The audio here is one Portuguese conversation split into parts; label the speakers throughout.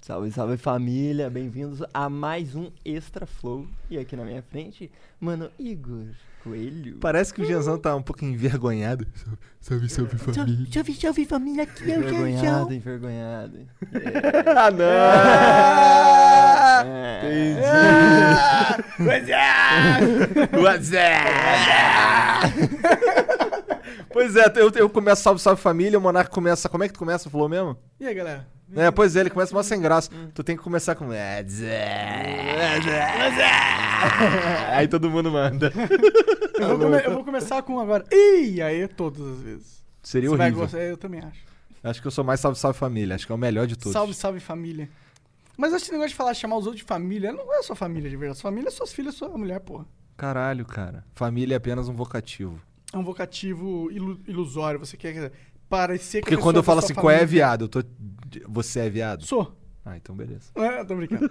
Speaker 1: Salve, salve família, bem-vindos a mais um Extra Flow. E aqui na minha frente, mano, Igor Coelho.
Speaker 2: Parece que o Gianzão tá um pouco envergonhado. Salve, salve, família.
Speaker 3: Salve, salve família, aqui é o
Speaker 1: envergonhado,
Speaker 3: Janjão.
Speaker 1: envergonhado.
Speaker 3: Ah,
Speaker 1: Ah!
Speaker 3: não!
Speaker 1: É.
Speaker 2: What's
Speaker 3: é.
Speaker 2: Pois é, eu, eu começo salve, salve família, o Monarca começa. Como é que tu começa? Falou mesmo?
Speaker 3: E aí, galera?
Speaker 2: É, pois é, ele começa mó sem graça.
Speaker 3: Hum.
Speaker 2: Tu tem que começar com. é, What's up? é. Aí todo mundo manda. Tá
Speaker 3: Eu vou, come- eu vou começar com agora. E aí, todas as vezes.
Speaker 2: Seria
Speaker 3: Você vai
Speaker 2: horrível.
Speaker 3: gostar, eu também acho.
Speaker 2: Acho que eu sou mais salve, salve família. Acho que é o melhor de todos.
Speaker 3: Salve, salve família. Mas esse negócio de falar, chamar os outros de família, não é sua família de verdade. Sua família é suas filhas, sua mulher, porra.
Speaker 2: Caralho, cara. Família é apenas um vocativo.
Speaker 3: É um vocativo ilu- ilusório, você quer quer dizer, parecer que a
Speaker 2: Porque quando
Speaker 3: pessoa
Speaker 2: eu falo
Speaker 3: da sua
Speaker 2: assim, qual é
Speaker 3: família-
Speaker 2: viado? Eu tô. Você é viado?
Speaker 3: Sou.
Speaker 2: Ah, então beleza.
Speaker 3: É, tô brincando.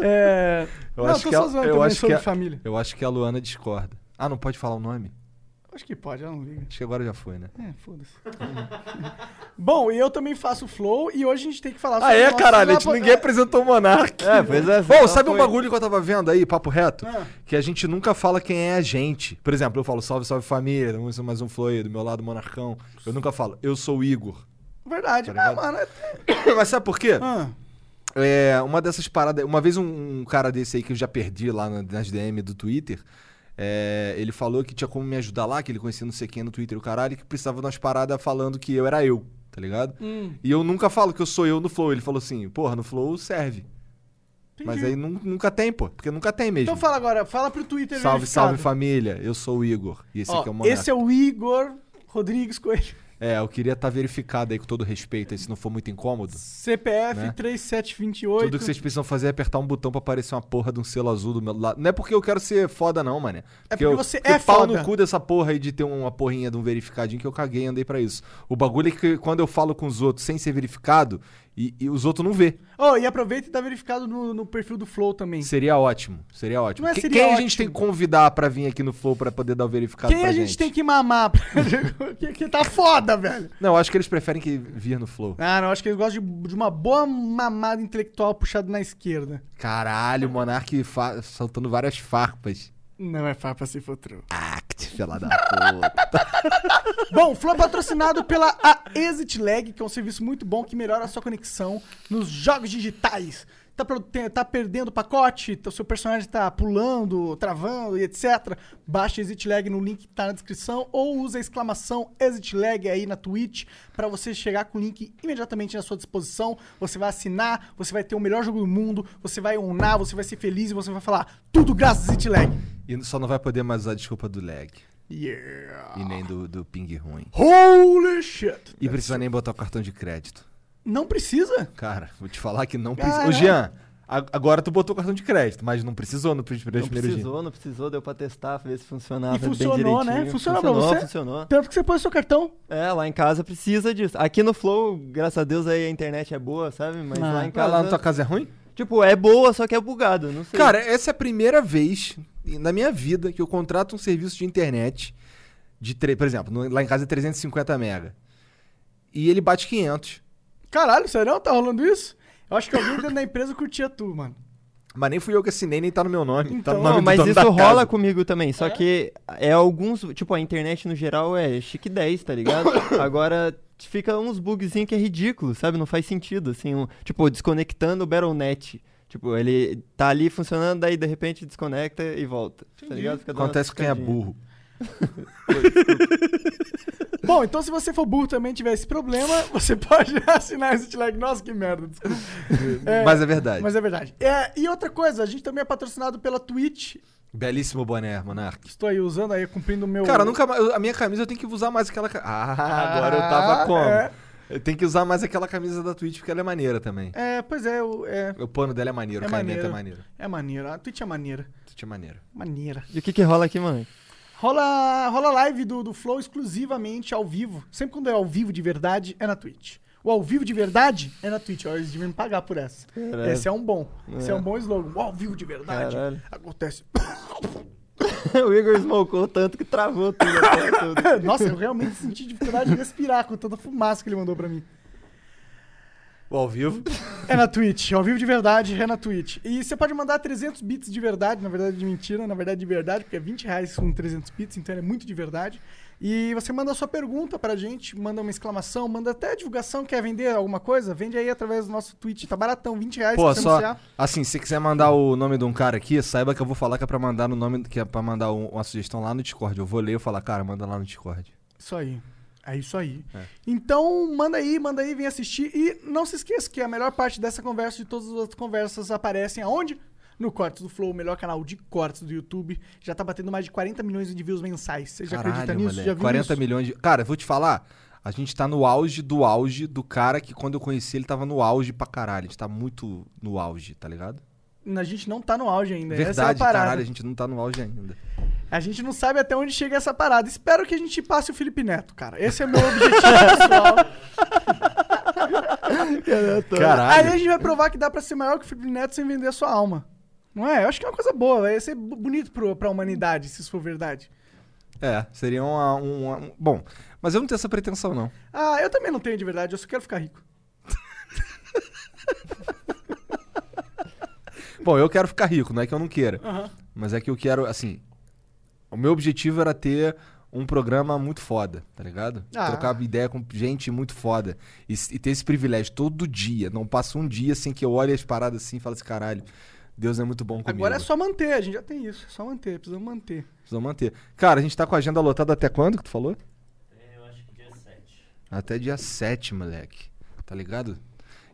Speaker 3: É,
Speaker 2: Eu
Speaker 3: não,
Speaker 2: acho
Speaker 3: tô
Speaker 2: que
Speaker 3: só
Speaker 2: a-
Speaker 3: zoando
Speaker 2: eu
Speaker 3: também
Speaker 2: acho
Speaker 3: sobre
Speaker 2: que é- a-
Speaker 3: família.
Speaker 2: Eu acho que a Luana discorda. Ah, não pode falar o nome?
Speaker 3: Acho que pode, ela não liga.
Speaker 2: Acho que agora já foi, né?
Speaker 3: É, foda-se. Bom, e eu também faço flow e hoje a gente tem que falar
Speaker 2: Ah, é,
Speaker 3: nossa
Speaker 2: caralho, a gente
Speaker 3: lapa-
Speaker 2: ninguém apresentou o Monark.
Speaker 1: É, pois é.
Speaker 2: Bom,
Speaker 1: então
Speaker 2: sabe um
Speaker 1: foi-
Speaker 2: bagulho que eu tava vendo aí, papo reto?
Speaker 3: Ah.
Speaker 2: Que a gente nunca fala quem é a gente. Por exemplo, eu falo salve, salve família, vamos ser mais um Floyd, do meu lado Monarcão. Eu nunca falo, eu sou o Igor.
Speaker 3: Verdade,
Speaker 2: Tá
Speaker 3: ah,
Speaker 2: ligado?
Speaker 3: mano. é até-
Speaker 2: Mas sabe por quê?
Speaker 3: Ah,
Speaker 2: É, uma dessas paradas. Uma vez um, um cara desse aí que eu já perdi lá na- nas DM do Twitter. é, ele falou que tinha como me ajudar lá, que ele conhecia não sei quem no Twitter e o caralho, que precisava de umas paradas falando que eu era eu, tá ligado?
Speaker 3: hum,
Speaker 2: E eu nunca falo que eu sou eu no Flow. Ele falou assim, porra, no Flow serve.
Speaker 3: entendi.
Speaker 2: Mas aí nun- nunca tem, pô. Porque nunca tem mesmo.
Speaker 3: Então fala agora, fala pro Twitter.
Speaker 2: salve, salve
Speaker 3: verificado.
Speaker 2: família. Eu sou o Igor. E esse
Speaker 3: Ó,
Speaker 2: aqui é o Monarca.
Speaker 3: Esse é o Igor Rodrigues Coelho.
Speaker 2: É, eu queria estar verificado aí com todo respeito, aí se não for muito incômodo.
Speaker 3: CPF
Speaker 2: Né?
Speaker 3: 3728.
Speaker 2: Tudo que vocês precisam fazer é apertar um botão pra aparecer uma porra de um selo azul do meu lado. Não é porque eu quero ser foda, não, mané.
Speaker 3: É porque
Speaker 2: eu,
Speaker 3: você
Speaker 2: porque
Speaker 3: é
Speaker 2: pau
Speaker 3: foda.
Speaker 2: no cu dessa porra aí de ter uma porrinha de um verificadinho que eu caguei e andei pra isso. O bagulho é que quando eu falo com os outros sem ser verificado, e, e os outros não vê.
Speaker 3: Ó, e aproveita e dá verificado no, no perfil do Flow também.
Speaker 2: Seria ótimo. Seria ótimo.
Speaker 3: Não é
Speaker 2: Que-
Speaker 3: seria
Speaker 2: Quem a
Speaker 3: ótimo.
Speaker 2: gente tem que convidar pra vir aqui no Flow pra poder dar o verificado
Speaker 3: Quem
Speaker 2: pra
Speaker 3: a gente, tem que mamar? que, que tá foda, velho.
Speaker 2: Não, acho que eles preferem que vir no Flow.
Speaker 3: Ah, não, acho que eles gostam de, de uma boa mamada intelectual puxada na esquerda.
Speaker 2: Caralho, o Monark fa- soltando várias farpas.
Speaker 3: Não é farpa se for true.
Speaker 2: Act, fela da puta.
Speaker 3: Bom, o Flow é patrocinado pela a Exit Lag, que é um serviço muito bom que melhora a sua conexão nos jogos digitais. Tá, pro- te- tá perdendo pacote, o seu personagem tá pulando, travando e etc. Baixa Exit Lag no link que tá na descrição ou usa a exclamação Exit Lag aí na Twitch para você chegar com o link imediatamente na sua disposição. Você vai assinar, você vai ter o melhor jogo do mundo, você vai onar, você vai ser feliz e você vai falar tudo graças a Exit Lag.
Speaker 2: E só não vai poder mais usar a desculpa do lag.
Speaker 3: Yeah.
Speaker 2: E nem do, do ping ruim.
Speaker 3: Holy shit.
Speaker 2: E precisa nem botar o cartão de crédito.
Speaker 3: Não precisa?
Speaker 2: Cara, vou te falar que não precisa. Ô,
Speaker 3: Caralho.
Speaker 2: Jean, a- agora tu botou o cartão de crédito, mas não precisou no primeiro
Speaker 1: Não
Speaker 2: primeiro dia.
Speaker 1: precisou, não precisou, deu pra testar, ver se funcionava
Speaker 3: E
Speaker 1: bem
Speaker 3: funcionou, né?
Speaker 1: direitinho.
Speaker 3: Funcionou pra
Speaker 1: funcionou,
Speaker 3: você?
Speaker 1: Funcionou,
Speaker 3: Tanto que você pôs seu cartão.
Speaker 1: É, lá em casa precisa disso. Aqui no Flow, graças a Deus, aí a internet é boa, sabe? Mas
Speaker 3: Ah.
Speaker 1: lá em
Speaker 2: Ah,
Speaker 1: casa,
Speaker 2: lá na tua casa é ruim?
Speaker 1: tipo, é boa, só que é bugado, não sei.
Speaker 2: Cara, essa é a primeira vez na minha vida que eu contrato um serviço de internet de, tre- por exemplo, no- lá em casa é 350 mega. E ele bate 500.
Speaker 3: Caralho, sério? Tá rolando isso? Eu acho que alguém dentro da empresa curtia tu, mano.
Speaker 2: Mas nem fui eu que assinei, nem tá no meu nome. tá
Speaker 3: Então,
Speaker 2: no nome
Speaker 1: Não,
Speaker 2: do
Speaker 1: mas
Speaker 2: dono
Speaker 1: isso
Speaker 2: da
Speaker 1: rola
Speaker 2: casa.
Speaker 1: comigo também, só que é alguns, tipo, a internet no geral é chique 10, tá ligado? Agora fica uns bugzinhos que é ridículo, sabe? Não faz sentido, assim, um- tipo, desconectando o Battle.net. Tipo, ele tá ali funcionando, daí de repente desconecta e volta. Tá ligado? Fica dando
Speaker 2: Acontece com quem é
Speaker 1: piscadinha.
Speaker 2: burro.
Speaker 3: Bom, então se você for burro também e tiver esse problema, você pode assinar esse like. Nossa, que merda, desculpa. É,
Speaker 2: mas é verdade.
Speaker 3: Mas é verdade. É, e outra coisa, a gente também é patrocinado pela Twitch.
Speaker 2: Belíssimo boné, Monark.
Speaker 3: Estou aí usando aí, cumprindo o meu.
Speaker 2: Cara, nunca mais. eu- A minha camisa eu tenho que usar mais aquela. ca- Ah, agora eu tava
Speaker 3: Ah,
Speaker 2: como?
Speaker 3: é.
Speaker 2: Eu tenho que usar mais aquela camisa da Twitch porque ela é maneira também.
Speaker 3: É, pois é, eu- é,
Speaker 2: O pano dela é maneiro,
Speaker 3: É
Speaker 2: o caimento é
Speaker 3: maneiro.
Speaker 2: maneiro.
Speaker 3: é maneira. A Twitch é maneira.
Speaker 2: Twitch é maneiro.
Speaker 3: Maneira.
Speaker 1: E o que que rola aqui, mano?
Speaker 3: Rola, rola live do, do Flow exclusivamente ao vivo. Sempre quando é ao vivo de verdade, é na Twitch. O ao vivo de verdade é na Twitch. Ó, eles deviam me pagar por essa.
Speaker 1: Caralho.
Speaker 3: Esse é um bom. Esse é
Speaker 1: É.
Speaker 3: um bom slogan. O ao vivo de verdade
Speaker 1: Caralho.
Speaker 3: acontece.
Speaker 1: o Igor smocou tanto que travou tudo. até tudo.
Speaker 3: Nossa, eu realmente senti dificuldade de respirar com tanta fumaça que ele mandou pra mim.
Speaker 2: O ao vivo.
Speaker 3: É na Twitch, ao vivo de verdade, é na Twitch. E você pode mandar 300 bits de verdade, na verdade de mentira, na verdade de verdade, porque é 20 reais com 300 bits, então é muito de verdade. E você manda a sua pergunta pra gente, manda uma exclamação, manda até divulgação, quer vender alguma coisa? Vende aí através do nosso Twitch, tá baratão, 20 reais
Speaker 2: Pô,
Speaker 3: pra você
Speaker 2: só.
Speaker 3: anunciar.
Speaker 2: Assim, se quiser mandar o nome de um cara aqui, saiba que eu vou falar que é pra mandar no nome. Que é pra mandar um- uma sugestão lá no Discord. Eu vou ler e falar, cara, manda lá no Discord.
Speaker 3: Isso aí. É isso aí. Então, manda aí, manda aí, vem assistir. E não se esqueça que a melhor parte dessa conversa e de todas as outras conversas aparecem aonde? No Cortes do Flow, o melhor canal de cortes do YouTube. Já tá batendo mais de 40 milhões de views mensais. Você já acredita nisso?
Speaker 2: moleque,
Speaker 3: Já viu
Speaker 2: 40
Speaker 3: isso?
Speaker 2: milhões de. Cara, eu vou te falar. A gente tá no auge do auge do cara que quando eu conheci ele tava no auge pra caralho. A gente tá muito no auge, tá ligado?
Speaker 3: A gente não tá no auge ainda. Essa é a
Speaker 2: Verdade,
Speaker 3: parada.
Speaker 2: caralho, a gente não tá no auge ainda.
Speaker 3: A gente não sabe até onde chega essa parada. Espero que a gente passe o Felipe Neto, cara. Esse é meu objetivo pessoal. Aí a
Speaker 2: Caralho.
Speaker 3: gente vai provar que dá pra ser maior que o Felipe Neto sem vender a sua alma. Não é? Eu acho que é uma coisa boa. Vai ser bu- bonito pro, pra humanidade, se isso for verdade.
Speaker 2: É, seria uma, uma- um. Bom, mas eu não tenho essa pretensão, não.
Speaker 3: Ah, eu também não tenho de verdade. Eu só quero ficar rico.
Speaker 2: Bom, eu quero ficar rico, não é que eu não queira.
Speaker 3: Aham.
Speaker 2: Mas é que eu quero, assim. O meu objetivo era ter um programa muito foda, tá ligado?
Speaker 3: Ah.
Speaker 2: Trocar ideia com gente muito foda. E, s- e ter esse privilégio todo dia. Não passa um dia sem que eu olhe as paradas assim e fale assim, caralho, Deus é muito bom comigo.
Speaker 3: Agora é só manter. A gente já tem isso. É só manter. Precisamos manter.
Speaker 2: Precisamos manter. Cara, a gente tá com a agenda lotada até quando que tu falou?
Speaker 4: É, Eu acho que dia 7.
Speaker 2: Até dia 7, moleque. Tá ligado?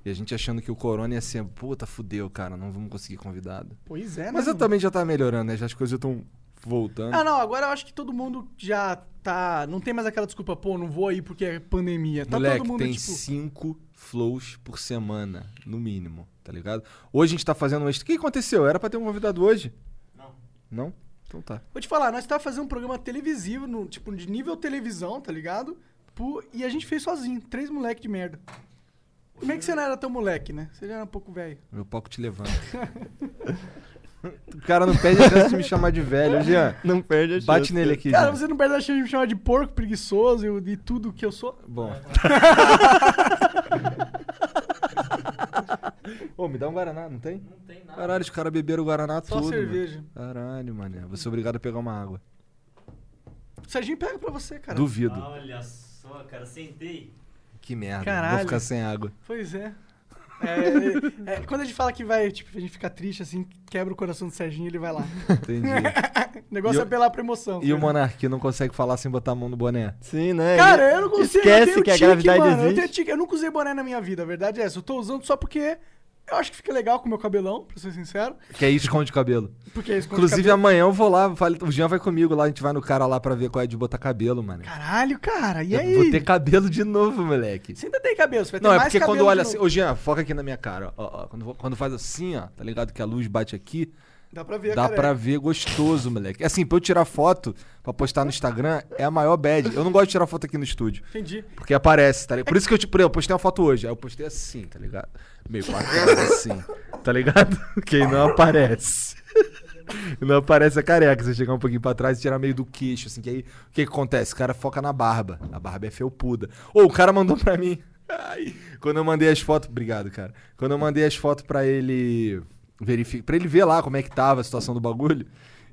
Speaker 2: E a gente achando que o Corona ia ser, puta, fudeu, cara, não vamos conseguir convidado.
Speaker 3: Pois é, né?
Speaker 2: Mas eu
Speaker 3: mano?
Speaker 2: também já tá melhorando, né? Já as coisas estão voltando.
Speaker 3: Ah, não. Agora eu acho que todo mundo já tá... Não tem mais aquela desculpa. Pô, não vou aí porque é pandemia. Tá
Speaker 2: Moleque,
Speaker 3: todo mundo,
Speaker 2: tem
Speaker 3: tipo...
Speaker 2: cinco flows por semana, no mínimo, tá ligado? Hoje a gente tá fazendo um extra. O que aconteceu? Era pra ter um convidado hoje?
Speaker 4: Não.
Speaker 2: Não? Então tá.
Speaker 3: Vou te falar, nós tava fazendo um programa televisivo, no, tipo, de nível televisão, tá ligado? Pu- e a gente fez sozinho, três moleque de merda. Como é que você não era tão moleque, né? Você já era um pouco velho.
Speaker 2: Meu palco te levanta. o cara não perde a chance de me chamar de velho, Jean.
Speaker 1: Não perde a chance.
Speaker 2: Bate nele aqui,
Speaker 3: Cara,
Speaker 2: Jean.
Speaker 3: você não perde a chance de me chamar de porco, preguiçoso e de tudo que eu sou.
Speaker 2: Bom. Ô, me dá um Guaraná, não tem?
Speaker 4: Não tem nada.
Speaker 2: Caralho, os caras beberam o Guaraná
Speaker 3: Só
Speaker 2: tudo. mano.
Speaker 3: cerveja.
Speaker 2: Caralho, mané. Vou ser obrigado a pegar uma água.
Speaker 3: O Serginho pega pra você, cara.
Speaker 2: Duvido.
Speaker 4: Olha só, cara, sentei.
Speaker 2: Que merda.
Speaker 3: Caralho.
Speaker 2: Vou ficar sem água.
Speaker 3: Pois é. É, é, é, Quando a gente fala que vai, tipo, a gente fica triste, assim, quebra o coração do Serginho ele vai lá.
Speaker 2: Entendi.
Speaker 3: O negócio
Speaker 2: E
Speaker 3: é
Speaker 2: o-
Speaker 3: apelar pra emoção.
Speaker 2: e o Monark não consegue falar sem botar a mão no boné.
Speaker 1: Sim, né?
Speaker 3: Cara, eu não consigo.
Speaker 1: Esquece
Speaker 3: eu tenho
Speaker 1: que a
Speaker 3: tique,
Speaker 1: gravidade
Speaker 3: mano. Eu,
Speaker 1: existe.
Speaker 3: tenho tique, eu nunca usei boné na minha vida, a verdade é essa. Eu tô usando só porque eu acho que fica legal com o meu cabelão, pra ser sincero.
Speaker 2: Que aí esconde o cabelo.
Speaker 3: Porque é esconde
Speaker 2: Inclusive,
Speaker 3: cabelo.
Speaker 2: amanhã eu vou lá, falo- o Jean vai comigo lá, a gente vai no cara lá pra ver qual é de botar cabelo, mano.
Speaker 3: Caralho, cara, e
Speaker 2: Eu
Speaker 3: aí?
Speaker 2: Vou ter cabelo de novo, moleque.
Speaker 3: Você ainda tem cabelo, você vai ter
Speaker 2: Não, é
Speaker 3: mais
Speaker 2: porque quando
Speaker 3: cabelo
Speaker 2: olha
Speaker 3: de
Speaker 2: assim.
Speaker 3: novo.
Speaker 2: Ô, Jean, foca aqui na minha cara. ó, ó, ó. quando, quando faz assim, ó, tá ligado? Que a luz bate aqui,
Speaker 3: Dá pra ver,
Speaker 2: dá
Speaker 3: cara.
Speaker 2: pra ver gostoso, moleque. Assim, pra eu tirar foto, pra postar no Instagram, é a maior bad. Eu não gosto de tirar foto aqui no estúdio.
Speaker 3: Entendi.
Speaker 2: Porque aparece, tá ligado? Por isso que eu, tipo, eu postei uma foto hoje. Aí eu postei assim, tá ligado? Meio quadrado assim, tá ligado? Que aí não aparece. Não aparece a careca. Você chegar um pouquinho pra trás e tirar meio do queixo, assim. Que aí, o que, que acontece? O cara foca na barba. A barba é felpuda. Ou o cara mandou pra mim. Ai, quando eu mandei as fotos. Obrigado, cara. Quando eu mandei as fotos pra ele. Verificar, pra ele ver lá como é que tava a situação do bagulho.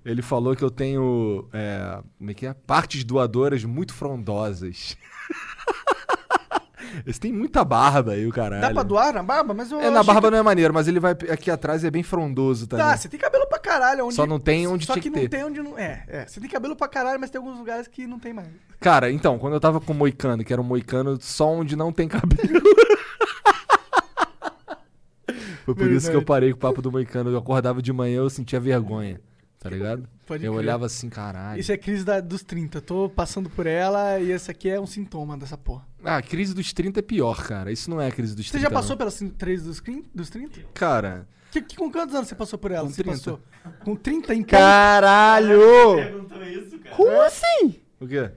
Speaker 2: Ele falou que eu tenho. é, como é que é? Partes doadoras muito frondosas. Esse tem muita barba aí, o caralho.
Speaker 3: Dá pra doar na barba? Mas eu
Speaker 2: É, na
Speaker 3: achei
Speaker 2: barba
Speaker 3: que...
Speaker 2: não é maneiro, mas ele vai aqui atrás e é bem frondoso também.
Speaker 3: Tá, você tem cabelo pra caralho. Onde...
Speaker 2: Só não tem onde
Speaker 3: Só
Speaker 2: tinha
Speaker 3: que
Speaker 2: que
Speaker 3: não
Speaker 2: ter.
Speaker 3: tem onde não... É, é. Você tem cabelo pra caralho, mas tem alguns lugares que não tem mais.
Speaker 2: Cara, então, quando eu tava com o Moicano, que era um Moicano só onde não tem cabelo. Foi por isso que eu
Speaker 3: Verdade.
Speaker 2: parei com o papo do Moicano. Eu acordava de manhã eu sentia vergonha, tá ligado?
Speaker 3: Pode
Speaker 2: eu
Speaker 3: crer.
Speaker 2: olhava assim, caralho.
Speaker 3: Isso é crise da- dos 30. Eu tô passando por ela e esse aqui é um sintoma dessa porra.
Speaker 2: Ah, a crise dos 30 é pior, cara. Isso não é a crise dos
Speaker 3: Você
Speaker 2: 30.
Speaker 3: já passou
Speaker 2: não.
Speaker 3: pelas 3 dos 30? Dos 30?
Speaker 2: Cara,
Speaker 3: Que, que- com quantos anos você passou por ela?
Speaker 2: Com
Speaker 3: Você
Speaker 2: 30.
Speaker 3: passou? Com 30 então?
Speaker 1: Caralho!
Speaker 4: Perguntou isso, cara.
Speaker 1: Como assim?
Speaker 2: o quê?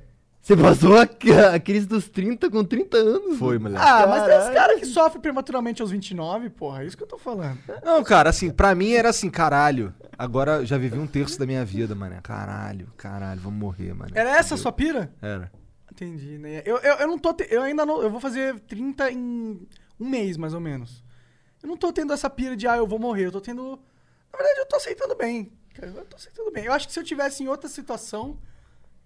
Speaker 1: Você passou a, ca- a crise dos 30 com 30 anos?
Speaker 2: Foi, moleque.
Speaker 3: Ah, mas tem uns
Speaker 1: Caralho.
Speaker 3: caras que sofrem prematuramente aos 29, porra. É isso que eu tô falando.
Speaker 2: Não, cara, assim, pra mim era assim, caralho. Agora eu já vivi um terço da minha vida, mano. Caralho, caralho, vamos morrer, mano.
Speaker 3: Era essa a sua pira?
Speaker 2: Era.
Speaker 3: Entendi, né? Eu, eu, eu não tô. te- Eu ainda não. Eu vou fazer 30 em Um mês, mais ou menos. Eu não tô tendo essa pira de, ah, eu vou morrer. Eu tô tendo. Na verdade, eu tô aceitando bem. cara, Eu tô aceitando bem. Eu acho que se eu tivesse em outra situação,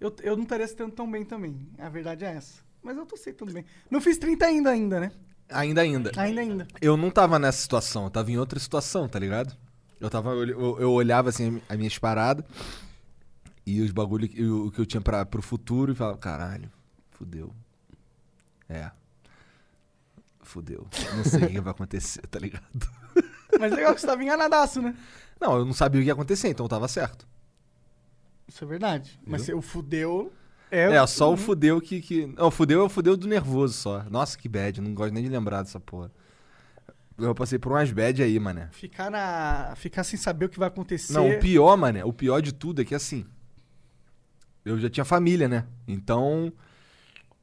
Speaker 3: eu, eu não estaria aceitando tão bem também. A verdade é essa. Mas eu tô aceitando bem. Não fiz 30 ainda, ainda, né?
Speaker 2: Ainda, ainda.
Speaker 3: Ainda, ainda.
Speaker 2: Eu não tava nessa situação, eu tava em outra situação, tá ligado? Eu tava, eu, eu- eu olhava assim as minhas paradas e os bagulho que eu- o que eu tinha para pro futuro e falava, caralho, fudeu. É. Fudeu. Não sei o que vai acontecer, tá ligado?
Speaker 3: Mas é legal que você tava enganadaço, né?
Speaker 2: Não, eu não sabia o que ia acontecer, então eu tava certo.
Speaker 3: Isso é verdade. Mas
Speaker 2: Viu?
Speaker 3: se eu fudeu. É,
Speaker 2: É, só o fudeu que. que... Não, o fudeu é o fudeu do nervoso só. Nossa, que bad, não gosto nem de lembrar dessa porra. Eu passei por umas bad aí, mané.
Speaker 3: Ficar, na... Ficar sem saber o que vai acontecer.
Speaker 2: Não, o pior, mano, o pior de tudo é que assim. Eu já tinha família, né? Então.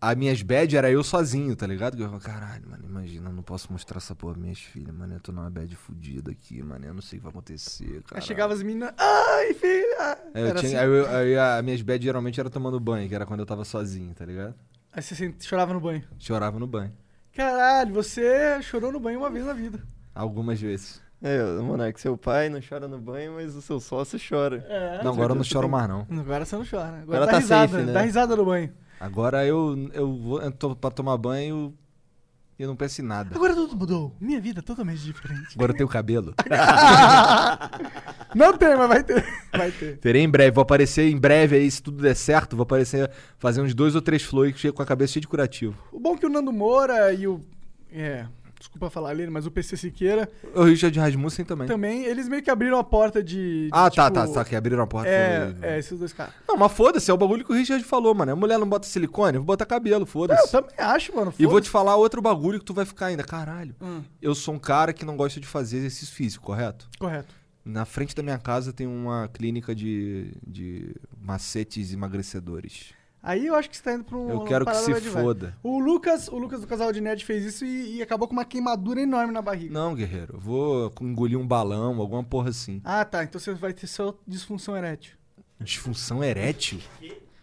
Speaker 2: As minhas bad era eu sozinho, tá ligado? Que Eu falava, caralho, mano, imagina, eu não posso mostrar essa porra pra minhas filhas, mano. Eu tô numa bad fudida aqui, mano. Eu não sei o que vai acontecer, cara.
Speaker 3: Aí chegava as meninas. Ai, filha!
Speaker 2: Aí eu
Speaker 3: Era
Speaker 2: tinha,
Speaker 3: assim.
Speaker 2: aí eu- aí a- as minhas bad geralmente era tomando banho, que era quando eu tava sozinho, tá ligado?
Speaker 3: Aí você sent- chorava no banho.
Speaker 2: Chorava no banho.
Speaker 3: Caralho, você chorou no banho uma vez na vida.
Speaker 2: Algumas vezes.
Speaker 1: É, Monark, seu pai não chora no banho, mas o seu sócio chora.
Speaker 3: É.
Speaker 2: não, agora eu não
Speaker 1: certeza,
Speaker 2: choro
Speaker 1: tem-
Speaker 2: mais, não.
Speaker 3: Agora você não chora. Agora
Speaker 1: Ela
Speaker 3: dá
Speaker 1: tá
Speaker 3: risada.
Speaker 1: safe, né?
Speaker 3: Dá risada no banho.
Speaker 2: Agora eu, eu vou eu tô pra tomar banho e eu não penso em nada.
Speaker 3: Agora tudo mudou. Minha vida é totalmente diferente.
Speaker 2: Agora eu tenho cabelo.
Speaker 3: Não tem, mas vai ter. Vai ter.
Speaker 2: Terei em breve, vou aparecer em breve aí, se tudo der certo, vou aparecer fazer uns dois ou três flows que chega com a cabeça cheia de curativo.
Speaker 3: O bom é que o Nando Moura e o. É. Desculpa falar ali, mas o PC Siqueira
Speaker 2: O Richard Rasmussen também.
Speaker 3: também, eles meio que abriram a porta de. de,
Speaker 2: Ah, tá,
Speaker 3: tipo,
Speaker 2: tá, tá, que abriram a porta.
Speaker 3: É,
Speaker 2: foi-
Speaker 3: é, esses dois caras.
Speaker 2: Não, mas foda-se, é o bagulho que o Richard falou, mano. A mulher não bota silicone, eu vou botar cabelo,
Speaker 3: Não, eu
Speaker 2: foda-se.
Speaker 3: também acho, mano.
Speaker 2: E vou
Speaker 3: foda-se.
Speaker 2: te falar outro bagulho que tu vai ficar ainda. Caralho,
Speaker 3: Hum,
Speaker 2: eu sou um cara que não gosta de fazer exercício físico, correto?
Speaker 3: correto.
Speaker 2: Na frente da minha casa tem uma clínica de, de macetes emagrecedores.
Speaker 3: Aí eu acho que você tá indo pra um.
Speaker 2: Eu quero que
Speaker 3: parada
Speaker 2: se
Speaker 3: mais de vai.
Speaker 2: foda.
Speaker 3: O Lucas, o Lucas do Casal de Nerd fez isso e, e acabou com uma queimadura enorme na barriga.
Speaker 2: Não, guerreiro, eu vou engolir um balão, alguma porra assim.
Speaker 3: Ah, tá. Então você vai ter só disfunção erétil.
Speaker 2: Disfunção erétil?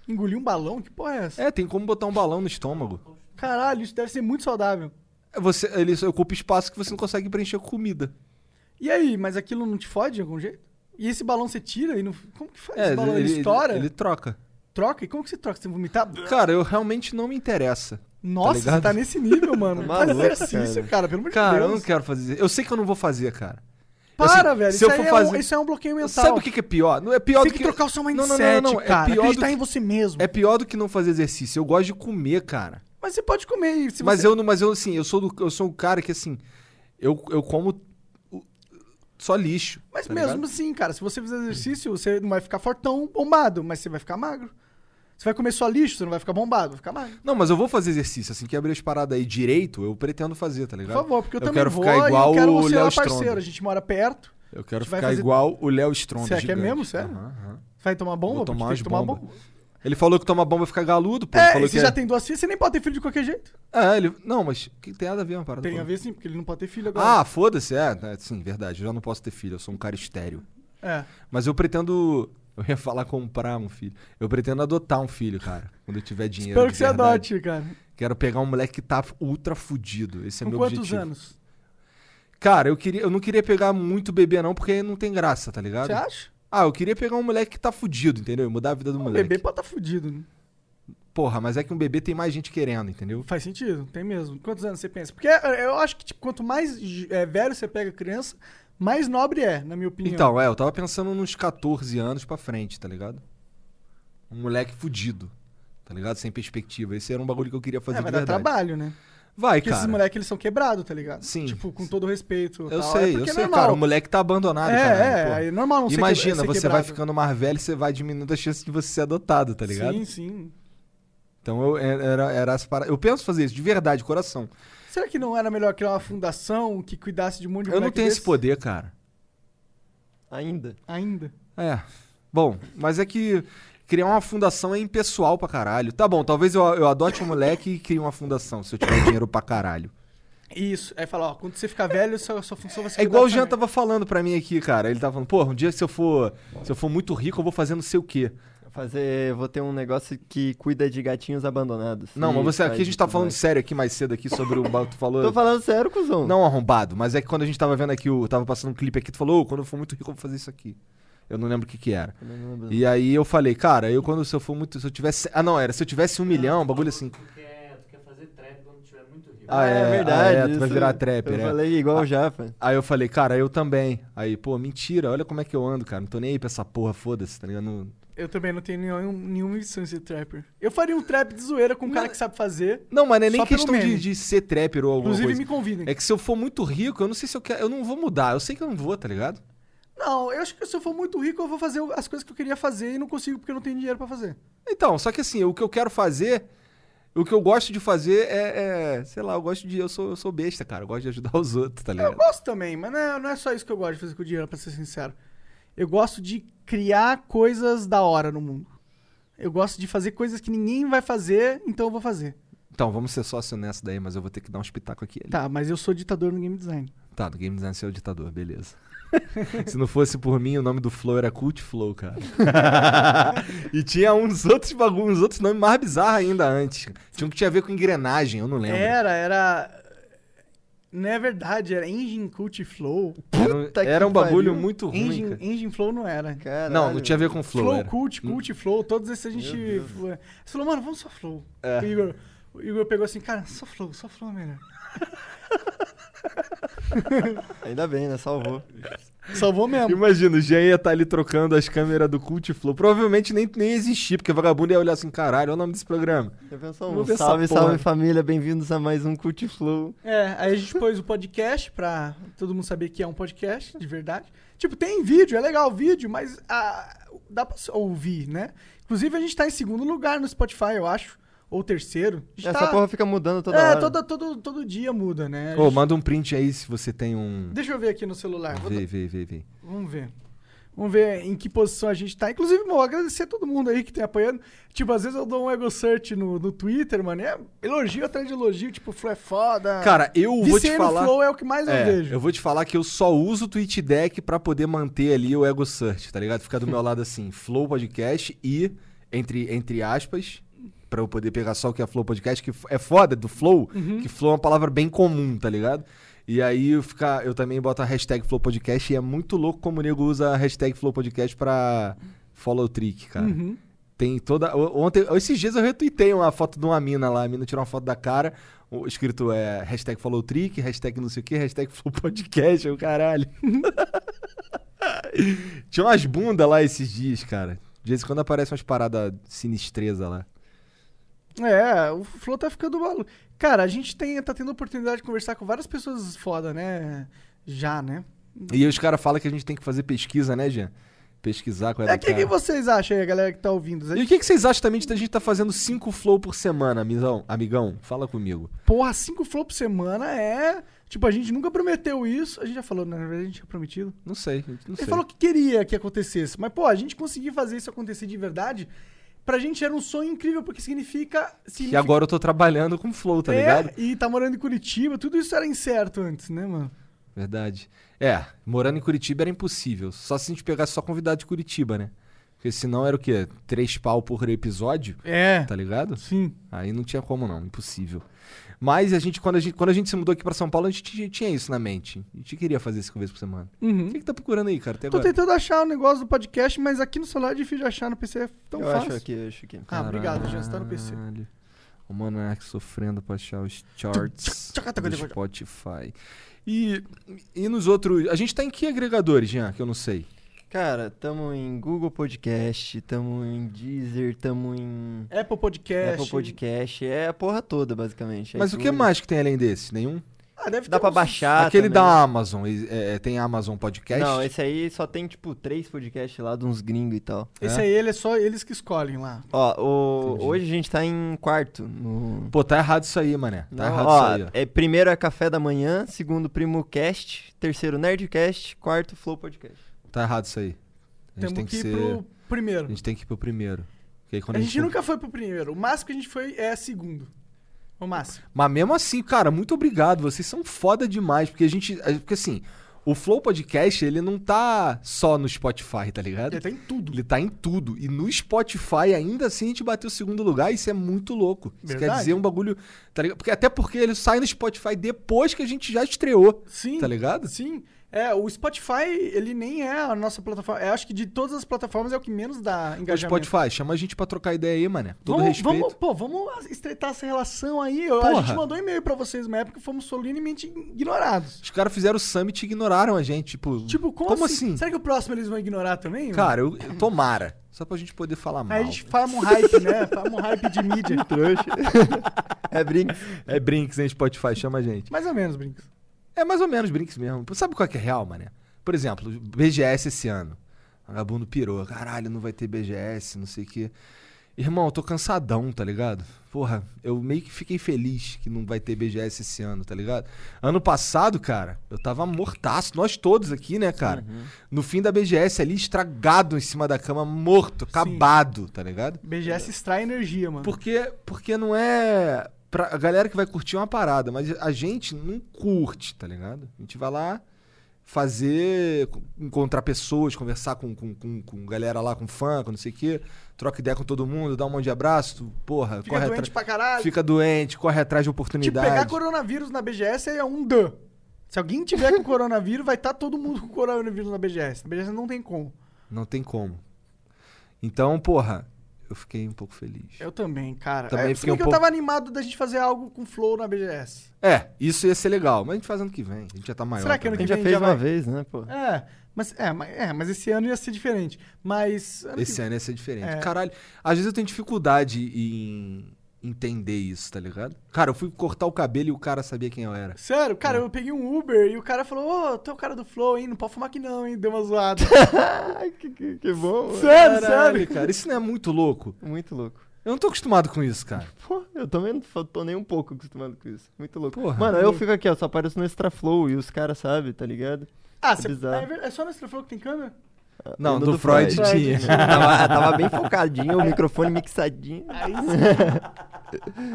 Speaker 3: Engolir um balão? Que porra é essa?
Speaker 2: É, tem como botar um balão no estômago.
Speaker 3: Caralho, isso deve ser muito saudável.
Speaker 2: É, Você, ele ocupa espaço que você não consegue preencher com comida.
Speaker 3: E aí, mas aquilo não te fode de algum jeito? E esse balão você tira e não. Como que faz?
Speaker 2: É,
Speaker 3: esse balão ele, estoura?
Speaker 2: Ele, troca.
Speaker 3: Troca? E como que você troca? Você tem que vomitar?
Speaker 2: Cara, eu realmente não me interessa.
Speaker 3: Nossa, você
Speaker 2: ligado?
Speaker 3: tá nesse nível, mano.
Speaker 1: Tá
Speaker 3: Faz
Speaker 1: maluco,
Speaker 3: exercício, cara. pelo amor de
Speaker 2: Cara, eu não
Speaker 3: Deus.
Speaker 2: quero fazer. Eu sei que eu não vou fazer, cara.
Speaker 3: Para,
Speaker 2: assim,
Speaker 3: velho.
Speaker 2: se
Speaker 3: isso,
Speaker 2: eu
Speaker 3: aí
Speaker 2: for
Speaker 3: é
Speaker 2: fazer-
Speaker 3: um, isso é um bloqueio mental.
Speaker 2: Sabe o que, que é pior? Não é pior do
Speaker 3: tem que,
Speaker 2: que
Speaker 3: trocar o seu
Speaker 2: não,
Speaker 3: mindset,
Speaker 2: não, não, não, é
Speaker 3: cara.
Speaker 2: pior do
Speaker 3: Acreditar
Speaker 2: que-
Speaker 3: em você mesmo.
Speaker 2: É pior do que não fazer exercício. Eu gosto de comer, cara.
Speaker 3: Mas você pode comer. e Se
Speaker 2: mas
Speaker 3: você...
Speaker 2: eu não, mas eu assim, eu sou do, eu sou um cara que assim, eu, eu como o- só lixo.
Speaker 3: Mas
Speaker 2: tá
Speaker 3: mesmo
Speaker 2: ligado?
Speaker 3: assim, cara, se você fizer exercício, você não vai ficar fortão, bombado, mas você vai ficar magro. Você vai comer só lixo, você não vai ficar bombado, vai ficar magro.
Speaker 2: Não, mas eu vou fazer exercício, assim que abrir as paradas aí direito, eu pretendo fazer, tá
Speaker 3: Por
Speaker 2: ligado?
Speaker 3: favor, porque eu,
Speaker 2: Eu
Speaker 3: também
Speaker 2: quero
Speaker 3: vou
Speaker 2: ficar
Speaker 3: e
Speaker 2: igual
Speaker 3: eu quero
Speaker 2: o
Speaker 3: você
Speaker 2: Léo
Speaker 3: lá parceiro.
Speaker 2: Stronda.
Speaker 3: A gente mora perto.
Speaker 2: Eu quero
Speaker 3: Você vai
Speaker 2: ficar
Speaker 3: fazer-
Speaker 2: igual o Léo Stronda.
Speaker 3: Será que é
Speaker 2: gigante.
Speaker 3: mesmo? Sério?
Speaker 2: Aham, aham.
Speaker 3: Você vai tomar bomba?
Speaker 2: Vou tomar
Speaker 3: Porque
Speaker 2: umas
Speaker 3: tem que tomar
Speaker 2: bombas. Ele falou que toma bomba fica galudo, pô. Ele
Speaker 3: É,
Speaker 2: falou
Speaker 3: e você
Speaker 2: que
Speaker 3: já
Speaker 2: é-
Speaker 3: tem duas filhas, você nem pode ter filho de qualquer jeito.
Speaker 2: É, ele... Não, mas que tem nada a ver uma parada.
Speaker 3: Tem
Speaker 2: com-
Speaker 3: a ver sim, porque ele não pode ter filho agora.
Speaker 2: Ah, foda-se, é, é, Sim, verdade. Eu já não posso ter filho, eu sou um cara estéreo.
Speaker 3: É.
Speaker 2: Mas eu pretendo. Eu ia falar comprar um filho. Eu pretendo adotar um filho, cara. Quando eu tiver dinheiro.
Speaker 3: Espero
Speaker 2: de
Speaker 3: que você
Speaker 2: verdade.
Speaker 3: adote, cara.
Speaker 2: Quero pegar um moleque que tá ultra fudido. Esse é
Speaker 3: Com
Speaker 2: meu
Speaker 3: quantos
Speaker 2: objetivo.
Speaker 3: anos?
Speaker 2: Cara, eu, queria, eu não queria pegar muito bebê, não, porque não tem graça, tá ligado?
Speaker 3: Você acha?
Speaker 2: Ah, eu queria pegar um moleque que tá fudido, entendeu? E Mudar a vida do
Speaker 3: O
Speaker 2: moleque.
Speaker 3: bebê pode estar tá fudido, né?
Speaker 2: Porra, mas é que um bebê tem mais gente querendo, entendeu?
Speaker 3: Faz sentido, tem mesmo. Quantos anos você pensa? Porque é, eu acho que tipo, quanto mais é, velho você pega a criança, mais nobre é, na minha opinião.
Speaker 2: Então, é, eu tava pensando nos 14 anos pra frente, tá ligado? Um moleque fudido, tá ligado? Sem perspectiva. Esse era um bagulho que eu queria fazer
Speaker 3: é,
Speaker 2: de
Speaker 3: vai dar
Speaker 2: verdade.
Speaker 3: trabalho, né?
Speaker 2: Vai,
Speaker 3: Porque esses
Speaker 2: cara.
Speaker 3: moleques eles são quebrados, tá ligado?
Speaker 2: Sim.
Speaker 3: Tipo, com todo o respeito.
Speaker 2: Eu
Speaker 3: tal.
Speaker 2: sei,
Speaker 3: é
Speaker 2: eu
Speaker 3: porque
Speaker 2: sei,
Speaker 3: é normal.
Speaker 2: cara. O moleque tá abandonado,
Speaker 3: é,
Speaker 2: caralho, porra.
Speaker 3: é, é normal não ser que-
Speaker 2: Imagina,
Speaker 3: ser
Speaker 2: você vai
Speaker 3: quebrado.
Speaker 2: ficando mais velho, você vai diminuindo a chance de você ser adotado, tá ligado?
Speaker 3: Sim, sim.
Speaker 2: Então eu era, era as para... Eu penso fazer isso de verdade, de coração.
Speaker 3: Será que não era melhor criar uma fundação que cuidasse de um monte de
Speaker 2: eu não
Speaker 3: moleque
Speaker 2: tenho esse
Speaker 3: desse?
Speaker 2: poder, cara.
Speaker 1: Ainda.
Speaker 3: Ainda.
Speaker 2: É. Bom, mas é que criar uma fundação é impessoal pra caralho. Tá bom, talvez eu, eu adote um moleque e crie uma fundação, se eu tiver dinheiro pra caralho.
Speaker 3: Isso. É falar, ó, quando você ficar velho, sua, sua função vai ser.
Speaker 2: É igual o
Speaker 3: cuidar
Speaker 2: Jean
Speaker 3: também.
Speaker 2: tava falando pra mim aqui, cara. Ele tava falando, porra, um dia se eu for, se eu for muito rico, eu vou fazer não sei o quê.
Speaker 1: Fazer. Vou ter um negócio que cuida de gatinhos abandonados.
Speaker 2: Não,
Speaker 1: E
Speaker 2: mas você
Speaker 1: faz
Speaker 2: aqui a gente tá
Speaker 1: tudo
Speaker 2: falando
Speaker 1: mais.
Speaker 2: sério aqui mais cedo aqui sobre o bagulho que tu falou.
Speaker 1: Tô falando sério, cuzão.
Speaker 2: Não arrombado, mas é que quando a gente tava vendo aqui, o, tava passando um clipe aqui, tu falou, "Ô, quando eu for muito rico eu vou fazer isso aqui. Eu não lembro o que que era.
Speaker 1: Eu não lembro.
Speaker 2: E aí eu falei, cara, eu quando se eu for muito, se eu tivesse, ah não, era se eu tivesse um milhão, um bagulho assim.
Speaker 4: Tu quer, tu quer fazer trap quando tiver muito rico.
Speaker 2: Ah, é, ah, é, tu vai
Speaker 1: isso
Speaker 2: virar trapper,
Speaker 1: Eu
Speaker 2: é.
Speaker 1: falei igual o Japa.
Speaker 2: Aí eu falei, cara, eu também. Aí, pô, mentira, olha como é que eu ando, cara, não tô nem aí pra essa porra, foda-se, tá ligado? Não-
Speaker 3: Eu também não tenho nenhum, nenhuma missão de ser trapper. Eu faria um trap de zoeira com um cara que sabe fazer.
Speaker 2: Não, mas não é nem
Speaker 3: Só pelo
Speaker 2: questão de,
Speaker 3: meme.
Speaker 2: de ser trapper ou alguma
Speaker 3: Inclusive,
Speaker 2: coisa.
Speaker 3: me convidem.
Speaker 2: É que se eu for muito rico, eu não sei se eu quero. Eu não vou mudar. Eu sei que eu não vou, tá ligado?
Speaker 3: Não, eu acho que se eu for muito rico, eu vou fazer as coisas que eu queria fazer e não consigo porque eu não tenho dinheiro pra fazer.
Speaker 2: Então, só que assim, o que eu quero fazer. O que eu gosto de fazer é. é, sei lá, eu gosto de. Eu sou, eu sou besta, cara. Eu gosto de ajudar os outros, tá
Speaker 3: Eu
Speaker 2: ligado?
Speaker 3: gosto também, mas não é, não é só isso que eu gosto de fazer com o dinheiro, pra ser sincero. Eu gosto de criar coisas da hora no mundo. Eu gosto de fazer coisas que ninguém vai fazer, então eu vou fazer.
Speaker 2: Então, vamos ser sócio nessa daí, mas eu vou ter que dar um espetáculo aqui. e ali.
Speaker 3: Tá, mas eu sou ditador no game design.
Speaker 2: Tá, do Game Design você é o ditador, beleza. se não fosse por mim, o nome do Flow era Cult Flow, cara. e tinha uns outros bagulhos, uns outros nomes mais bizarros ainda antes. Tinha um que tinha a ver com engrenagem, eu não lembro.
Speaker 3: Era, era. Não é verdade, era Engine Cult Flow.
Speaker 2: Era, um-
Speaker 1: Puta que
Speaker 2: era um bagulho
Speaker 1: pariu.
Speaker 2: muito ruim,
Speaker 3: Engine,
Speaker 2: cara.
Speaker 3: Engine Flow não era.
Speaker 1: Caralho.
Speaker 2: Não, não tinha a ver com Flow.
Speaker 3: Flow,
Speaker 2: era. Hum.
Speaker 3: Cult, Cult, Flow, todos esses a gente. Você falou, mano, vamos só Flow.
Speaker 2: É.
Speaker 3: O, Igor, o Igor pegou assim, cara, só Flow, só Flow é melhor.
Speaker 1: Ainda bem, né? Salvou.
Speaker 3: Salvou mesmo.
Speaker 2: Imagina, o Jean ia estar ali trocando as câmeras do Cult Flow. Provavelmente nem, nem ia existir, porque vagabundo ia olhar assim, caralho, olha o nome desse programa.
Speaker 1: Já pensou?
Speaker 2: Vou
Speaker 1: Um
Speaker 2: ver essa
Speaker 1: salve,
Speaker 2: porra.
Speaker 1: salve família, bem-vindos a mais um Cult Flow.
Speaker 3: É, aí a gente pôs o podcast pra todo mundo saber que é um podcast, de verdade. Tipo, tem vídeo, é legal o vídeo, mas ah, dá pra ouvir, né? Inclusive, a gente tá em segundo lugar no Spotify, eu acho. Ou terceiro. A gente
Speaker 1: Essa
Speaker 3: tá-
Speaker 1: porra fica mudando toda
Speaker 3: é,
Speaker 1: hora.
Speaker 3: todo, todo, todo dia muda, né? A
Speaker 2: Ô,
Speaker 3: gente-
Speaker 2: manda um print aí se você tem um.
Speaker 3: Deixa eu ver aqui no celular. Vou
Speaker 2: Vê, vê, vê, vê.
Speaker 3: Vamos ver. Vamos ver em que posição a gente tá. Inclusive, mano, agradecer a todo mundo aí que tem apoiando. Tipo, às vezes eu dou um ego search no, no Twitter, mano. e é elogio atrás de elogio, tipo, Flow é foda.
Speaker 2: Cara, eu vou
Speaker 3: Viciei
Speaker 2: te
Speaker 3: no
Speaker 2: falar.
Speaker 3: Flow é o que mais
Speaker 2: É,
Speaker 3: eu vejo.
Speaker 2: eu vou te falar que eu só uso o Tweet Deck pra poder manter ali o Ego Search, tá ligado? Ficar do meu lado assim, Flow Podcast e, entre, entre aspas, pra eu poder pegar só o que é Flow Podcast, que f- é foda do Flow, que Flow é uma palavra bem comum, tá ligado? E aí eu, fica, eu também boto a hashtag Flow Podcast e é muito louco como o nego usa a hashtag Flow Podcast pra follow trick, cara.
Speaker 3: Uhum.
Speaker 2: Tem toda. o- Ontem, esses dias eu retuitei uma foto de uma mina lá. A mina tirou uma foto da cara, o- escrito é hashtag follow trick, hashtag não sei o que, hashtag flow podcast, o caralho. Tinha umas bundas lá esses dias, cara. De vez em quando aparecem umas paradas sinistreza lá.
Speaker 3: É, o Flow tá ficando maluco. Cara, a gente tem, tá tendo a oportunidade de conversar com várias pessoas foda, né? Já, né?
Speaker 2: E aí os caras falam que a gente tem que fazer pesquisa, né, Jean? Pesquisar com a
Speaker 3: É, o que, que vocês acham aí, a galera que tá ouvindo?
Speaker 2: E o que, que vocês acham também de a gente tá fazendo cinco flow por semana, amizão? Amigão, fala comigo.
Speaker 3: Porra, cinco Flow por semana é... Tipo, a gente nunca prometeu isso. A gente já falou, né? na verdade a gente tinha prometido.
Speaker 2: Não sei, gente, não
Speaker 3: Ele
Speaker 2: sei.
Speaker 3: falou que queria que acontecesse, mas pô, a gente conseguir fazer isso acontecer de verdade, pra gente era um sonho incrível, porque significa.
Speaker 2: E
Speaker 3: significa
Speaker 2: agora eu tô trabalhando com flow, tá
Speaker 3: é,
Speaker 2: ligado?
Speaker 3: E tá morando em Curitiba, tudo isso era incerto antes, né, mano?
Speaker 2: Verdade. É, morando em Curitiba era impossível. Só se a gente pegasse só convidado de Curitiba, né? Porque senão era o quê? Três pau por episódio,
Speaker 3: É.
Speaker 2: tá ligado?
Speaker 3: Sim.
Speaker 2: Aí não tinha como não, impossível. Mas a gente, quando a gente, quando a gente se mudou aqui pra São Paulo, a gente tinha- tinha isso na mente. A gente queria fazer cinco vezes por semana. O
Speaker 3: Uhum.
Speaker 2: que, que tá procurando aí, cara? Até
Speaker 3: Tô
Speaker 2: agora.
Speaker 3: tentando achar o negócio do podcast, mas aqui no celular é difícil de achar, no PC é tão
Speaker 1: eu
Speaker 3: fácil.
Speaker 1: acho aqui, eu acho aqui.
Speaker 3: Ah, obrigado, já está no PC.
Speaker 2: Caralho. O Monark sofrendo pra achar os charts do Spotify. E, e nos outros... A gente tá em que agregadores, Jean? Que eu não sei.
Speaker 1: Cara, tamo em Google Podcast, tamo em Deezer, tamo em
Speaker 3: Apple Podcast.
Speaker 1: Apple Podcast, é a porra toda, basicamente.
Speaker 2: Mas o que
Speaker 1: iTunes.
Speaker 2: mais que tem além desse? Nenhum?
Speaker 3: Ah, deve
Speaker 1: Dá
Speaker 3: ter
Speaker 1: pra
Speaker 3: uns-
Speaker 1: baixar
Speaker 2: Aquele
Speaker 1: também.
Speaker 2: da Amazon, é, é, tem Amazon Podcast?
Speaker 1: Não, esse aí só tem, tipo, três podcasts lá de uns gringos e tal.
Speaker 3: Esse
Speaker 2: É?
Speaker 3: aí, ele é só eles que escolhem lá.
Speaker 1: Ó, o-
Speaker 2: Entendi.
Speaker 1: hoje a gente tá em quarto. No...
Speaker 2: Pô, tá errado isso aí, mané. Tá
Speaker 1: Não,
Speaker 2: errado
Speaker 1: ó,
Speaker 2: isso aí, ó.
Speaker 1: é, primeiro é Café da Manhã, segundo Primo Cast, terceiro Nerdcast, quarto Flow Podcast.
Speaker 2: Tá errado isso aí. A gente
Speaker 3: Temos
Speaker 2: tem
Speaker 3: que
Speaker 2: que,
Speaker 3: ir
Speaker 2: ser...
Speaker 3: pro primeiro.
Speaker 2: A gente tem que ir pro primeiro. Porque aí quando
Speaker 3: A gente
Speaker 2: for-
Speaker 3: nunca foi pro primeiro. O máximo que a gente foi é segundo. O máximo.
Speaker 2: Mas mesmo assim, cara, muito obrigado. Vocês são foda demais. Porque a gente... Porque assim... O Flow Podcast, ele não tá só no Spotify, tá ligado?
Speaker 3: Ele tá em tudo.
Speaker 2: Ele tá em tudo. E no Spotify, ainda assim, a gente bateu o segundo lugar. Isso é muito louco. Isso quer
Speaker 3: Verdade.
Speaker 2: dizer um bagulho. Tá ligado? Porque, até porque ele sai no Spotify depois que a gente já estreou.
Speaker 3: Sim.
Speaker 2: Tá ligado?
Speaker 3: Sim. É, o Spotify, ele nem é a nossa plataforma. Eu acho que de todas as plataformas é o que menos dá
Speaker 2: O
Speaker 3: engajamento.
Speaker 2: Spotify, chama a gente pra trocar ideia aí, mané. Todo
Speaker 3: vamos,
Speaker 2: respeito.
Speaker 3: vamos, pô, vamos estreitar essa relação aí. Eu- A
Speaker 2: Porra.
Speaker 3: gente mandou e-mail pra vocês na época e fomos solenemente ignorados.
Speaker 2: Os caras fizeram o summit e ignoraram a gente. Tipo,
Speaker 3: Tipo, como,
Speaker 2: assim?
Speaker 3: Será que o próximo eles vão ignorar também? mano?
Speaker 2: Cara, eu, eu- tomara. Só pra gente poder falar mal.
Speaker 3: Aí a gente faz um hype, né? Faz um hype de mídia.
Speaker 1: Trouxa. é brinco.
Speaker 2: É Brinks, hein, Spotify? Chama a gente.
Speaker 3: Mais ou menos, Brinks.
Speaker 2: É mais ou menos Brinks mesmo. Sabe qual que é real, mané? Por exemplo, BGS esse ano. Vagabundo pirou. Caralho, não vai ter BGS, não sei o quê. Irmão, eu tô cansadão, tá ligado? Porra, eu meio que fiquei feliz que não vai ter BGS esse ano, tá ligado? Ano passado, cara, eu tava mortaço. Nós todos aqui, né, cara?
Speaker 1: Uhum.
Speaker 2: No fim da BGS ali, estragado em cima da cama, morto, acabado, tá ligado?
Speaker 3: BGS extrai energia, mano.
Speaker 2: Porque, porque não é. Pra a galera que vai curtir é uma parada, mas a gente não curte, tá ligado? A gente vai lá fazer. encontrar pessoas, conversar com, com, com, com galera lá, com fã, com não sei o quê, troca ideia com todo mundo, dá um monte de abraço, tu, porra,
Speaker 3: Fica
Speaker 2: corre
Speaker 3: doente
Speaker 2: atrás.
Speaker 3: pra caralho.
Speaker 2: Fica doente, corre atrás de
Speaker 3: Tipo, pegar
Speaker 2: oportunidade.
Speaker 3: coronavírus na BGS é um dã. Se alguém tiver com coronavírus, vai estar todo mundo com coronavírus na BGS. Na BGS não tem como.
Speaker 2: não tem como. Então, porra, eu fiquei um pouco feliz.
Speaker 3: Eu também, cara.
Speaker 2: Também
Speaker 3: é,
Speaker 2: fiquei um
Speaker 3: que eu
Speaker 2: pouco-
Speaker 3: tava animado da gente fazer algo com flow na BGS.
Speaker 2: É, isso ia ser legal, mas a gente faz ano que vem, a gente já tá maior.
Speaker 3: Será que ano
Speaker 1: A
Speaker 2: também.
Speaker 1: gente já
Speaker 3: Quem
Speaker 1: fez
Speaker 3: já
Speaker 1: uma
Speaker 3: vai-
Speaker 1: vez, né, pô?
Speaker 3: É, mas, é, mas, é, mas esse ano ia ser diferente. Mas. ano que
Speaker 2: Esse ano ia ser diferente.
Speaker 3: É.
Speaker 2: Caralho, às vezes eu tenho dificuldade em entender isso, tá ligado? Cara, eu fui cortar o cabelo e o cara sabia quem eu era.
Speaker 3: Sério,
Speaker 2: É.
Speaker 3: cara, eu peguei um Uber e o cara falou: Ô, tu é o cara do Flow, hein? Não pode fumar aqui não, hein? Deu uma zoada.
Speaker 1: Ai, que, que, que bom.
Speaker 3: Sério,
Speaker 2: Caralho,
Speaker 3: sério.
Speaker 2: cara, isso não é muito louco?
Speaker 1: Muito louco.
Speaker 2: Eu não tô acostumado com isso, cara.
Speaker 1: Pô, eu também não fa- tô nem um pouco acostumado com isso. Muito louco.
Speaker 2: Porra.
Speaker 1: Mano, eu fico aqui, ó, só apareço no Extra Flow e os caras, sabe, tá ligado?
Speaker 3: Ah, cê-
Speaker 1: bizarro.
Speaker 3: ah, é, ver- é só no Extra Flow que tem câmera?
Speaker 2: Não,
Speaker 1: Lembra
Speaker 2: do, Freud,
Speaker 3: Freud.
Speaker 2: tinha.
Speaker 1: tava, tava bem focadinho, o microfone mixadinho.
Speaker 3: Aí sim.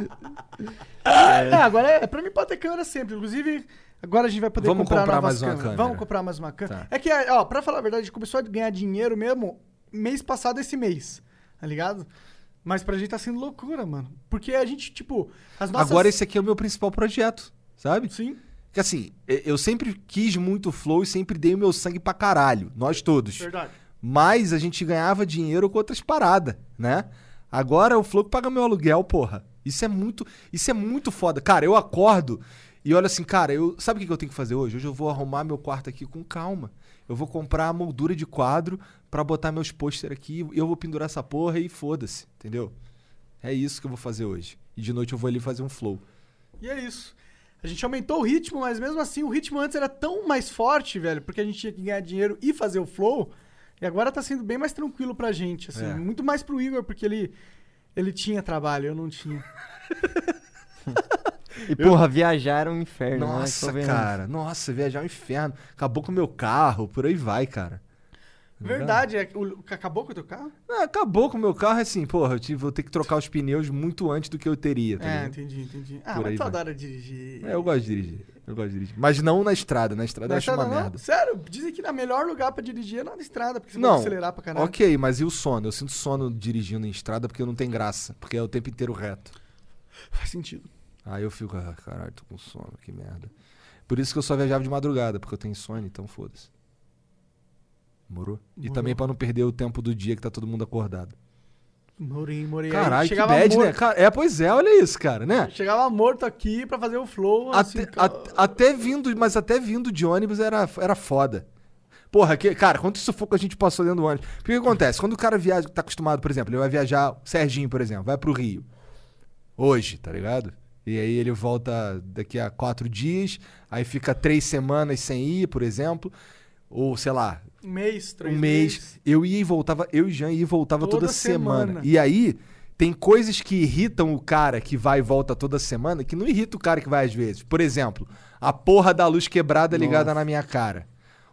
Speaker 3: é. agora é, pra mim pode ter câmera sempre. Inclusive, agora a gente vai poder
Speaker 2: Vamos
Speaker 3: comprar,
Speaker 2: comprar
Speaker 3: novas
Speaker 2: mais uma
Speaker 3: câmeras.
Speaker 2: câmera.
Speaker 3: Vamos comprar mais uma câmera.
Speaker 2: Tá.
Speaker 3: É que, ó, pra falar a verdade, a gente começou a ganhar dinheiro mesmo mês passado, esse mês. Tá ligado? Mas pra gente tá sendo loucura, mano. Porque a gente, tipo, as nossas.
Speaker 2: Agora esse aqui é o meu principal projeto, sabe?
Speaker 3: Sim.
Speaker 2: Porque assim, e- eu sempre quis muito flow e sempre dei o meu sangue pra caralho. Nós todos.
Speaker 3: Verdade.
Speaker 2: Mas a gente ganhava dinheiro com outras paradas, né? Agora o Flow que paga meu aluguel, porra. Isso é muito, isso é muito foda. Cara, eu acordo e olho assim, cara, eu, sabe o que que eu tenho que fazer hoje? Hoje eu vou arrumar meu quarto aqui com calma. Eu vou comprar a moldura de quadro pra botar meus pôster aqui, eu vou pendurar essa porra e foda-se, entendeu? É isso que eu vou fazer hoje. E de noite eu vou ali fazer um flow.
Speaker 3: E é isso. A gente aumentou o ritmo, mas mesmo assim o ritmo antes era tão mais forte, velho, porque a gente tinha que ganhar dinheiro e fazer o flow. E agora tá sendo bem mais tranquilo pra gente, assim.
Speaker 2: É.
Speaker 3: Muito mais pro Igor, porque ele, ele tinha trabalho, eu não tinha.
Speaker 1: E, porra, viajar é um inferno, né?
Speaker 2: Nossa,
Speaker 1: Tô vendo.
Speaker 2: cara. Nossa, viajar é um inferno. Acabou com o meu carro, por aí vai, cara. Tá
Speaker 3: Verdade, é, o, acabou com o teu carro?
Speaker 2: Ah, acabou com o meu carro, é assim, porra, eu tive- vou ter que trocar os pneus muito antes do que eu teria, tá
Speaker 3: É,
Speaker 2: ligado?
Speaker 3: entendi, entendi. Ah,
Speaker 2: Por aí
Speaker 3: mas tu
Speaker 2: vai.
Speaker 3: adora dirigir.
Speaker 2: É, eu gosto de dirigir. Eu gosto de dirigir. Mas não na estrada, na estrada
Speaker 3: Não
Speaker 2: eu acho
Speaker 3: estrada,
Speaker 2: uma
Speaker 3: não?
Speaker 2: merda.
Speaker 3: tá Sério, dizem que o melhor lugar pra dirigir é na estrada, porque você
Speaker 2: Não,
Speaker 3: pode acelerar pra caralho.
Speaker 2: Ok, mas e o sono? Eu sinto sono dirigindo em estrada porque não tem graça, porque é o tempo inteiro reto.
Speaker 3: Faz sentido.
Speaker 2: Aí eu fico, ah, caralho, tô com sono, que merda. Por isso que eu só viajava de madrugada, porque eu tenho sono, então foda-se. Morou? E
Speaker 3: Morou.
Speaker 2: também pra não perder o tempo do dia que tá todo mundo acordado.
Speaker 3: Morei, morei. Aí
Speaker 2: Caralho, que
Speaker 3: chegava
Speaker 2: bad, né?
Speaker 3: morto,
Speaker 2: Cara, é, pois é, olha isso, cara, né?
Speaker 3: Chegava morto aqui pra fazer o flow.
Speaker 2: Até,
Speaker 3: assim, ca-
Speaker 2: at- até vindo, mas até vindo de ônibus era, era foda. Porra, que, cara, quanto sufoco a gente passou dentro do ônibus. Porque o que acontece? Quando o cara viaja, tá acostumado, por exemplo, ele vai viajar, Serginho, por exemplo, vai pro Rio. Hoje, tá ligado? E aí ele volta daqui a quatro dias, aí fica três semanas sem ir, por exemplo. Ou, sei lá,
Speaker 3: Um mês, três
Speaker 2: um mês.
Speaker 3: meses.
Speaker 2: Eu ia e voltava, eu e Jean ia e voltava toda,
Speaker 3: Toda
Speaker 2: semana.
Speaker 3: semana.
Speaker 2: E aí, tem coisas que irritam o cara que vai e volta toda semana que não irrita o cara que vai às vezes. Por exemplo, a porra da luz quebrada ligada na minha cara.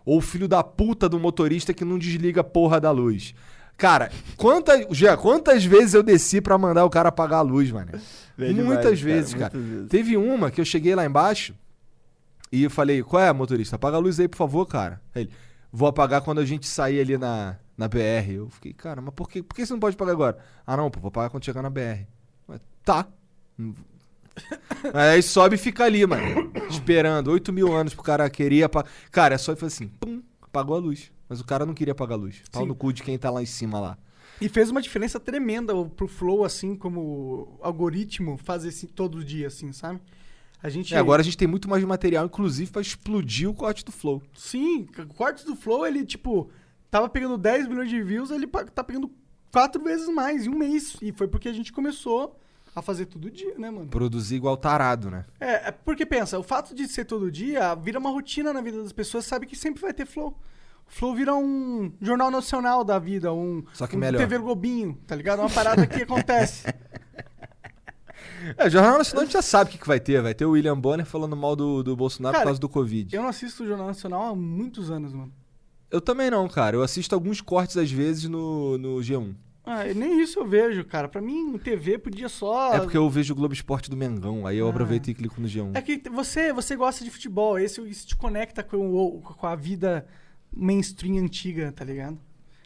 Speaker 2: Ou o filho da puta do motorista que não desliga a porra da luz. Cara, quantas, Jean, quantas vezes eu desci pra mandar o cara apagar a luz, mano?
Speaker 1: Velho
Speaker 2: muitas
Speaker 1: demais,
Speaker 2: vezes, cara.
Speaker 1: muitas vezes.
Speaker 2: Teve uma que eu cheguei lá embaixo, E eu falei, qual é, motorista? Apaga a luz aí, por favor, cara. Aí ele, vou apagar quando a gente sair ali na, na BR. Eu fiquei, cara, mas por que, por que você não pode apagar agora? Ah, não, pô, vou apagar quando chegar na BR. Mas, tá. aí sobe e fica ali, mano. Esperando. 8 mil anos pro cara querer apagar. Cara, é só e fazer assim, pum, apagou a luz. Mas o cara não queria apagar a luz. Pau
Speaker 3: Sim.
Speaker 2: no cu de quem tá lá em cima lá.
Speaker 3: E fez uma diferença tremenda pro Flow, assim, como algoritmo fazer assim, todo dia, assim, sabe? A gente.
Speaker 2: E É, agora a gente tem muito mais material, inclusive, pra explodir o corte do Flow.
Speaker 3: Sim, o cortes do Flow, ele, tipo, tava pegando 10 milhões de views, ele pa- tá pegando quatro vezes mais em um mês. E foi porque a gente começou a fazer todo dia, né, mano?
Speaker 2: Produzir igual tarado, né?
Speaker 3: É, é porque pensa, o fato de ser todo dia vira uma rotina na vida das pessoas, sabe que sempre vai ter Flow. O Flow vira um jornal nacional da vida, um,
Speaker 2: Só que
Speaker 3: um
Speaker 2: melhor.
Speaker 3: TV Globinho, tá ligado? Uma parada que acontece.
Speaker 2: É, Jornal Nacional a gente já sabe o que, que vai ter. Vai ter o William Bonner falando mal do, do Bolsonaro
Speaker 3: Cara,
Speaker 2: por causa do Covid. Eu...
Speaker 3: Eu não assisto o Jornal Nacional há muitos anos, mano.
Speaker 2: também não, cara. Eu assisto alguns cortes às vezes no, no G1.
Speaker 3: Ah, e nem isso eu vejo, cara. Pra mim, TV podia só.
Speaker 2: É porque eu vejo o Globo Esporte do Mengão. Aí eu
Speaker 3: Ah.
Speaker 2: aproveito e clico no G1.
Speaker 3: É que te- você, você gosta de futebol, esse, isso te conecta com, o- com a vida mainstream antiga, tá ligado?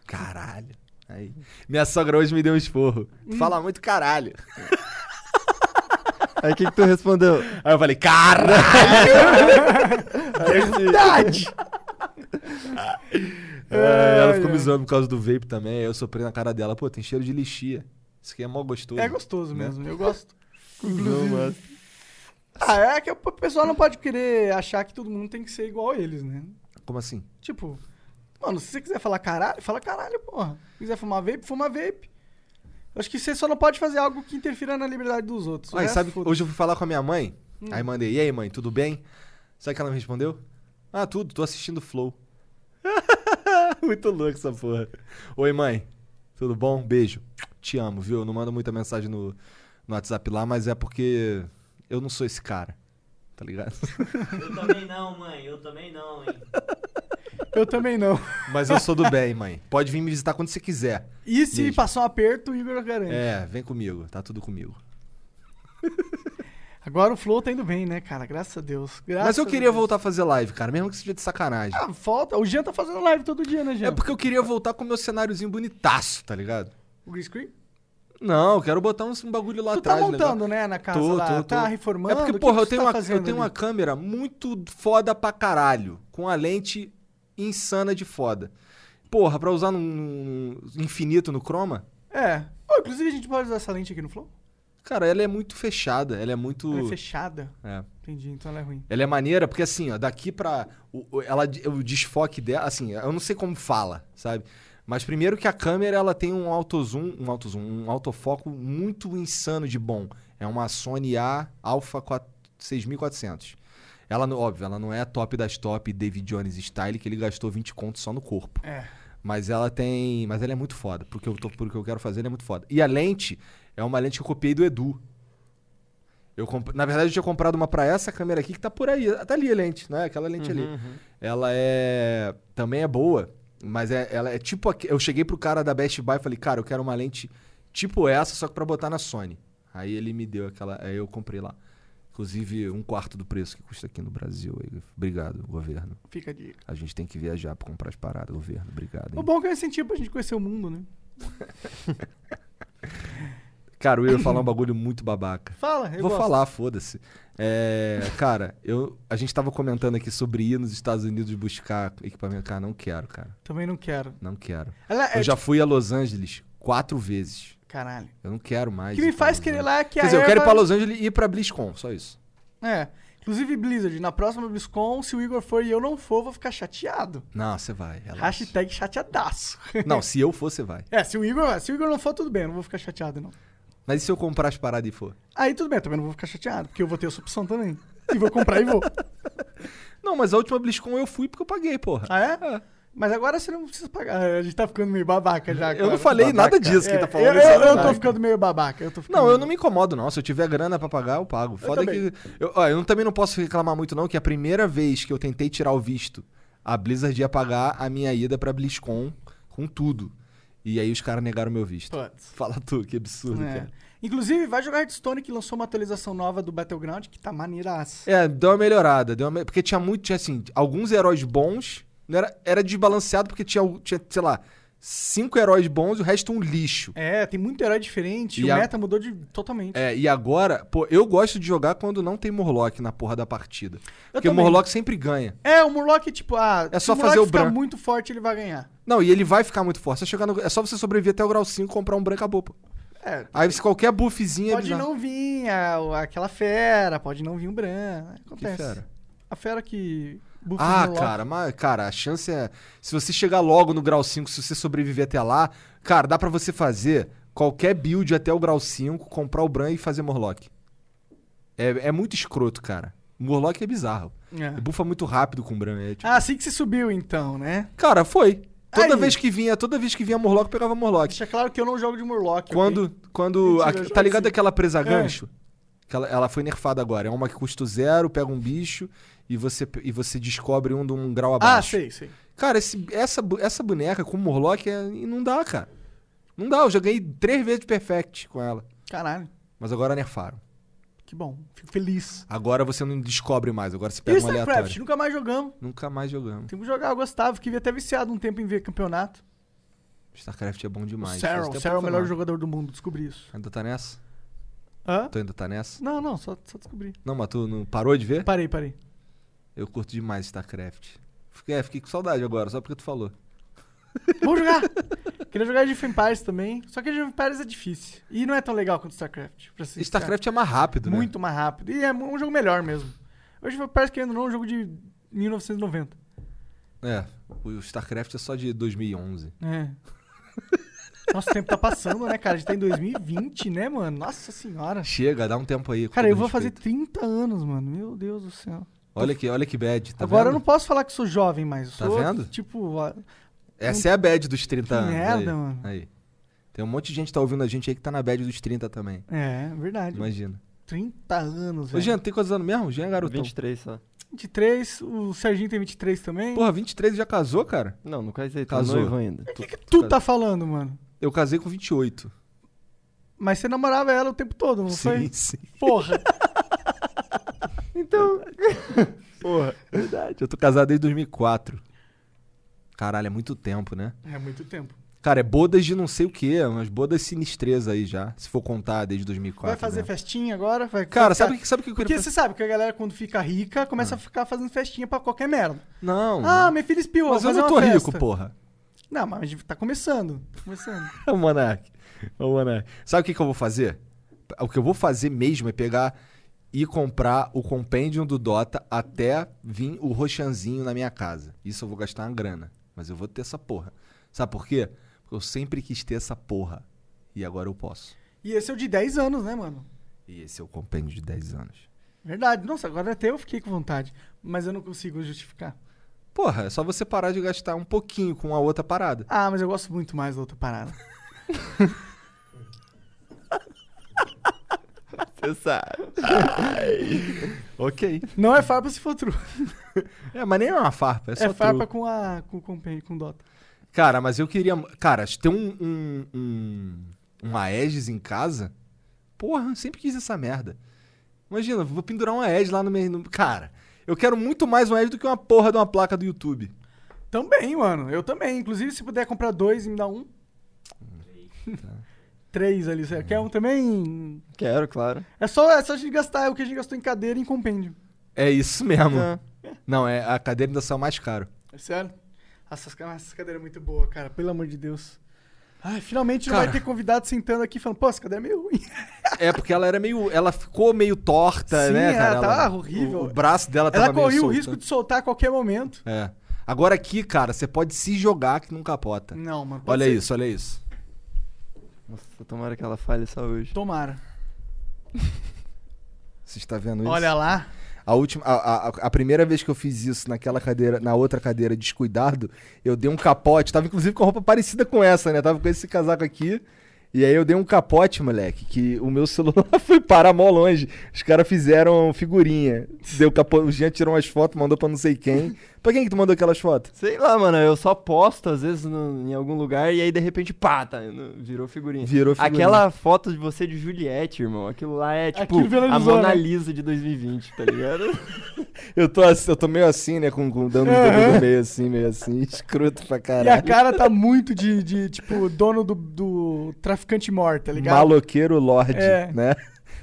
Speaker 2: Caralho. Aí. Minha sogra hoje me deu um esporro.
Speaker 3: Hum.
Speaker 2: Tu Fala muito caralho.
Speaker 1: Aí o que, que tu respondeu?
Speaker 2: Aí eu falei, caralho!
Speaker 1: Verdade!
Speaker 2: É, ela ficou me zoando por causa do vape também. Aí eu soprei na cara dela. Pô, tem cheiro de lixia. Isso aqui é mó gostoso.
Speaker 3: É gostoso
Speaker 2: né?
Speaker 3: mesmo, eu gosto.
Speaker 1: Não, mas...
Speaker 3: Ah, é que o pessoal não pode querer achar que todo mundo tem que ser igual a eles, né?
Speaker 2: Como assim?
Speaker 3: Tipo, mano, se você quiser falar caralho, fala caralho, porra. Se quiser fumar vape, fuma vape. Eu Acho que você só não pode fazer algo que interfira na liberdade dos outros. O
Speaker 2: Aí,
Speaker 3: resto,
Speaker 2: sabe,
Speaker 3: foda-se.
Speaker 2: hoje eu fui falar com a minha mãe.
Speaker 3: Hum.
Speaker 2: Aí mandei, e aí, mãe, tudo bem? Sabe o que ela me respondeu? Ah, tudo, tô assistindo Flow. Muito louco essa porra. Oi, mãe. Tudo bom? Beijo. Te amo, viu? Eu não mando muita mensagem no, no WhatsApp lá, mas é porque eu não sou esse cara. Tá ligado?
Speaker 4: Eu também não, mãe. Eu também não, hein.
Speaker 3: Eu também não.
Speaker 2: Mas eu sou do bem, mãe. Pode vir me visitar quando você quiser.
Speaker 3: E se
Speaker 2: Beijo.
Speaker 3: passar um aperto, o Igor garante.
Speaker 2: É, vem comigo. Tá tudo comigo.
Speaker 3: Agora o Flow tá indo bem, né, cara? Graças a Deus. Graças
Speaker 2: Mas eu
Speaker 3: a
Speaker 2: queria
Speaker 3: Deus.
Speaker 2: voltar a fazer live, cara. Mesmo que seja de sacanagem.
Speaker 3: Ah, falta. O Jean tá fazendo live todo dia, né, Jean?
Speaker 2: É porque eu queria voltar com o meu cenáriozinho bonitaço, tá ligado?
Speaker 3: O green screen?
Speaker 2: Não, eu quero botar um, um bagulho lá
Speaker 3: tu
Speaker 2: atrás.
Speaker 3: tá
Speaker 2: legal.
Speaker 3: montando, né, na casa
Speaker 2: Tô,
Speaker 3: lá.
Speaker 2: tô, tô.
Speaker 3: Tá reformando.
Speaker 2: É
Speaker 3: O
Speaker 2: porque,
Speaker 3: que
Speaker 2: porra,
Speaker 3: que
Speaker 2: eu
Speaker 3: tu
Speaker 2: tenho,
Speaker 3: tá
Speaker 2: uma, eu
Speaker 3: fazendo
Speaker 2: tenho uma
Speaker 3: ali?
Speaker 2: câmera muito foda pra caralho. Com a lente insana de foda. Porra, pra usar num, num infinito no chroma,
Speaker 3: É. Ô, inclusive, a gente pode usar essa lente aqui no Flow?
Speaker 2: cara, ela é muito fechada. Ela é muito.
Speaker 3: Ela é fechada.
Speaker 2: É.
Speaker 3: Entendi, então ela é ruim.
Speaker 2: Ela é maneira porque, assim, ó, daqui pra. O, o- ela, o desfoque dela, assim, eu não sei como fala, sabe? Mas primeiro que a câmera, ela tem um autozoom, um autozoom, um autofoco muito insano de bom. É uma Sony A Alpha 4- 6400. Ela, não- óbvio, ela não é a top das top David Jones Style, que ele gastou 20 contos só no corpo.
Speaker 3: É.
Speaker 2: Mas ela tem. Mas ela é muito foda. Porque eu, tô, porque eu quero fazer, ela é muito foda. E a lente é uma lente que eu copiei do Edu. Eu comp- Na verdade, eu tinha comprado uma pra essa câmera aqui que tá por aí. Tá ali a lente, né? Aquela lente
Speaker 1: Uhum.
Speaker 2: ali. Ela é. Também é boa. Mas é, ela é tipo. aque- Eu cheguei pro cara da Best Buy e falei, cara, eu quero uma lente tipo essa, só que pra botar na Sony. Aí ele me deu aquela. Aí eu comprei lá. Inclusive, um quarto do preço que custa aqui no Brasil. Aí, Obrigado, governo.
Speaker 3: Fica a dica.
Speaker 2: A gente tem que viajar pra comprar as paradas, governo. Obrigado. hein?
Speaker 3: O bom é que é incentivo pra gente conhecer o mundo, né?
Speaker 2: Cara, eu ia falar um bagulho muito babaca.
Speaker 3: Fala, eu
Speaker 2: Vou
Speaker 3: gosto.
Speaker 2: falar, foda-se. É, cara, eu, a gente tava comentando aqui sobre ir nos Estados Unidos buscar equipamento. Cara, não quero, cara.
Speaker 3: Também não quero.
Speaker 2: Não quero.
Speaker 3: Ela é.
Speaker 2: Eu já fui a Los Angeles quatro vezes.
Speaker 3: Caralho.
Speaker 2: Eu não quero mais.
Speaker 3: O que me
Speaker 2: ir pra
Speaker 3: faz
Speaker 2: Los
Speaker 3: querer
Speaker 2: Angeles.
Speaker 3: lá é que
Speaker 2: Quer
Speaker 3: a
Speaker 2: dizer, eu quero ir
Speaker 3: erva-
Speaker 2: pra Los Angeles e ir pra BlizzCon, só isso.
Speaker 3: É. Inclusive, Blizzard, na próxima BlizzCon, se o Igor for e eu não for, eu vou ficar chateado.
Speaker 2: Não, você vai. relaxa.
Speaker 3: Hashtag chateadaço.
Speaker 2: Não, se eu for, você vai.
Speaker 3: É, se o Igor, se o Igor não for, tudo bem, eu não vou ficar chateado, não.
Speaker 2: Mas e se eu comprar as paradas e for?
Speaker 3: Aí tudo bem, eu também não vou ficar chateado, porque eu vou ter essa opção também. E vou comprar e vou.
Speaker 2: Não, mas a última BlizzCon eu fui porque eu paguei, porra.
Speaker 3: Ah, é? Mas agora você não precisa pagar. Ah, A gente tá ficando meio babaca já.
Speaker 2: Eu não falei nada disso que
Speaker 3: É,
Speaker 2: tá falando.
Speaker 3: eu,
Speaker 2: isso é
Speaker 3: eu, eu tô
Speaker 2: verdade.
Speaker 3: ficando meio babaca. Eu tô ficando
Speaker 2: Não, eu não
Speaker 3: meio-
Speaker 2: me incomodo, não. Se eu tiver grana pra pagar, eu pago. Foda
Speaker 3: também.
Speaker 2: que. Eu, ó, eu não- também não posso reclamar muito, não, que é a primeira vez que eu tentei tirar o visto, a Blizzard ia pagar a minha ida pra BlizzCon com tudo. E aí os caras negaram meu visto.
Speaker 3: Putz.
Speaker 2: Fala tu, que absurdo,
Speaker 3: É.
Speaker 2: cara.
Speaker 3: Inclusive, vai jogar Hearthstone, que lançou uma atualização nova do Battleground, que tá maneiraça.
Speaker 2: É, deu uma melhorada. Deu uma me- Porque tinha muito, tinha assim, alguns heróis bons. Não era, era desbalanceado porque tinha, o- tinha, sei lá, cinco heróis bons e o resto um lixo.
Speaker 3: É, tem muito herói diferente,
Speaker 2: E
Speaker 3: e o
Speaker 2: a-
Speaker 3: meta mudou de... totalmente.
Speaker 2: É, e agora, pô, eu gosto de jogar quando não tem Morlock na porra da partida. porque o
Speaker 3: também.
Speaker 2: Morlock sempre ganha.
Speaker 3: É, o Murloc, tipo, ah,
Speaker 2: É só
Speaker 3: se Murloc
Speaker 2: fazer o
Speaker 3: ficar
Speaker 2: branco.
Speaker 3: muito forte, ele vai ganhar.
Speaker 2: Não, e ele vai ficar muito forte. Você chegar no- é só você sobreviver até o grau 5 e comprar um branco acabou, pô.
Speaker 3: É,
Speaker 2: Aí se qualquer é buffzinho
Speaker 3: pode
Speaker 2: ele já-
Speaker 3: não vir a- aquela fera, pode não vir um Bran,
Speaker 2: Que
Speaker 3: acontece.
Speaker 2: fera.
Speaker 3: A fera que... bufa o
Speaker 2: Ah,
Speaker 3: Murloc.
Speaker 2: cara, mas, cara, a chance é. Se você chegar logo no grau 5, se você sobreviver até lá, cara, dá pra você fazer qualquer build até o grau 5, comprar o Bran e fazer Morlock. É, é muito escroto, cara. Morlock é bizarro.
Speaker 3: É.
Speaker 2: Ele bufa muito rápido com o Bran. é tipo-
Speaker 3: Ah, assim que se subiu, então, né?
Speaker 2: Cara, foi. Toda
Speaker 3: Aí.
Speaker 2: vez que vinha, toda vez que vinha Morlock, eu pegava Morlock.
Speaker 3: Deixa claro que eu não jogo de Murloc. ok?
Speaker 2: Quando. quando
Speaker 3: Mentira,
Speaker 2: a-
Speaker 3: eu jogo
Speaker 2: tá ligado
Speaker 3: assim.
Speaker 2: aquela presa
Speaker 3: É.
Speaker 2: gancho? Que ela, ela foi nerfada agora. É uma que custa zero, pega um bicho e você, e você descobre um de um grau abaixo.
Speaker 3: Ah, sei, sei.
Speaker 2: Cara, esse- essa, bu- essa boneca com Morlock é, e não dá, cara. Não dá, eu já ganhei três vezes Perfect com ela.
Speaker 3: Caralho,
Speaker 2: Mas agora nerfaram.
Speaker 3: que bom. Fico feliz.
Speaker 2: Agora você não descobre mais, agora você
Speaker 3: E
Speaker 2: pega uma
Speaker 3: StarCraft?
Speaker 2: aleatória.
Speaker 3: Nunca mais jogamos.
Speaker 2: Nunca mais jogamos.
Speaker 3: Temos que jogar. Eu gostava, fiquei até viciado um tempo em ver campeonato.
Speaker 2: StarCraft é bom demais. Faz
Speaker 3: Sarah,
Speaker 2: tempo
Speaker 3: Sarah é o
Speaker 2: que eu
Speaker 3: melhor
Speaker 2: não.
Speaker 3: jogador do mundo, descobri isso.
Speaker 2: Ainda tá nessa?
Speaker 3: Hã?
Speaker 2: Tu ainda tá nessa?
Speaker 3: Não, não, só, só descobri.
Speaker 2: Não, mas tu não parou de ver?
Speaker 3: Parei, parei.
Speaker 2: Eu curto demais StarCraft. Fiquei, é, fiquei com saudade agora, só porque tu falou.
Speaker 3: Vamos jogar! Queria jogar Age of Empires também, só que Age of Empires é difícil. E não é tão legal quanto StarCraft. Pra ser
Speaker 2: StarCraft é mais rápido,
Speaker 3: sincero.
Speaker 2: né?
Speaker 3: muito mais rápido. E é um jogo melhor mesmo. Age of Empires, querendo ou não, é um jogo de 1990.
Speaker 2: É, o StarCraft é só de 2011.
Speaker 3: É. Nossa, o tempo tá passando, né, cara? A gente tá em 2020, né, mano? Nossa senhora.
Speaker 2: Chega, dá um tempo aí. com
Speaker 3: Cara,
Speaker 2: todo
Speaker 3: eu vou fazer
Speaker 2: respeito.
Speaker 3: 30 anos, mano. Meu Deus do céu.
Speaker 2: Olha que, olha que bad, tá
Speaker 3: Agora eu
Speaker 2: vendo?
Speaker 3: não posso falar que sou jovem mais. Eu
Speaker 2: Tá
Speaker 3: sou,
Speaker 2: vendo?
Speaker 3: Tipo, ó,
Speaker 2: Essa é a bad dos 30
Speaker 3: Que
Speaker 2: anos.
Speaker 3: merda,
Speaker 2: aí.
Speaker 3: mano.
Speaker 2: Aí. Tem um monte de gente que tá ouvindo a gente aí que tá na bad dos 30 também.
Speaker 3: é, verdade.
Speaker 2: Imagina.
Speaker 3: 30 anos,
Speaker 2: Ô,
Speaker 3: velho.
Speaker 2: Jean, tem quantos anos mesmo? Jean é garotão.
Speaker 1: 23 só.
Speaker 3: 23, o Serginho tem 23 também.
Speaker 2: Porra, 23 já casou, cara?
Speaker 1: Não, não casei, tô
Speaker 2: Casou. Então-
Speaker 1: noivo ainda.
Speaker 3: O que, que tu tá falando, mano?
Speaker 2: Eu casei com 28.
Speaker 3: Mas você namorava ela o tempo todo, não foi?
Speaker 2: sim, sim.
Speaker 3: Porra.
Speaker 1: Então,
Speaker 2: Porra, verdade. Eu tô casado desde 2004. Caralho, é muito tempo, né?
Speaker 3: É muito tempo.
Speaker 2: Cara, é bodas de não sei o quê, umas bodas sinistrezas aí já, se for contar desde 2004.
Speaker 3: Vai fazer
Speaker 2: né?
Speaker 3: festinha agora? Vai
Speaker 2: Cara,
Speaker 3: vai
Speaker 2: sabe o
Speaker 3: ficar-
Speaker 2: que, sabe o que eu Ah. queria
Speaker 3: Porque
Speaker 2: fazer?
Speaker 3: você sabe que a galera, quando fica rica, começa a ficar fazendo festinha pra qualquer merda.
Speaker 2: Não.
Speaker 3: Ah,
Speaker 2: não.
Speaker 3: minha filha espiou,
Speaker 2: né? mas eu
Speaker 3: vou fazer
Speaker 2: não tô
Speaker 3: uma festa.
Speaker 2: rico, porra.
Speaker 3: Não, mas tá começando. tá começando.
Speaker 2: Ô, Monark. Ô, Monark. Sabe o que, que eu vou fazer? O que eu vou fazer mesmo é pegar e comprar o Compendium do Dota até vir o Roxanzinho na minha casa. Isso eu vou gastar uma grana. Mas eu vou ter essa porra. Sabe por quê? Porque eu sempre quis ter essa porra. E agora eu posso.
Speaker 3: E esse é o de 10 anos, né, mano?
Speaker 2: E esse é o Compendium de 10 anos.
Speaker 3: Verdade. Nossa, agora até eu fiquei com vontade. Mas eu não consigo justificar.
Speaker 2: Porra, é só você parar de gastar um pouquinho com a outra parada.
Speaker 3: Ah, mas eu gosto muito mais da outra parada.
Speaker 1: você sabe.
Speaker 2: Ok.
Speaker 3: Não é farpa se for true.
Speaker 2: É, mas nem é uma farpa, é só
Speaker 3: É, farpa
Speaker 2: truco.
Speaker 3: com a. com com, pen- com Dota.
Speaker 2: Cara, mas eu queria. Cara, ter um. um, um uma Aegis em casa. Porra, eu sempre quis essa merda. Imagina, vou pendurar uma Aegis lá no meu. no- Cara, eu quero muito mais uma Aegis do que uma porra de uma placa do YouTube.
Speaker 3: Também, mano. Eu também. Inclusive, se puder comprar dois e me dar um. Três ali.
Speaker 2: Hum.
Speaker 3: Você quer um também?
Speaker 1: Quero, claro.
Speaker 3: É só, é só a gente gastar o que a gente gastou em cadeira e em compêndio.
Speaker 2: É isso mesmo.
Speaker 1: É.
Speaker 2: Não, é a cadeira ainda saiu mais caro.
Speaker 3: É sério? Essas, ca- essas cadeiras é muito boa, cara. Pelo amor de Deus. Ai, finalmente não
Speaker 2: Cara.
Speaker 3: vai ter convidado sentando aqui falando, pô, essa cadeira é meio ruim.
Speaker 2: É porque ela era meio. Ela ficou meio torta,
Speaker 3: Sim,
Speaker 2: né,
Speaker 3: ela
Speaker 2: cara?
Speaker 3: tava horrível.
Speaker 2: O, o braço dela tava tá
Speaker 3: Ela
Speaker 2: meio
Speaker 3: corria o
Speaker 2: solto.
Speaker 3: risco de soltar a qualquer momento.
Speaker 2: É. Agora aqui, cara, você pode se jogar que não capota.
Speaker 3: Não, mano. pode
Speaker 2: Tá. Olha
Speaker 3: ser.
Speaker 2: isso, olha isso.
Speaker 1: Nossa, tomara que ela falhe só hoje.
Speaker 3: Tomara.
Speaker 2: Você está vendo isso?
Speaker 3: Olha lá.
Speaker 2: A, última, a, a, a primeira vez que eu fiz isso naquela cadeira, na outra cadeira descuidado, eu dei um capote, tava inclusive com roupa parecida com essa, né? Tava com esse casaco aqui.
Speaker 5: E aí eu dei um capote, moleque, que o meu celular foi parar mó longe. Os caras fizeram figurinha. Deu capote, o Jean tirou umas fotos, mandou pra não sei quem. Pra quem que tu mandou aquelas fotos?
Speaker 1: Sei lá, mano, eu só posto às vezes no- em algum lugar e aí de repente, pá, tá, no- virou figurinha.
Speaker 5: Virou figurinha.
Speaker 1: Aquela foto de você de Juliette, irmão, aquilo lá é tipo
Speaker 3: Aquilo
Speaker 1: a
Speaker 3: viralizou,
Speaker 1: Mona
Speaker 3: né?
Speaker 1: Lisa de 2020, tá ligado?
Speaker 5: Eu tô, assim- eu tô meio assim, né, com, com dando um dedo meio assim, meio assim, escroto pra
Speaker 3: E a
Speaker 5: caralho.
Speaker 3: cara tá muito de, de, tipo, dono do, do traficante morto, tá ligado?
Speaker 5: Maloqueiro Lorde,
Speaker 3: É.
Speaker 5: né?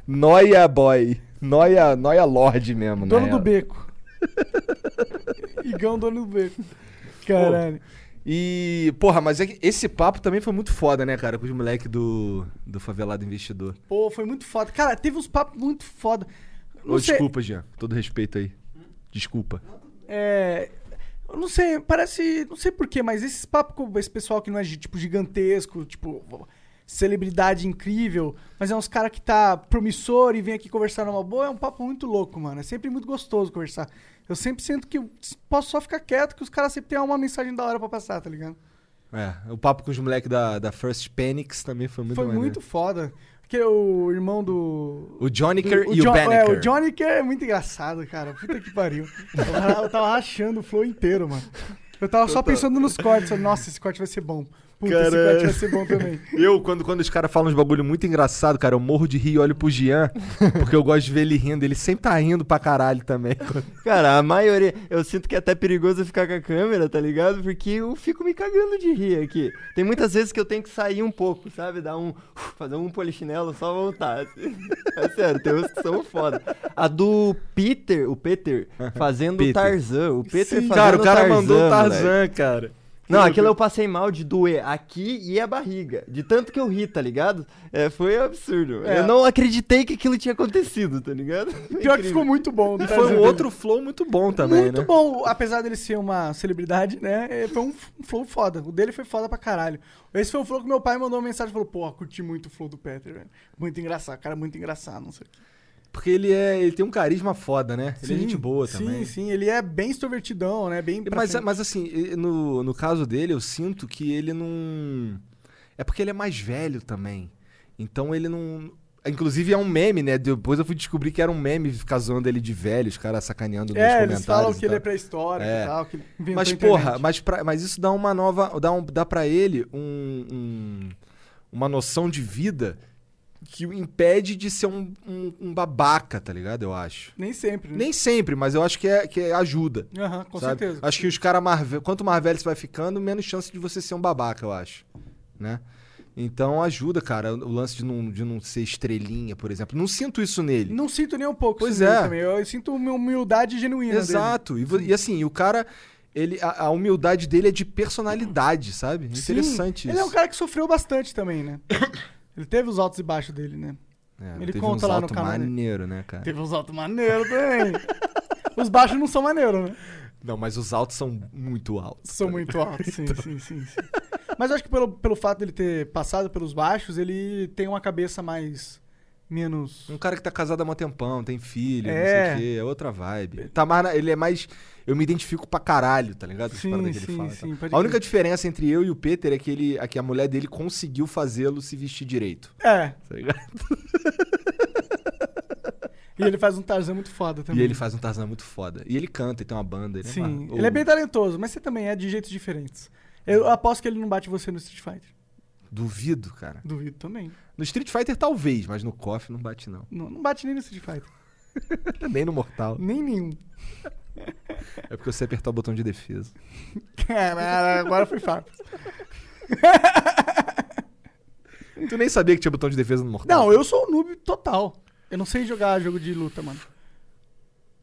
Speaker 5: Noia Boy. Noia, noia Lorde mesmo,
Speaker 3: Dono
Speaker 5: né?
Speaker 3: do beco. Igão, dono do beco. Caralho.
Speaker 2: E, porra, mas é que esse papo também foi muito foda, né, cara? Com os moleques do, do Favelado Investidor.
Speaker 3: Pô, foi muito foda. Cara, teve uns papos muito foda. Não
Speaker 2: Ô,
Speaker 3: sei-
Speaker 2: desculpa, Jean. com Todo respeito aí. Desculpa.
Speaker 3: É. Eu não sei, parece. Não sei porquê, mas esses papos com esse pessoal que não é gi- tipo gigantesco, tipo. Celebridade incrível, mas é uns cara que tá promissor e vem aqui conversar numa boa, é um papo muito louco, mano. É sempre muito gostoso conversar. Eu sempre sinto que eu posso só ficar quieto, que os caras sempre têm uma mensagem da hora pra passar, tá ligado?
Speaker 2: É, o papo com os moleques da, da First Panics também foi muito
Speaker 3: Foi
Speaker 2: maneiro.
Speaker 3: muito foda. Porque o irmão do.
Speaker 2: O Johnniker
Speaker 3: do-
Speaker 2: e
Speaker 3: Jo-
Speaker 2: o Banneker.
Speaker 3: É, o Johnny Kerr é muito engraçado, cara. Puta que pariu. Eu tava, eu tava rachando o flow inteiro, mano. Eu tava só pensando nos cortes. falei, Nossa, esse corte vai ser bom. Puta, esse corte vai ser bom também.
Speaker 2: Eu, quando, quando os caras falam uns bagulho muito engraçado, cara, eu morro de rir e olho pro Jean, porque eu gosto de ver ele rindo. Ele sempre tá rindo pra caralho também.
Speaker 1: Cara, a maioria. Eu sinto que é até perigoso eu ficar com a câmera, tá ligado? Porque eu fico me cagando de rir aqui. Tem muitas vezes que eu tenho que sair um pouco, sabe? Dar um. Fazer um polichinelo só voltar. assim. É sério, tem uns que são foda. A do Peter, o Peter, fazendo o
Speaker 2: Peter.
Speaker 1: Tarzan. O Peter fazendo
Speaker 2: Cara, o cara
Speaker 1: Tarzan,
Speaker 2: mandou o
Speaker 1: moleque.
Speaker 2: Tarzan, cara.
Speaker 1: Não, aquilo eu passei mal de doer aqui e a barriga. De tanto que eu ri, tá ligado? É, foi absurdo.
Speaker 3: É.
Speaker 1: Eu não acreditei que aquilo tinha acontecido, tá ligado? Foi
Speaker 3: Pior que
Speaker 1: incrível.
Speaker 3: ficou muito bom.
Speaker 2: E
Speaker 3: tá
Speaker 2: foi um
Speaker 3: ligado?
Speaker 2: outro flow muito bom também,
Speaker 3: muito
Speaker 2: né?
Speaker 3: bom, apesar dele ser uma celebridade, né? é, Foi um f- um flow foda. O dele foi foda pra caralho. Esse foi o flow que meu pai mandou uma mensagem e falou: Porra, curti muito o flow do Peter, velho. Muito engraçado, cara, muito engraçado, não sei o que.
Speaker 2: Porque ele é. Ele tem um carisma foda, né? Ele é gente boa
Speaker 3: sim,
Speaker 2: também.
Speaker 3: Sim, sim, ele é bem extrovertidão, né? Bem pra
Speaker 2: Mas,
Speaker 3: frente.
Speaker 2: mas assim, e- no, no caso dele, eu sinto que ele não. É porque ele é mais velho também. Então ele não. Inclusive é um meme, né? Depois eu fui descobrir que era um meme ficar zoando ele de velho, os caras sacaneando nos
Speaker 3: É,
Speaker 2: comentários.
Speaker 3: eles falam
Speaker 2: e
Speaker 3: que
Speaker 2: tal.
Speaker 3: ele é pré-histórico
Speaker 2: É.
Speaker 3: e tal. Que ele inventou
Speaker 2: Mas,
Speaker 3: a internet.
Speaker 2: porra, mas, pra- mas isso dá uma nova. Dá, um, dá pra ele um, um- uma noção de vida que o impede de ser um, um- um babaca, tá ligado? Eu acho.
Speaker 3: Nem sempre, né?
Speaker 2: Nem sempre, mas eu acho que, é, que ajuda.
Speaker 3: Aham, com
Speaker 2: sabe?
Speaker 3: certeza.
Speaker 2: Acho que os caras mais ve- Quanto mais velho você vai ficando, menos chance de você ser um babaca, eu acho. Né? Então ajuda, cara, o lance de não, de não ser estrelinha, por exemplo. Não sinto isso nele.
Speaker 3: Não sinto nem um pouco
Speaker 2: Pois
Speaker 3: isso nele
Speaker 2: é.
Speaker 3: também. Eu, eu sinto uma humildade genuína dele.
Speaker 2: Exato. E, vo- e assim, o cara. Ele, a, a humildade dele é de personalidade, sabe? É
Speaker 3: Sim,
Speaker 2: Interessante isso.
Speaker 3: Ele é um cara que sofreu bastante também, né? ele teve os altos e baixos dele, né?
Speaker 2: É,
Speaker 3: Ele
Speaker 2: teve
Speaker 3: conta
Speaker 2: uns
Speaker 3: lá no
Speaker 2: alto
Speaker 3: canal, né?
Speaker 2: maneiro, né, cara?
Speaker 3: Teve os altos maneiros também. os baixos não são maneiros, né?
Speaker 2: Não, mas os altos são muito altos.
Speaker 3: São muito altos, sim, sim, sim, sim. Mas eu acho que pelo, pelo fato dele ter passado pelos baixos, ele tem uma cabeça mais... Menos...
Speaker 2: Um cara que tá casado há um tempão, tem filho,
Speaker 3: É.
Speaker 2: não sei o quê, é outra vibe. Tá mais na- ele é mais. Eu me identifico pra caralho, tá ligado? Com as
Speaker 3: Sim,
Speaker 2: paradas que ele
Speaker 3: sim,
Speaker 2: fala,
Speaker 3: sim,
Speaker 2: tá?
Speaker 3: pode
Speaker 2: A única
Speaker 3: crer.
Speaker 2: diferença entre eu e o Peter é que, ele, é que a mulher dele conseguiu fazê-lo se vestir direito.
Speaker 3: É,
Speaker 2: Tá ligado?
Speaker 3: E ele faz um Tarzan muito foda também.
Speaker 2: E ele faz um Tarzan muito foda. E ele canta, ele tem uma banda. Ele
Speaker 3: Sim,
Speaker 2: uma-
Speaker 3: ele é
Speaker 2: o- Uhum.
Speaker 3: bem talentoso, mas você também é de jeitos diferentes. Eu aposto que ele não bate você no Street Fighter.
Speaker 2: Duvido, cara.
Speaker 3: Duvido também.
Speaker 2: No Street Fighter talvez, mas no KOF não bate, não.
Speaker 3: Não, não bate nem no Street Fighter.
Speaker 2: Nem no Mortal.
Speaker 3: Nem nenhum.
Speaker 2: É porque você apertar o botão de defesa. É,
Speaker 3: Caralho, agora foi fácil.
Speaker 2: Tu nem sabia que tinha botão de defesa no Mortal.
Speaker 3: Não, eu sou um noob total. Eu não sei jogar jogo de luta, mano.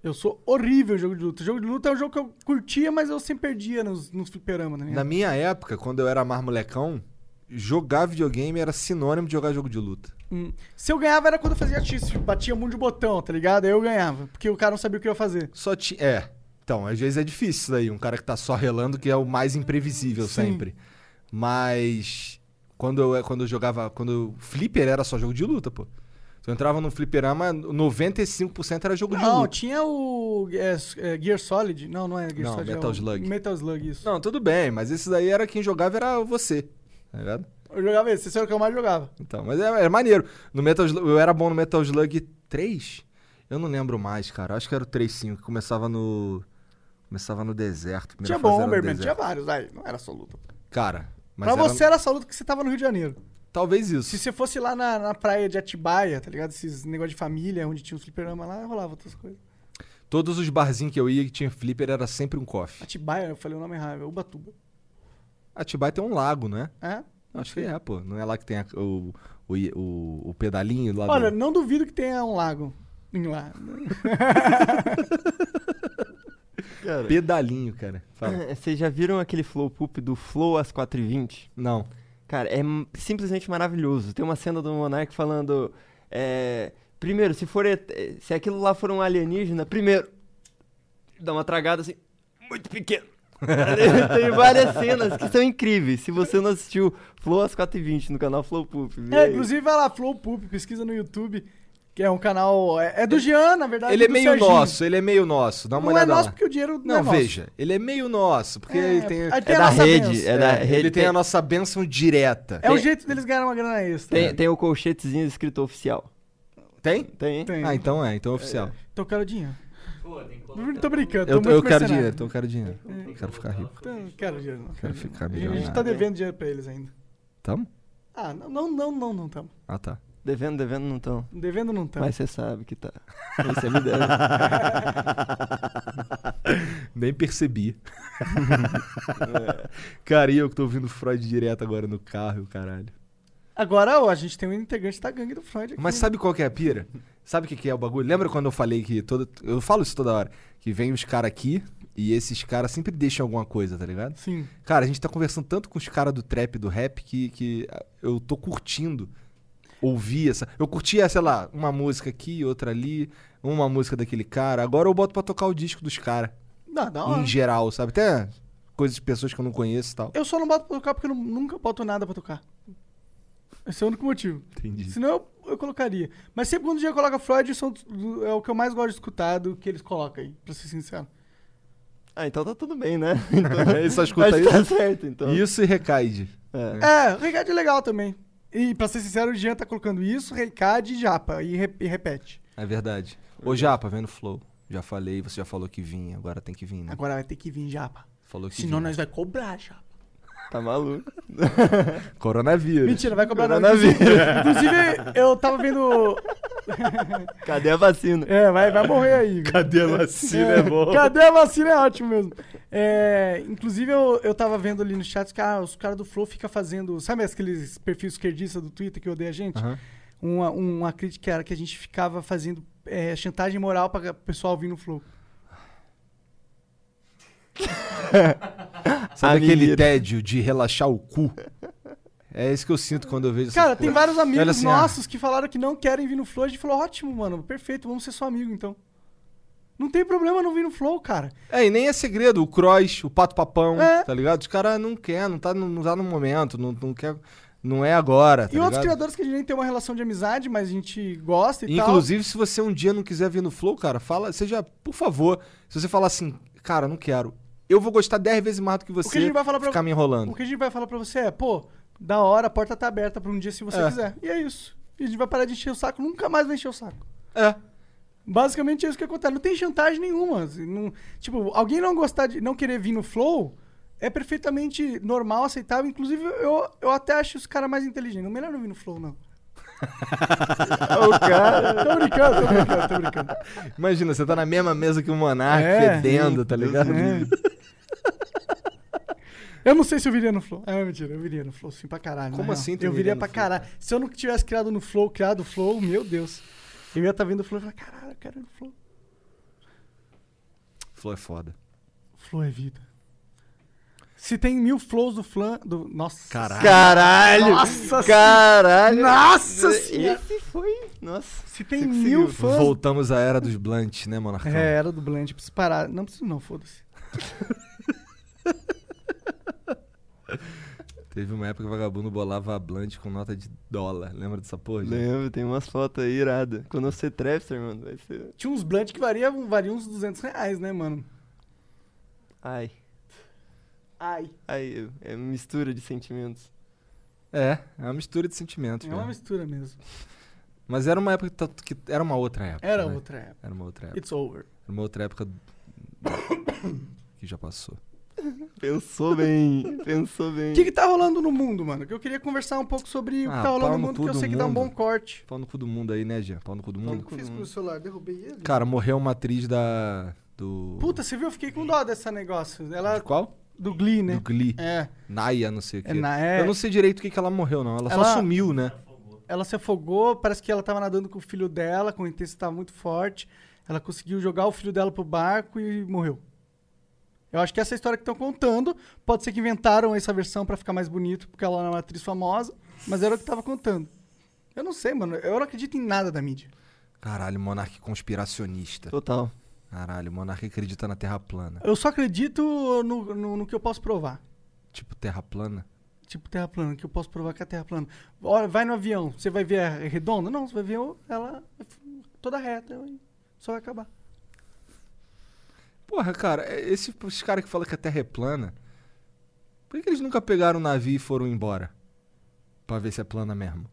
Speaker 3: Eu sou horrível em jogo de luta. Jogo de luta é um jogo que eu curtia, mas eu sempre perdia nos, nos fliperamas, né?
Speaker 2: Na minha época, quando eu era mais molecão, jogar videogame era sinônimo de jogar jogo de luta.
Speaker 3: Hum. Se eu ganhava era quando eu fazia X, batia um monte de botão, tá ligado? Aí eu ganhava, porque o cara não sabia o que eu ia fazer.
Speaker 2: Só tinha. É. Então, às vezes é difícil isso daí, um cara que tá só relando, que é o mais imprevisível
Speaker 3: Sim.
Speaker 2: sempre. Mas. Quando eu, quando eu jogava. Quando. eu- Flipper era só jogo de luta, pô. Tu entrava num fliperama, 95% era jogo de
Speaker 3: Não,
Speaker 2: luta.
Speaker 3: tinha o é, s- é, Gear Solid. Não, não é Gear
Speaker 2: Não,
Speaker 3: Solid. é
Speaker 2: Metal
Speaker 3: o
Speaker 2: Slug.
Speaker 3: Metal Slug, isso.
Speaker 2: Não, tudo bem, mas esse daí era quem jogava era você. Tá ligado?
Speaker 3: Eu jogava esse, esse era o que eu mais jogava.
Speaker 2: Então, mas é, é maneiro. No Metal Slug, eu era bom no Metal Slug 3? Eu não lembro mais, cara. Acho que era o 3.5, que começava no. Começava no deserto.
Speaker 3: Tinha
Speaker 2: primeira fase era no
Speaker 3: Bomberman, tinha
Speaker 2: deserto.
Speaker 3: vários, aí. Não era só luta.
Speaker 2: Cara, mas
Speaker 3: pra
Speaker 2: era-
Speaker 3: você era só luta que você tava no Rio de Janeiro.
Speaker 2: talvez isso.
Speaker 3: Se você fosse lá na, na praia de Atibaia, tá ligado? Esses negócio de família, onde tinha os fliperama lá, rolava outras coisas.
Speaker 2: Todos os barzinhos que eu ia que tinha flipper era sempre um coffee.
Speaker 3: Atibaia, eu falei o nome errado, é Ubatuba.
Speaker 2: Atibaia tem um lago, né?
Speaker 3: É?
Speaker 2: Acho que é, pô. Não é lá que tem a- o, o, o, o pedalinho lá
Speaker 3: Olha,
Speaker 2: do...
Speaker 3: não duvido que tenha um lago em lá.
Speaker 1: Cara,
Speaker 2: Pedalinho, cara. tá. Fala.
Speaker 1: vocês já viram aquele flow poop do Flow às 4h20?
Speaker 2: Não.
Speaker 1: Cara, é m- simplesmente maravilhoso. Tem uma cena do Monark falando. é, primeiro, se for. et- eh, Se aquilo lá for um alienígena, primeiro. Dá uma tragada assim. Muito pequeno. Tem várias cenas que são incríveis. Se você não assistiu Flow às 4h20 no canal Flow Poop. vê
Speaker 3: É,
Speaker 1: aí.
Speaker 3: inclusive vai lá, Flow Poop, pesquisa no YouTube, que é um canal. É, é do Jean, na verdade.
Speaker 2: Ele é
Speaker 3: do
Speaker 2: meio
Speaker 3: Serginho.
Speaker 2: nosso, ele é meio nosso. Dá uma
Speaker 3: Não é
Speaker 2: olhada
Speaker 3: nosso
Speaker 2: lá.
Speaker 3: porque o dinheiro não,
Speaker 2: Não,
Speaker 3: é nosso.
Speaker 2: veja. Ele é meio nosso, porque
Speaker 3: É,
Speaker 2: ele tem...
Speaker 3: aí tem
Speaker 1: É
Speaker 3: a
Speaker 1: da
Speaker 3: nossa
Speaker 1: rede.
Speaker 3: benção.
Speaker 1: É da
Speaker 2: É,
Speaker 1: rede.
Speaker 2: ele tem a nossa bênção direta.
Speaker 3: É o
Speaker 1: Tem-
Speaker 3: jeito deles ganharem uma grana extra.
Speaker 1: tem, tem o colchetezinho escrito oficial.
Speaker 2: Tem?
Speaker 1: Tem?
Speaker 3: Tem.
Speaker 2: Ah, então é, então é oficial.
Speaker 3: Então eu quero dinheiro.
Speaker 4: Pô, tem que colocar.
Speaker 3: Não tô brincando,
Speaker 2: Eu,
Speaker 3: tô
Speaker 2: eu quero
Speaker 3: muito mercenário.
Speaker 2: dinheiro, então eu quero dinheiro. Eu quero ficar rico. Hum,
Speaker 3: Então, eu quero dinheiro. não.
Speaker 2: Quero ficar
Speaker 3: A gente
Speaker 2: milionário.
Speaker 3: tá devendo dinheiro pra eles ainda.
Speaker 2: Tamo?
Speaker 3: Ah, não, não, não, não, não tamo.
Speaker 2: Ah, tá.
Speaker 1: Devendo, devendo não tão.
Speaker 3: Devendo não tamo.
Speaker 1: Mas você sabe que tá. Isso é me deve.
Speaker 2: Nem percebi. Cara, e eu que tô ouvindo Freud direto agora no carro, e o caralho.
Speaker 3: Agora, ó, a gente tem um integrante da gangue do Freud aqui.
Speaker 2: Mas sabe qual que é a pira? Sabe o que, que é o bagulho? Lembra quando eu falei que todo. Eu falo isso toda hora. Que vem os caras aqui e esses caras sempre deixam alguma coisa, tá ligado?
Speaker 3: Sim.
Speaker 2: Cara, a gente tá conversando tanto com os caras do trap e do rap que, que ah, eu tô curtindo ouvir essa. Eu curtia, sei lá, uma música aqui, outra ali, uma música daquele cara. Agora eu boto pra tocar o disco dos caras,
Speaker 3: Não, da hora.
Speaker 2: em geral, sabe? Até coisas de pessoas que eu não conheço e tal.
Speaker 3: Eu só não boto pra tocar porque eu nu- nunca boto nada pra tocar. Esse é o único motivo.
Speaker 2: Entendi.
Speaker 3: Senão eu, eu colocaria. Mas sempre quando o dia coloca Freud, são, é o que eu mais gosto de escutar do que eles colocam aí, pra ser sincero.
Speaker 1: Ah, então tá tudo bem, né? Então,
Speaker 2: Aí só escuta
Speaker 1: acho que Tá certo, então.
Speaker 2: Isso e recaide.
Speaker 1: É.
Speaker 3: É, o Reicad é legal também. E pra ser sincero, o Jean tá colocando isso, Reicad e Japa. E, re- e repete.
Speaker 2: É verdade. Ô, Japa, vendo Flow. Já falei, você já falou que vinha, agora tem que vir, né?
Speaker 3: Agora vai ter que vir Japa.
Speaker 2: Falou que
Speaker 3: Senão
Speaker 2: vinha.
Speaker 3: nós vai cobrar, Japa.
Speaker 1: Tá maluco.
Speaker 2: Coronavírus.
Speaker 3: Mentira, vai cobrar nada.
Speaker 1: Coronavírus.
Speaker 3: Inclusive, eu tava vendo.
Speaker 1: Cadê a vacina?
Speaker 3: É, vai, vai morrer aí.
Speaker 2: Cadê a vacina?
Speaker 3: É, Cadê a vacina? É ótimo mesmo. É, inclusive, eu, eu tava vendo ali no chat que ah, os caras do Flow ficam fazendo. Sabe aqueles perfis esquerdistas do Twitter que odeia a gente?
Speaker 2: Aham.
Speaker 3: Uma, uma crítica era que a gente ficava fazendo é, chantagem moral pra o pessoal vir no Flow.
Speaker 2: Sabe
Speaker 1: Amigo.
Speaker 2: aquele tédio de relaxar o cu? É isso que eu sinto quando eu vejo essas
Speaker 3: Cara, tem
Speaker 2: coisas.
Speaker 3: vários amigos
Speaker 2: Olha assim,
Speaker 3: nossos que falaram que não querem vir no Flow. A gente falou: ótimo, mano, perfeito, vamos ser seu amigo então. Não tem problema não vir no Flow, cara.
Speaker 2: É, e nem é segredo. O Cross, o Pato Papão,
Speaker 3: É.
Speaker 2: tá ligado? Os caras não quer, não tá, no- não tá no momento, não, não quer... Não é agora, tá
Speaker 3: e outros
Speaker 2: ligado?
Speaker 3: criadores que a gente nem tem uma relação de amizade, mas a gente gosta e tal.
Speaker 2: Inclusive, se você um dia não quiser vir no Flow, cara, fala, seja, por favor, se você falar assim, cara, não quero, eu vou gostar 10 vezes mais do que você
Speaker 3: a gente vai falar pra-
Speaker 2: ficar me enrolando.
Speaker 3: O que a gente vai falar pra você é, pô, da hora, a porta tá aberta pra um dia se você
Speaker 2: É.
Speaker 3: quiser. E é isso. E a gente vai parar de encher o saco, nunca mais vai encher o saco.
Speaker 2: É.
Speaker 3: Basicamente é isso que acontece. Não tem chantagem nenhuma. assim, não- tipo, alguém não gostar de. não querer vir no flow é perfeitamente normal, aceitável. Inclusive, eu, eu até acho os caras mais inteligentes. Melhor não vir no flow, não.
Speaker 1: o cara.
Speaker 3: Tô brincando, tô brincando, tô brincando.
Speaker 2: Imagina, você tá na mesma mesa que o Monark,
Speaker 3: É.
Speaker 2: fedendo, tá ligado?
Speaker 3: Eu não sei se eu viria no Flow. É mentira, eu viria no Flow sim pra caralho. na
Speaker 2: Como
Speaker 3: real.
Speaker 2: assim tu
Speaker 3: Eu
Speaker 2: viria
Speaker 3: viria
Speaker 2: no
Speaker 3: pra
Speaker 2: Flow,
Speaker 3: caralho. Se eu não tivesse criado no Flow, criado o Flow, meu Deus. Eu ia estar vendo o Flow e falar, caralho, eu quero ir no Flow.
Speaker 2: Flow é foda.
Speaker 3: Flow é vida. Se tem mil flows do Flan. Do... Nossa.
Speaker 2: Caralho.
Speaker 1: Caralho!
Speaker 3: Nossa
Speaker 1: caralho!
Speaker 3: Nossa senhora!
Speaker 1: Esse foi. Nossa.
Speaker 3: Se tem
Speaker 1: Você
Speaker 3: mil
Speaker 1: conseguiu.
Speaker 3: fãs.
Speaker 2: Voltamos à era dos blunts, né, Monarcão?
Speaker 3: É, era do Blunt, preciso parar. Não preciso, não, foda-se.
Speaker 2: Teve uma época que o vagabundo bolava blunt com nota de dólar. Lembra dessa porra? gente?
Speaker 1: Lembro, tem umas fotos aí irada. Quando você trapster, mano, vai ser.
Speaker 3: Tinha uns Blunt que variam, variam uns 200 reais, né, mano?
Speaker 1: Ai.
Speaker 3: Ai.
Speaker 1: Ai, é mistura de sentimentos.
Speaker 2: É, é uma mistura de sentimentos.
Speaker 3: É uma
Speaker 2: velho.
Speaker 3: mistura mesmo.
Speaker 2: Mas era uma época que, tá- que era uma outra época.
Speaker 3: Era
Speaker 2: né?
Speaker 3: outra época.
Speaker 2: Era uma outra época.
Speaker 3: It's over.
Speaker 2: Era uma outra época que já passou.
Speaker 1: Pensou bem, pensou bem.
Speaker 3: O que, que tá rolando no mundo, mano? Que eu queria conversar um pouco sobre o que
Speaker 2: Ah,
Speaker 3: tá rolando
Speaker 2: pau
Speaker 3: no
Speaker 2: no
Speaker 3: mundo,
Speaker 2: cu
Speaker 3: que eu
Speaker 2: do
Speaker 3: sei que dá um
Speaker 2: mundo.
Speaker 3: bom corte.
Speaker 2: Pau no cu do mundo aí, né, Jean? Pau no cu do mundo.
Speaker 1: cu do mundo.
Speaker 3: celular? Derrubei ele?
Speaker 2: Cara, morreu uma atriz da. Do.
Speaker 3: Puta, você viu? Eu fiquei com dó dessa negócio.
Speaker 2: de
Speaker 3: Ela.
Speaker 2: qual?
Speaker 3: Do Glee, né?
Speaker 2: Do Glee.
Speaker 3: É.
Speaker 2: Naya, não sei o quê.
Speaker 3: É Naya.
Speaker 2: Eu não sei direito o que, que ela morreu, não. Ela,
Speaker 3: Ela-
Speaker 2: só sumiu, né?
Speaker 4: tá
Speaker 3: Ela se afogou, parece que ela tava nadando com o filho dela, com intensidade muito forte. Ela conseguiu jogar o filho dela pro barco e morreu. Eu acho que essa é a história que estão contando. Pode ser que inventaram essa versão pra ficar mais bonito, porque ela era uma atriz famosa, mas era o que tava contando. Eu não sei, mano. Eu não acredito em nada da mídia.
Speaker 2: Caralho, monarca conspiracionista.
Speaker 1: Total.
Speaker 2: Caralho, monarca acredita na terra plana.
Speaker 3: Eu só acredito no, no, no que eu posso provar.
Speaker 2: Tipo, terra plana?
Speaker 3: Tipo terra plana, que eu posso provar que é terra plana. Olha, vai no avião, você vai ver a redonda? Não, você vai ver o- ela toda reta. e Só vai acabar.
Speaker 2: Porra, cara, é- esse, esses caras que falam que a terra é plana, por que, que eles nunca pegaram o navio e foram embora? Pra ver se é plana mesmo.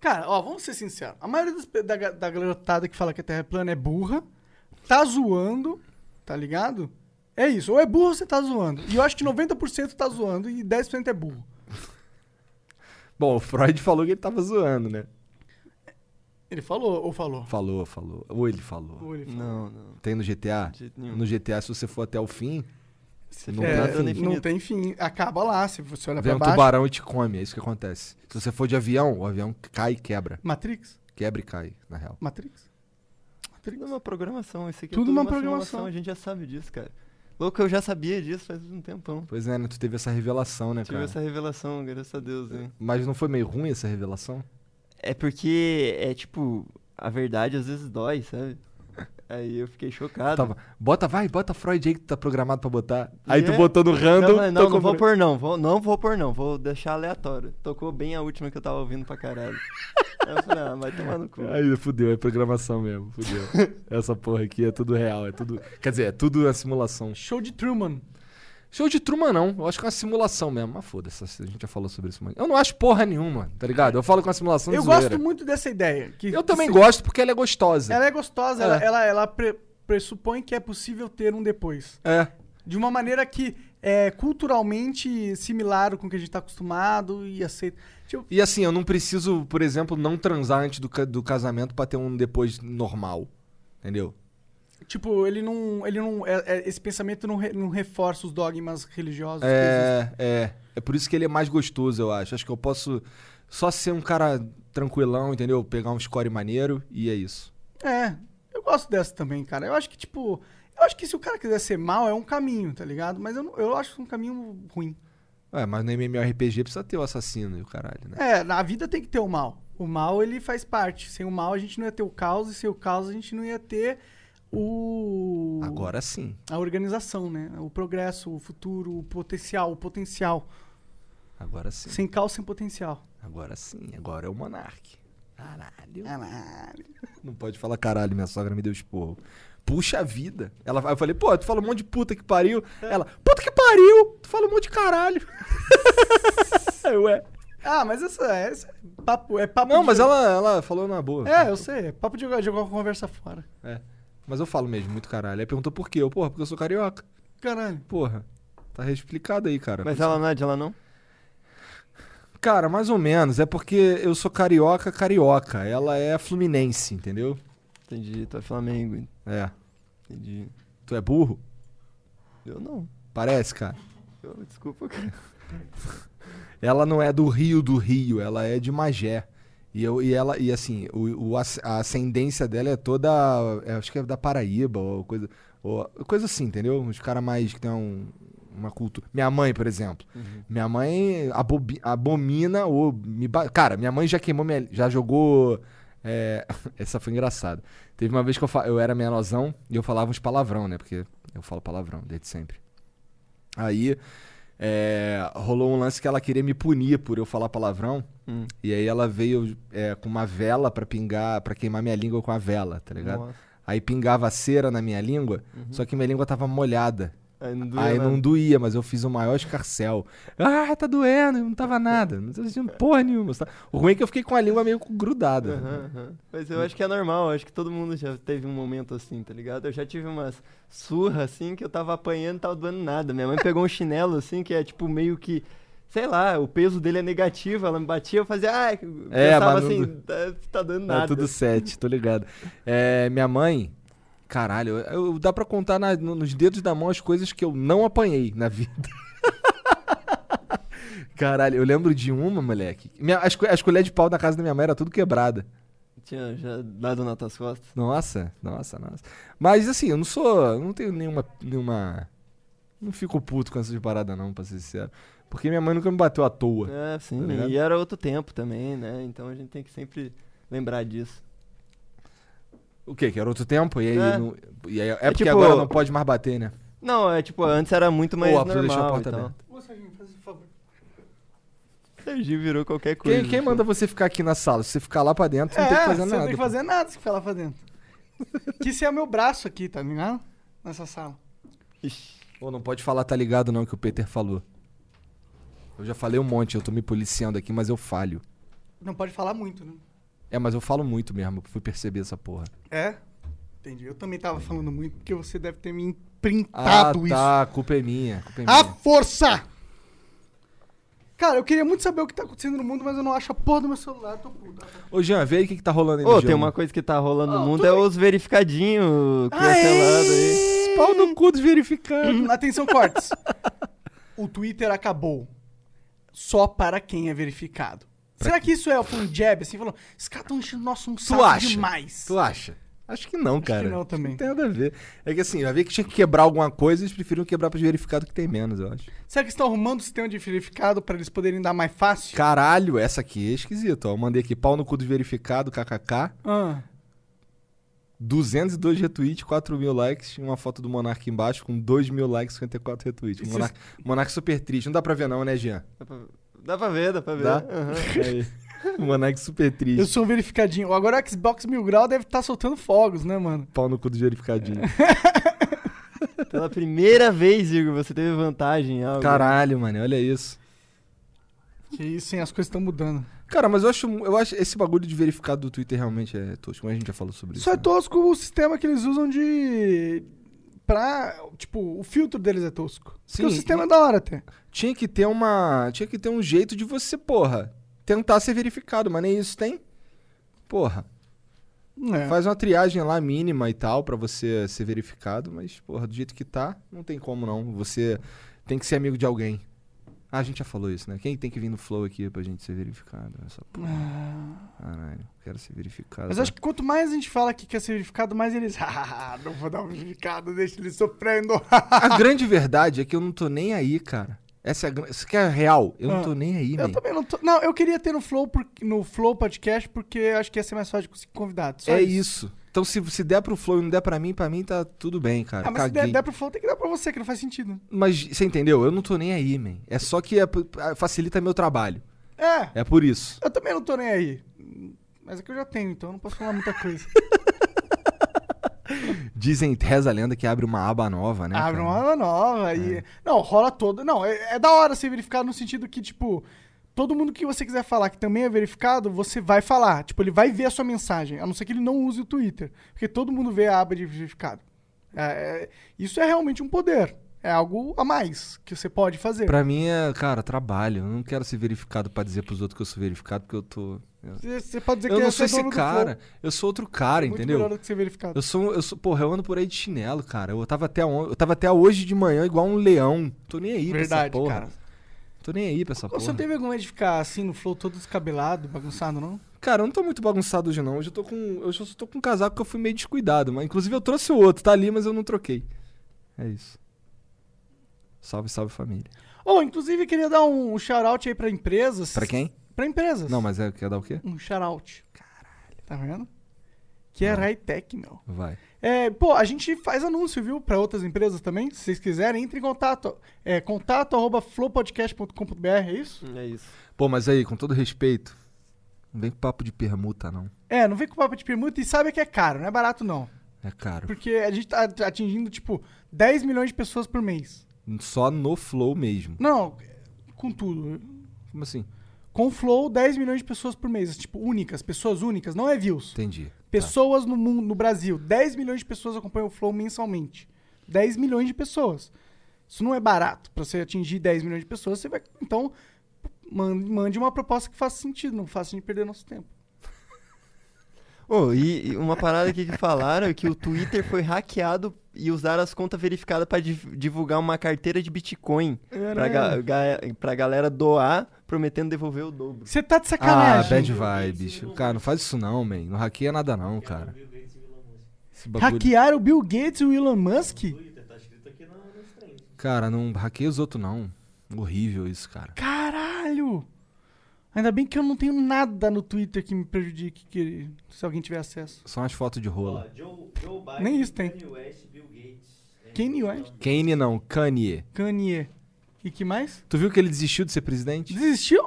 Speaker 3: Cara, ó, vamos ser sinceros. A maioria das pe- da, ga- da garotada que fala que a Terra é plana é burra, tá zoando, tá ligado? É isso, ou é burro ou você tá zoando. E eu acho que 90% tá zoando e 10% é burro.
Speaker 2: Bom, o Freud falou que ele tava zoando, né?
Speaker 3: Ele falou ou falou?
Speaker 2: Falou, falou. Ou ele falou.
Speaker 3: Ou ele falou.
Speaker 1: Não, não.
Speaker 2: Tem no GTA?
Speaker 1: De jeito nenhum.
Speaker 2: No GTA, se você for até o fim,
Speaker 1: Você
Speaker 2: não
Speaker 1: fica
Speaker 2: tem
Speaker 3: É,
Speaker 1: pensando
Speaker 2: fim.
Speaker 1: infinito.
Speaker 3: não tem fim. Acaba lá, se você olha
Speaker 2: vem
Speaker 3: pra
Speaker 2: um
Speaker 3: baixo.
Speaker 2: tubarão e te come. É isso que acontece. Se você for de avião, o avião cai e quebra.
Speaker 3: Matrix?
Speaker 2: Quebra e cai, na real.
Speaker 3: Matrix?
Speaker 1: Tudo é
Speaker 3: Matrix?
Speaker 1: uma programação, isso aqui
Speaker 3: Tudo
Speaker 1: é
Speaker 3: uma
Speaker 1: uma
Speaker 3: programação.
Speaker 1: simulação, a gente já sabe disso, cara. Louco, eu já sabia disso faz um tempão.
Speaker 2: Pois é, né? Tu teve essa revelação,
Speaker 3: É,
Speaker 2: né,
Speaker 1: Tive
Speaker 2: cara?
Speaker 1: essa revelação, graças a Deus, né? hein.
Speaker 2: Mas não foi meio ruim essa revelação?
Speaker 1: É porque é tipo, a verdade às vezes dói, sabe? Aí eu fiquei chocado.
Speaker 2: Tava, bota, vai, bota Freud aí que tu tá programado pra botar. Aí tu
Speaker 1: É.
Speaker 2: botou no random. tá
Speaker 1: não, mas não,
Speaker 2: tocou
Speaker 1: não vou
Speaker 2: pro-
Speaker 1: pôr não, vou, não vou pôr não, vou deixar aleatório. Tocou bem a última que eu tava ouvindo pra caralho. Aí eu falei, ah, vai tomar no cu.
Speaker 2: Aí fudeu, é programação mesmo, fudeu. Essa porra aqui é tudo real, é tudo. Quer dizer, é tudo uma simulação.
Speaker 3: Show de Truman.
Speaker 2: Show de Truman não, eu acho que é uma simulação mesmo. Mas foda-se, a gente já falou sobre isso. Mas eu não acho porra nenhuma, tá ligado? Eu falo com a simulação de
Speaker 3: Eu
Speaker 2: zoeira.
Speaker 3: gosto muito dessa ideia. Que,
Speaker 2: Eu também
Speaker 3: que se-
Speaker 2: gosto porque ela é gostosa.
Speaker 3: Ela é gostosa,
Speaker 2: É.
Speaker 3: ela, ela, ela pre- pressupõe que é possível ter um depois.
Speaker 2: É.
Speaker 3: De uma maneira que é culturalmente similar com o que a gente tá acostumado e aceita. Tipo,
Speaker 2: E assim, eu não preciso, por exemplo, não transar antes do, ca- do casamento pra ter um depois normal. Entendeu?
Speaker 3: tipo, ele não. Ele não é- é- esse pensamento não, re- não reforça os dogmas religiosos. que existem.
Speaker 2: É, é. É por isso que ele é mais gostoso, eu acho. Acho que eu posso só ser um cara tranquilão, entendeu? Pegar um score maneiro e é isso.
Speaker 3: É, eu gosto dessa também, cara. Eu acho que, tipo. Eu acho que se o cara quiser ser mal, é um caminho, tá ligado? Mas eu, não- eu acho um caminho ruim.
Speaker 2: Ué, mas no MMORPG precisa ter o assassino e o caralho, né?
Speaker 3: É, na vida tem que ter o mal. O mal, ele faz parte. Sem o mal, a gente não ia ter o caos, e sem o caos, a gente não ia ter o.
Speaker 2: Agora sim.
Speaker 3: a organização, né? O progresso, o futuro, o potencial, o potencial.
Speaker 2: Agora sim.
Speaker 3: Sem caos, sem potencial.
Speaker 2: Agora sim. Agora é o monarque. Caralho.
Speaker 3: Caralho.
Speaker 2: Não pode falar caralho, minha sogra me deu esporro. Puxa vida. Ela, eu falei, pô, tu fala um monte de puta que pariu.
Speaker 3: É.
Speaker 2: Ela, puta que pariu. Tu fala um monte de caralho. eu é.
Speaker 3: Ah, mas essa, essa é papo, é papo
Speaker 2: Não,
Speaker 3: de-
Speaker 2: mas ela, ela falou na boa.
Speaker 3: É, eu sei, é papo de jogar, jogar uma conversa fora.
Speaker 2: Mas eu falo mesmo, muito caralho. Aí perguntou por quê? Eu, porra, porque eu sou carioca.
Speaker 3: Caralho.
Speaker 2: Porra, tá reexplicado aí, cara.
Speaker 1: Mas ela não é de lá não?
Speaker 2: Cara, mais ou menos. É porque eu sou carioca, carioca. Ela é fluminense, entendeu?
Speaker 1: Entendi, tu é Flamengo,
Speaker 2: É.
Speaker 1: entendi.
Speaker 2: Tu é burro?
Speaker 1: Eu não.
Speaker 2: Parece, cara.
Speaker 1: Eu, desculpa, cara.
Speaker 2: Tá Ela não é do Rio do Rio, ela é de Magé. E, eu, e ela, e assim, o, o as- a ascendência dela é toda. é, acho que é da Paraíba ou coisa. ou- coisa assim, entendeu? Uns caras mais que tem um- uma cultura. Minha mãe, por exemplo. Minha mãe abobi- abomina ou. Me ba- Cara, minha mãe já queimou minha. Já jogou. é, Essa foi engraçada. Teve uma vez que eu, fa- eu era menorzão e eu falava uns palavrão, né? Porque eu falo palavrão desde sempre. Aí é, rolou um lance que ela queria me punir por eu falar palavrão.
Speaker 1: Hum.
Speaker 2: E aí ela veio é, com uma vela pra pingar, pra queimar minha língua com a vela, tá ligado?
Speaker 1: Nossa.
Speaker 2: Aí pingava cera na minha língua, só que minha língua tava molhada.
Speaker 1: Aí não doeu
Speaker 2: Aí
Speaker 1: nada.
Speaker 2: não doía, mas eu fiz o maior escarcel. Ah, tá doendo, não tava nada. Não tava sentindo porra nenhuma. Tá... O ruim é que eu fiquei com a língua meio grudada.
Speaker 1: Aham, aham. Mas eu acho que é normal, acho que todo mundo já teve um momento assim, tá ligado? Eu já tive umas surra assim que eu tava apanhando e tava doendo nada. Minha mãe pegou um chinelo assim que é tipo meio que. Sei lá, o peso dele é negativo, ela me batia, eu fazia, ah, eu
Speaker 2: É,
Speaker 1: pensava
Speaker 2: mas não
Speaker 1: assim,
Speaker 2: do-
Speaker 1: tá, tá dando
Speaker 2: Tá
Speaker 1: nada.
Speaker 2: tudo sete, tô ligado. É, minha mãe, caralho, eu, eu- dá pra contar na- no- nos dedos da mão as coisas que eu não apanhei na vida. Caralho, eu lembro de uma, moleque. Minha- as, co- as colheres de pau da casa da minha mãe era tudo quebrada.
Speaker 1: Tinha já dado nas tuas costas.
Speaker 2: Nossa, nossa, nossa. Mas assim, eu não sou. eu Não tenho nenhuma. nenhuma... Não fico puto com essas paradas, não, pra ser sincero. Porque minha mãe nunca me bateu à toa.
Speaker 1: É, sim,
Speaker 2: tá ligado?
Speaker 1: e era outro tempo também, né? Então a gente tem que sempre lembrar disso.
Speaker 2: O quê? Que era outro tempo? E aí.
Speaker 1: É.
Speaker 2: não- e aí- é porque
Speaker 1: tipo-
Speaker 2: agora não pode mais bater, né?
Speaker 1: Não, é tipo, antes era muito mais
Speaker 2: Ou a
Speaker 1: normal.
Speaker 2: pessoa deixou a porta
Speaker 1: e tal.
Speaker 2: aberta.
Speaker 3: Ô, Serginho, faz esse favor.
Speaker 1: Sergi virou qualquer coisa.
Speaker 2: Quem, quem
Speaker 1: tipo.
Speaker 2: manda você ficar aqui na sala? Se você ficar lá pra dentro, você não tem que
Speaker 3: É,
Speaker 2: fazer
Speaker 3: você
Speaker 2: nada.
Speaker 3: não tem que fazer nada se ficar lá pra dentro. que isso é o meu braço aqui, tá ligado? Nessa sala.
Speaker 1: assim. Ixi,
Speaker 2: Pô, não pode falar, tá ligado, não, que o Peter falou. Eu já falei um monte, eu tô me policiando aqui, mas eu falho.
Speaker 3: Não pode falar muito, né?
Speaker 2: É, mas eu falo muito mesmo, eu fui perceber essa porra.
Speaker 3: É? Entendi. Eu também tava falando muito, porque você deve ter me
Speaker 2: Ah,
Speaker 3: imprintado isso. Ah!
Speaker 2: tá, a culpa é minha, a culpa é
Speaker 3: A
Speaker 2: minha.
Speaker 3: força! Cara, eu queria muito saber o que tá acontecendo no mundo, mas eu não acho a porra do meu celular, tô puto.
Speaker 2: Ô, Jean, vê aí o que, que tá rolando aí no
Speaker 1: Ô, tem
Speaker 2: G1.
Speaker 1: uma coisa que tá rolando
Speaker 3: Ó,
Speaker 1: no mundo,
Speaker 3: tudo
Speaker 1: é
Speaker 3: bem.
Speaker 1: os verificadinhos cancelados aí.
Speaker 2: Esse Pau no cu dos verificando.
Speaker 3: Hum, Atenção, cortes. O Twitter acabou. Só para quem é verificado. Será que isso é foi um jab, assim, falando, esses caras tão enchendo nosso um saco
Speaker 2: acha?
Speaker 3: demais.
Speaker 2: Tu acha? Acho que não, cara.
Speaker 3: não também.
Speaker 2: Não tem nada a ver. É que assim, vai ver que tinha que quebrar alguma coisa, eles preferiram quebrar pros verificados que tem menos, eu acho.
Speaker 3: Será que estão arrumando o sistema de verificado para eles poderem dar mais fácil?
Speaker 2: Caralho, essa aqui é esquisita, ó. Eu mandei aqui, pau no cu dos verificados, kkk.
Speaker 3: Ah,
Speaker 2: 202 retweets, 4 mil likes e uma foto do Monark embaixo com 2 mil likes, 54 retweets. O
Speaker 3: Esses-
Speaker 2: Monark, Monark super triste. Não dá pra ver não, né, Jean?
Speaker 1: Dá pra- Dá pra ver, dá pra ver.
Speaker 2: Dá?
Speaker 1: Aham.
Speaker 2: Aí. O Monark super triste.
Speaker 3: eu sou um verificadinho. Agora o Xbox Mil Grau deve estar soltando fogos, né, mano?
Speaker 2: Pau no cu do verificadinho.
Speaker 1: Pela primeira vez, Igor, você teve vantagem em algo.
Speaker 2: Caralho, mano, olha isso.
Speaker 3: Que isso, hein? As coisas estão mudando.
Speaker 2: Cara, mas eu acho, eu acho esse bagulho de verificado do Twitter realmente é tosco. Mas a gente já falou sobre isso.
Speaker 3: Só é
Speaker 2: né?
Speaker 3: tosco o sistema que eles usam de. pra. Tipo, o filtro deles é tosco.
Speaker 2: Sim,
Speaker 3: Porque o sistema é da hora até.
Speaker 2: Tinha que ter uma, tinha que ter um jeito de você, porra, tentar ser verificado, mas nem isso tem. Porra,
Speaker 3: É.
Speaker 2: faz uma triagem lá mínima e tal pra você ser verificado, mas porra, do jeito que tá, não tem como não. Você tem que ser amigo de alguém. Ah, a gente já falou isso, né? Quem tem que vir no flow aqui pra gente ser verificado? Essa porra.
Speaker 3: Ah,
Speaker 2: Caralho, quero ser verificado.
Speaker 3: Mas acho que quanto mais a gente fala que quer ser verificado, mais eles. "Ah, não vou dar um verificado, deixa eles sofrendo.
Speaker 2: A grande verdade é que eu não tô nem aí, cara. Essa é a gran- Isso que é real. Eu
Speaker 3: Ah,
Speaker 2: não tô nem aí,
Speaker 3: eu
Speaker 2: velho.
Speaker 3: também não tô. Não, eu queria ter no Flow, por- no Flow Podcast, porque eu acho que ia ser mais fácil de conseguir convidados. Só
Speaker 2: É isso. Então se, se der pro flow e não der pra mim, pra mim tá tudo bem, cara.
Speaker 3: Ah, mas se
Speaker 2: Caguei.
Speaker 3: der, der pro Flow, tem que dar pra você, que não faz sentido.
Speaker 2: Mas você entendeu? Eu não tô nem aí, man. É só que é p- a- facilita meu trabalho.
Speaker 3: É,
Speaker 2: É por isso.
Speaker 3: eu também não tô nem aí. Mas é que eu já tenho, então eu não posso falar muita coisa.
Speaker 2: Dizem, reza a lenda que abre uma aba nova, né?
Speaker 3: Abre
Speaker 2: cara? É.
Speaker 3: uma aba nova e. Não, rola todo. Não, é, é da hora ser verificado no sentido que, tipo, todo mundo que você quiser falar que também é verificado, você vai falar. Tipo, ele vai ver a sua mensagem, a não ser que ele não use o Twitter. Porque todo mundo vê a aba de verificado. É, é- isso é realmente um poder. É algo a mais que você pode fazer.
Speaker 2: Pra mim é, cara, trabalho. Eu não quero ser verificado pra dizer pros outros que eu sou verificado, porque eu tô. Eu,
Speaker 3: Você- Você pode dizer
Speaker 2: eu
Speaker 3: que
Speaker 2: não
Speaker 3: você
Speaker 2: sou
Speaker 3: é
Speaker 2: esse
Speaker 3: dono do
Speaker 2: cara.
Speaker 3: Flow.
Speaker 2: Eu sou outro cara,
Speaker 3: Muito
Speaker 2: entendeu?
Speaker 3: melhor do que ser verificado.
Speaker 2: Eu sou, um, eu sou, porra, eu ando por aí de chinelo, cara. Eu tava até, on- eu tava até hoje de manhã igual um leão. Tô nem aí pra essa
Speaker 3: Verdade,
Speaker 2: porra.
Speaker 3: cara.
Speaker 2: Tô nem aí pra essa
Speaker 3: Você
Speaker 2: porra.
Speaker 3: não tem vergonha de ficar assim no flow todo descabelado, bagunçado, não?
Speaker 2: Cara, eu não tô muito bagunçado hoje, não. Hoje eu tô com. Eu só tô com um casaco que eu fui meio descuidado. Mas inclusive eu trouxe o outro, tá ali, mas eu não troquei. É isso. Salve, salve família.
Speaker 3: Ou, inclusive, queria dar um shout-out aí pra empresas.
Speaker 2: Pra quem?
Speaker 3: Pra empresas.
Speaker 2: Não, mas é quer dar o quê?
Speaker 3: Um shout-out. Caralho. Tá vendo? Que é high-tech, meu.
Speaker 2: Vai.
Speaker 3: É, pô, a gente faz anúncio, viu? Pra outras empresas também. Se vocês quiserem, entre em contato. É contato arroba flowpodcast.com.br, é isso?
Speaker 1: É isso.
Speaker 2: Pô, mas aí, com todo respeito, não vem com papo de permuta, não.
Speaker 3: É, não vem com papo de permuta e sabe que é caro, não é barato não.
Speaker 2: É caro.
Speaker 3: Porque a gente tá atingindo, tipo, 10 milhões de pessoas por mês.
Speaker 2: Só no Flow mesmo.
Speaker 3: Não, com tudo.
Speaker 2: Como assim?
Speaker 3: Com o Flow, 10 milhões de pessoas por mês. Tipo, únicas, pessoas únicas, não é views.
Speaker 2: Entendi. Tá.
Speaker 3: Pessoas no mundo, no Brasil, 10 milhões de pessoas acompanham o Flow mensalmente. 10 milhões de pessoas. Isso não é barato. Pra você atingir 10 milhões de pessoas, você vai. Então, man- mande uma proposta que faça sentido, não faça a gente perder nosso tempo.
Speaker 1: Ô, e, e uma parada aqui que falaram é que o Twitter foi hackeado e usaram as contas verificadas pra div- divulgar uma carteira de Bitcoin pra, ga ga- pra galera doar, prometendo devolver o dobro.
Speaker 3: Você tá de
Speaker 2: Ah,
Speaker 3: sacanagem.
Speaker 2: bad vibes. Cara, não faz isso não, man. Não hackeia nada não, cara. Esse bagulho.
Speaker 3: Hackearam o Bill Gates e o Elon Musk?
Speaker 4: Twitter, tá escrito aqui na, na estranho.
Speaker 2: Cara, não hackeia os outros não. Horrível isso, cara.
Speaker 3: Caralho! Ainda bem que eu não tenho nada no Twitter que me prejudique, que, se alguém tiver acesso.
Speaker 2: São as fotos de rola.
Speaker 4: Ó, Joe, Joe Biden,
Speaker 3: Nem isso tem.
Speaker 4: Kanye West, Bill Gates. né?
Speaker 3: Kanye West?
Speaker 2: Kanye não, Kanye.
Speaker 3: Kanye. E que mais?
Speaker 2: Tu viu que ele desistiu de ser presidente?
Speaker 3: Desistiu?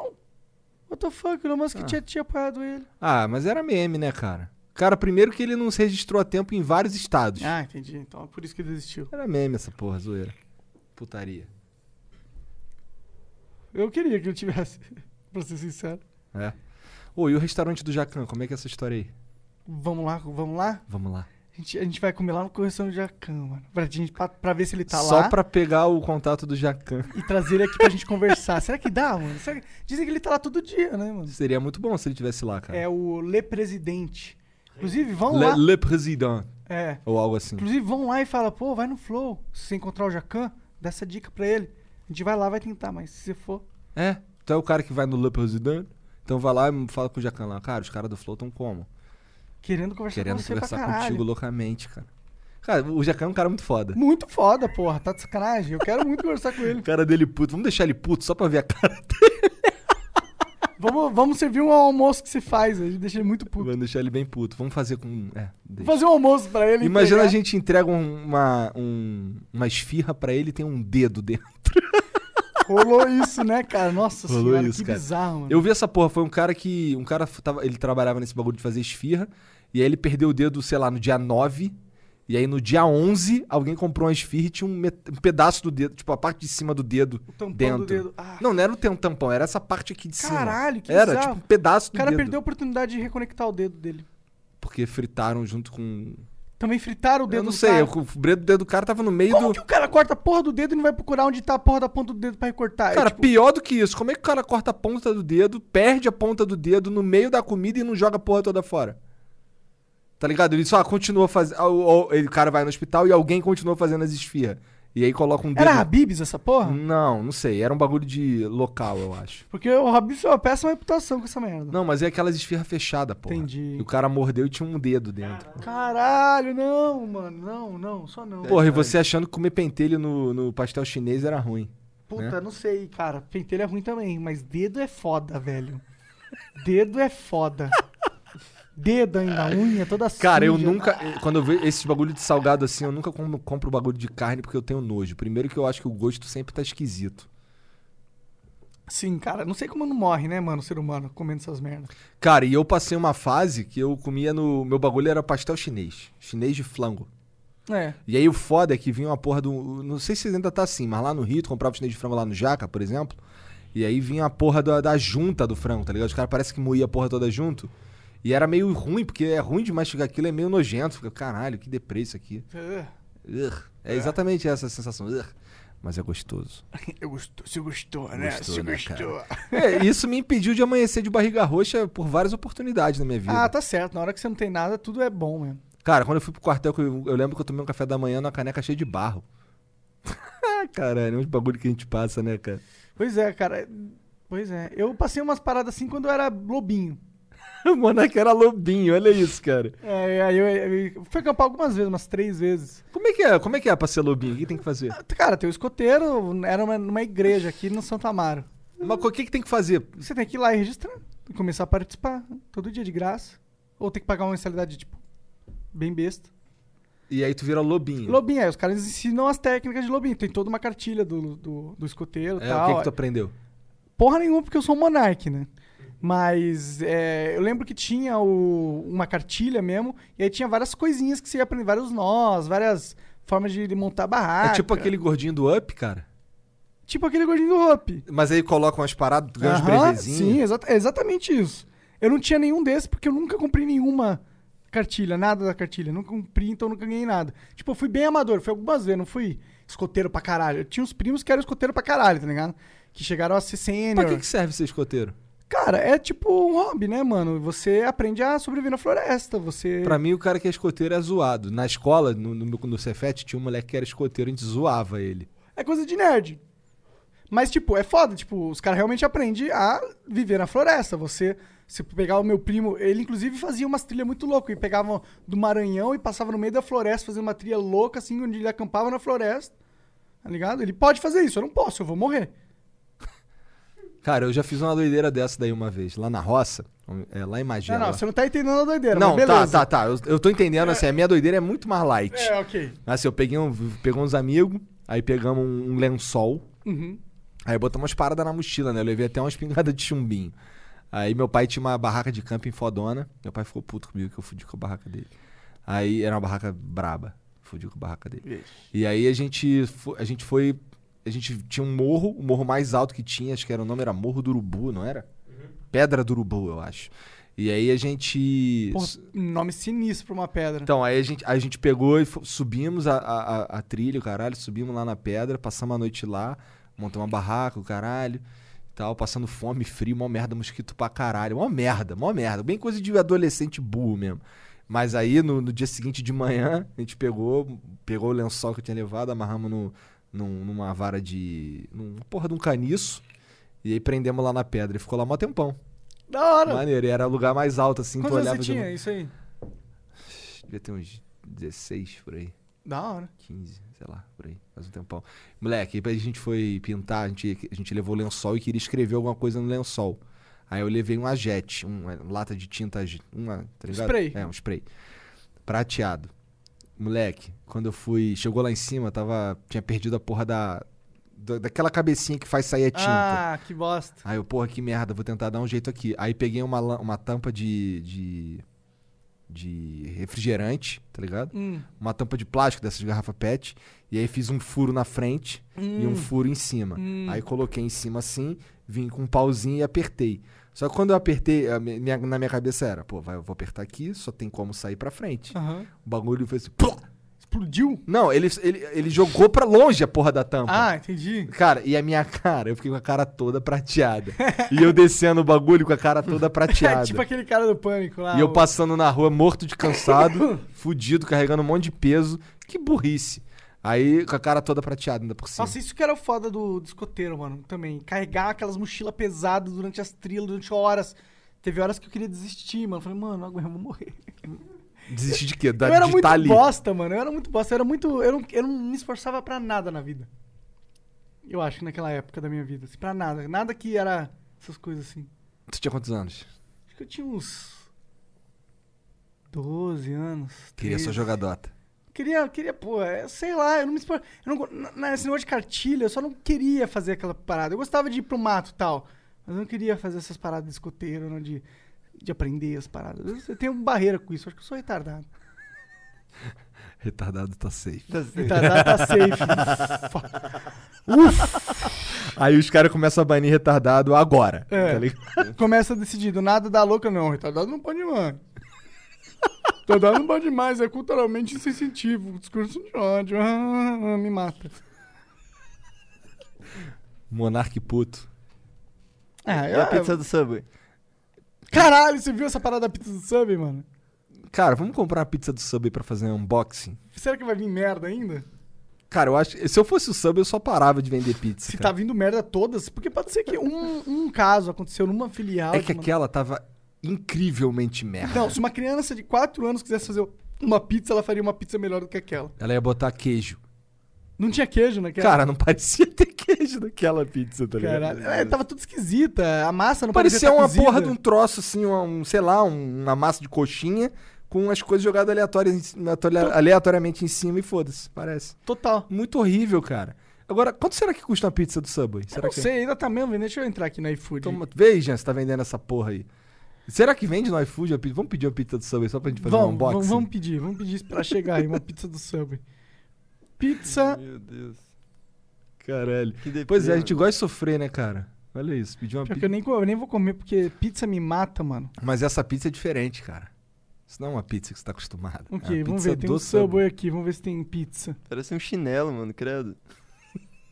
Speaker 3: What the fuck? O Elon Musk tinha, tinha apoiado ele.
Speaker 2: Ah, mas era meme, né, cara? Cara, primeiro que ele não se registrou a tempo em vários estados.
Speaker 3: Ah, entendi. Então é por isso que ele desistiu.
Speaker 2: Era meme essa porra, zoeira. Putaria.
Speaker 3: Eu queria que ele tivesse, pra ser sincero.
Speaker 2: É. Ô, e o restaurante do Jacan, como é que é essa história aí?
Speaker 3: Vamos lá, vamos lá?
Speaker 2: Vamos lá.
Speaker 3: A gente, a gente vai comer lá no Correção de Jacan, mano. Pra, gente, pra, pra ver se ele tá
Speaker 2: Só
Speaker 3: lá
Speaker 2: pra pegar o contato do Jacan.
Speaker 3: e trazer ele aqui pra gente conversar. Será que dá, mano? Será que- Dizem que ele tá lá todo dia, né, mano?
Speaker 2: Seria muito bom se ele tivesse lá, cara.
Speaker 3: É o Le Presidente. Inclusive, vão lá.
Speaker 2: Le, le Président,
Speaker 3: É.
Speaker 2: ou algo assim.
Speaker 3: Inclusive, vão lá e fala, pô, vai no Flow. Se você encontrar o Jacan, dá essa dica pra ele. A gente vai lá, vai tentar, mas se você for.
Speaker 2: É, tu é o cara que vai no Le Président, então vai lá e fala com o Jacan lá. Cara, os caras do Flow tão como?
Speaker 3: Querendo conversar
Speaker 2: Querendo
Speaker 3: com você
Speaker 2: conversar
Speaker 3: pra caralho.
Speaker 2: contigo loucamente, cara. Cara, o Jacan é um cara muito foda.
Speaker 3: Muito foda, porra. Tá de sacanagem. Eu quero muito conversar com ele.
Speaker 2: O cara dele puto. Vamos deixar ele puto só pra ver a cara dele.
Speaker 3: Vamos, vamos servir um almoço que se faz. A gente deixa ele muito puto.
Speaker 2: Vamos deixar ele bem puto. Vamos fazer com... É, deixa.
Speaker 3: Fazer um almoço pra ele.
Speaker 2: Imagina a
Speaker 3: entregar.
Speaker 2: gente entrega um- uma, um- uma esfirra pra ele e tem um dedo dentro.
Speaker 3: Rolou isso, né, cara? Nossa
Speaker 2: Rolou
Speaker 3: senhora,
Speaker 2: isso,
Speaker 3: que
Speaker 2: cara.
Speaker 3: bizarro, mano.
Speaker 2: Eu vi essa porra, foi um cara que. Um cara f- tava, ele trabalhava nesse bagulho de fazer esfirra. E aí ele perdeu o dedo, sei lá, no dia 9. E aí no dia 11, alguém comprou uma esfirra e tinha um, met- um pedaço do dedo, tipo a parte de cima do dedo.
Speaker 3: O tampão
Speaker 2: dentro.
Speaker 3: do dedo. Ah,
Speaker 2: Não, não era o tem- um tampão, era essa parte aqui de cima.
Speaker 3: Caralho, que
Speaker 2: Era,
Speaker 3: bizarro.
Speaker 2: tipo, um pedaço
Speaker 3: o
Speaker 2: do
Speaker 3: cara
Speaker 2: dedo.
Speaker 3: perdeu a oportunidade de reconectar o dedo dele.
Speaker 2: Porque fritaram junto com.
Speaker 3: Também fritaram o dedo
Speaker 2: eu não
Speaker 3: do
Speaker 2: sei,
Speaker 3: cara.
Speaker 2: o dedo, dedo do cara tava no meio
Speaker 3: Como
Speaker 2: do.
Speaker 3: que o cara corta a porra do dedo e não vai procurar onde tá a porra da ponta do dedo pra recortar? É,
Speaker 2: Cara,
Speaker 3: tipo,
Speaker 2: pior do que isso, como é que o cara corta a ponta do dedo, perde a ponta do dedo no meio da comida e não joga a porra toda fora? Tá ligado? Ele só continua fazendo. O cara vai no hospital e alguém continua fazendo as esfirras. E aí coloca um dedo. Hum.
Speaker 3: era Habibs essa porra?
Speaker 2: Não, não sei. Era um bagulho de local, eu acho.
Speaker 3: Porque o Habibs é uma péssima reputação com essa merda.
Speaker 2: Não, mas é aquelas esfirras fechadas, porra.
Speaker 3: Entendi.
Speaker 2: E o cara mordeu e tinha um dedo dentro.
Speaker 3: Caralho, não, mano. Não, não, só não.
Speaker 2: Porra, e você achando que comer pentelho no, no pastel chinês era ruim. Né?
Speaker 3: Puta, não sei, cara. Pentelho é ruim também, mas dedo é foda, velho. Dedo é foda. Dedo ainda, unha é toda
Speaker 2: Cara, eu
Speaker 3: suja.
Speaker 2: nunca. eh, Quando eu vejo esses bagulho de salgado assim, eu nunca como- compro bagulho de carne porque eu tenho nojo. Primeiro que eu acho que o gosto sempre tá esquisito.
Speaker 3: Sim, cara, não sei como não morre, né, mano, o ser humano, comendo essas merdas.
Speaker 2: Cara, e eu passei uma fase que eu comia no. Meu bagulho era pastel chinês. Chinês de flango.
Speaker 3: É.
Speaker 2: E aí o foda é que vinha uma porra do. Não sei se ainda tá assim, mas lá no Rio, tu comprava chinês de frango lá no Jaca, por exemplo. E aí vinha a porra da, da junta do frango, tá ligado? Os caras parece que moía a porra toda junto. E era meio ruim, porque é ruim de mastigar aquilo, é meio nojento. Fica, caralho, que deprê isso aqui. Ugh. É exatamente essa a sensação. Ugh. Mas é gostoso.
Speaker 3: Eu gostou, se gostou,
Speaker 2: Gostou, né, cara? É, isso me impediu de amanhecer de barriga roxa por várias oportunidades na minha vida.
Speaker 3: Ah, tá certo. Na hora que você não tem nada, tudo é bom mesmo.
Speaker 2: Cara, quando eu fui pro quartel, que eu, eu lembro que eu tomei um café da manhã numa caneca cheia de barro. Caralho, é uns bagulho que a gente passa, né, cara?
Speaker 3: Pois é, cara. Pois é. Eu passei umas paradas assim quando eu era lobinho.
Speaker 2: O Monark era lobinho, olha isso, cara.
Speaker 3: É, aí eu, eu- eu fui acampar algumas vezes, umas três vezes.
Speaker 2: Como é que é? Como é que é pra ser lobinho? O que tem que fazer?
Speaker 3: Cara, tem o escoteiro, era uma- numa igreja aqui no Santo Amaro.
Speaker 2: Mas o que, que tem que fazer?
Speaker 3: Você tem que ir lá e registrar. E começar a participar. Todo dia de graça. Ou tem que pagar uma mensalidade, tipo, bem besta.
Speaker 2: E aí tu vira lobinho.
Speaker 3: Lobinho, aí os caras ensinam as técnicas de lobinho. Tem toda uma cartilha do, do, do escoteiro e
Speaker 2: É, o
Speaker 3: tal.
Speaker 2: que, que tu aprendeu?
Speaker 3: Porra nenhuma, porque eu sou um monarque, né? Mas é, eu lembro que tinha o- uma cartilha mesmo, e aí tinha várias coisinhas que você ia aprender, vários nós, várias formas de montar barraca.
Speaker 2: É tipo aquele gordinho do Up, cara.
Speaker 3: Tipo aquele gordinho do Hope.
Speaker 2: Mas aí colocam as paradas, tu ganha uns
Speaker 3: Aham,
Speaker 2: brevezinhos.
Speaker 3: Sim, exata- é exatamente isso. Eu não tinha nenhum desses porque eu nunca comprei nenhuma cartilha, nada da cartilha. Nunca comprei, então nunca ganhei nada. Tipo, eu fui bem amador, fui algumas vezes, não fui escoteiro pra caralho. Eu tinha uns primos que eram escoteiro pra caralho, tá ligado? Que chegaram a ser sênior.
Speaker 2: Pra que, que serve ser escoteiro?
Speaker 3: Cara, é tipo um hobby, né, mano? Você aprende a sobreviver na floresta, você...
Speaker 2: Pra mim, o cara que é escoteiro é zoado. Na escola, no, no, meu- no Cefet, tinha um moleque que era escoteiro, a gente zoava ele.
Speaker 3: É coisa de nerd. Mas, tipo, é foda. Tipo, os caras realmente aprendem a viver na floresta. Você, se pegar o meu primo, ele inclusive fazia umas trilhas muito loucas. Ele pegava do Maranhão e passava no meio da floresta fazendo uma trilha louca, assim, onde ele acampava na floresta. Tá ligado? Ele pode fazer isso. Eu não posso, eu vou morrer.
Speaker 2: Cara, eu já fiz uma doideira dessa daí uma vez, lá na roça, é, lá em Magela.
Speaker 3: não, não, você não tá entendendo a doideira.
Speaker 2: Não,
Speaker 3: mas
Speaker 2: tá,
Speaker 3: beleza.
Speaker 2: tá, tá. Eu, eu tô entendendo, assim, a minha doideira é muito mais light.
Speaker 3: É, ok.
Speaker 2: Assim, eu peguei um, pegou uns amigos, aí pegamos um, um lençol,
Speaker 3: Uhum.
Speaker 2: aí botamos umas paradas na mochila, né? Eu levei até uma espingarda de chumbinho. Aí meu pai tinha uma barraca de camping fodona. Meu pai ficou puto comigo que eu fudi com a barraca dele. Aí era uma barraca braba. Fudi com a barraca dele. E aí a gente, fo- a gente foi. A gente tinha um morro, o morro mais alto que tinha, acho que era o nome, era Morro do Urubu, não era? Pedra do Urubu, eu acho. E aí a gente.
Speaker 3: Porra, nome sinistro pra uma pedra.
Speaker 2: Então, aí a gente, a gente pegou e fo- subimos a, a, a- a trilha, o caralho, subimos lá na pedra, passamos a noite lá, montamos uma barraca, o caralho, e tal, passando fome, frio, mó merda, mosquito pra caralho, mó merda, mó merda, bem coisa de adolescente burro mesmo. Mas aí, no, no dia seguinte de manhã, a gente pegou, pegou o lençol que eu tinha levado, amarramos no, num- numa vara de... num porra de um caniço, e aí prendemos lá na pedra, e ficou lá mó tempão.
Speaker 3: da hora.
Speaker 2: Maneiro, e era o lugar mais alto, assim, tu
Speaker 3: Quantos anos
Speaker 2: olhava...
Speaker 3: você
Speaker 2: de-
Speaker 3: tinha? Isso aí.
Speaker 2: Devia ter uns 16 por aí.
Speaker 3: Da hora.
Speaker 2: 15, sei lá, por aí, faz um tempão. Moleque, aí a gente foi pintar, a gente, a gente levou o lençol e queria escrever alguma coisa no lençol. Aí eu levei um ajete, uma lata de tinta, aje- uma, tá ligado?
Speaker 3: Spray.
Speaker 2: É, um spray. Prateado. Moleque, quando eu fui, chegou lá em cima, tava, tinha perdido a porra da, da- daquela cabecinha que faz sair a tinta.
Speaker 3: Ah, que bosta.
Speaker 2: Aí eu, porra, que merda, vou tentar dar um jeito aqui. Aí peguei uma, lã- uma tampa de, de, de refrigerante, tá ligado?
Speaker 3: Hum.
Speaker 2: uma tampa de plástico dessas garrafa PET, e aí fiz um furo na frente e
Speaker 3: hum,
Speaker 2: um furo em cima. Aí coloquei em cima assim, vim com um pauzinho e apertei. Só que quando eu apertei, a mi- minha- na minha cabeça era, pô, vai, eu vou apertar aqui, só tem como sair pra frente.
Speaker 3: Aham.
Speaker 2: O bagulho foi assim, plô!
Speaker 3: Explodiu?
Speaker 2: Não, ele, ele, ele jogou pra longe a porra da tampa.
Speaker 3: Ah, entendi.
Speaker 2: Cara, e a minha cara, eu fiquei com a cara toda prateada. e eu descendo o bagulho com a cara toda prateada.
Speaker 3: É tipo aquele cara do pânico lá.
Speaker 2: E eu
Speaker 3: Ah, o-
Speaker 2: passando na rua morto de cansado, fudido, carregando um monte de peso. Que burrice. Aí com a cara toda prateada ainda por cima.
Speaker 3: Nossa, isso que era o foda do, do escoteiro, mano, também. Carregar aquelas mochilas pesadas durante as trilhas, durante horas. Teve horas que eu queria desistir, mano. Falei, mano, agora eu vou morrer.
Speaker 2: Desistir de quê? Da,
Speaker 3: eu era
Speaker 2: de
Speaker 3: muito
Speaker 2: tá ali.
Speaker 3: bosta, mano. Eu era muito bosta. Eu era muito. Eu não, eu não me esforçava pra nada na vida. Eu acho, naquela época da minha vida. Assim, pra nada. Nada que era essas coisas assim.
Speaker 2: Tu tinha quantos anos?
Speaker 3: Acho que eu tinha uns. 12 anos.
Speaker 2: Queria
Speaker 3: 13.
Speaker 2: só jogar Dota.
Speaker 3: Queria, queria, pô, é, sei lá, eu não me expor. Eu não, go- na- na- nesse negócio de cartilha, eu só não queria fazer aquela parada. Eu gostava de ir pro mato e tal, mas eu não queria fazer essas paradas de escoteiro, não, de, de aprender as paradas. Eu, eu tenho barreira com isso, acho que eu sou retardado.
Speaker 2: Retardado tá safe.
Speaker 3: Retardado tá safe. Fa-
Speaker 2: Aí os caras começam a banir retardado agora.
Speaker 3: É.
Speaker 2: Tá ligado?
Speaker 3: Começa decidido, nada dá louca não, retardado não pode mais. Retardado não pode mais, é culturalmente insensitivo, discurso de ódio, ah, me mata.
Speaker 2: Monarque puto.
Speaker 3: Ah,
Speaker 1: É a
Speaker 3: eu,
Speaker 1: pizza do Subway.
Speaker 3: caralho, você viu essa parada da pizza do sub, mano?
Speaker 2: Cara, vamos comprar uma pizza do Subway pra fazer um unboxing?
Speaker 3: Será que vai vir merda ainda?
Speaker 2: Cara, eu acho. Se eu fosse o Subway, eu só parava de vender pizza.
Speaker 3: Se
Speaker 2: cara.
Speaker 3: tá vindo merda todas, porque pode ser que um, um caso aconteceu numa filial.
Speaker 2: É que
Speaker 3: de uma-
Speaker 2: aquela é tava incrivelmente merda.
Speaker 3: Não, se uma criança de 4 anos quisesse fazer uma pizza, ela faria uma pizza melhor do que aquela.
Speaker 2: Ela ia botar queijo.
Speaker 3: Não tinha queijo naquela.
Speaker 2: Cara, não parecia ter queijo naquela pizza, tá ligado?
Speaker 3: Caralho. É, tava tudo esquisita. A massa não parecia
Speaker 2: Parecia
Speaker 3: tá
Speaker 2: uma
Speaker 3: cozida.
Speaker 2: porra de um troço, assim, um, um, sei lá, um- uma massa de coxinha com as coisas jogadas Então aleatórias, em ci- aleatori- aleatoriamente em cima e foda-se, parece.
Speaker 3: Total.
Speaker 2: Muito horrível, cara. Agora, quanto será que custa uma pizza do Subway? Será
Speaker 3: não
Speaker 2: que é?
Speaker 3: sei, ainda tá mesmo, deixa eu entrar aqui no iFood.
Speaker 2: Toma... Vê, Jean, você tá vendendo essa porra aí. Será que vende no iFood? a pizza? Vamos pedir uma pizza do Subway só pra gente fazer um
Speaker 3: vamos,
Speaker 2: unboxing?
Speaker 3: vamos, vamos pedir, vamos pedir pra chegar aí, uma pizza do Subway. Pizza...
Speaker 1: Meu Deus.
Speaker 2: Caralho.
Speaker 1: Que deprê,
Speaker 2: é Pois é, a gente
Speaker 1: mano.
Speaker 2: gosta de sofrer, né, cara? Olha isso, pedir uma
Speaker 3: Pior
Speaker 2: pizza.
Speaker 3: que eu nem, co- eu nem vou comer, porque pizza me mata, mano.
Speaker 2: Mas essa pizza é diferente, cara. Isso não é uma pizza que você tá acostumado. é
Speaker 3: Ok,
Speaker 2: uma
Speaker 3: vamos
Speaker 2: pizza
Speaker 3: ver, tem um
Speaker 2: do
Speaker 3: Subway aqui, vamos ver se tem pizza.
Speaker 1: Parece um chinelo, mano, credo.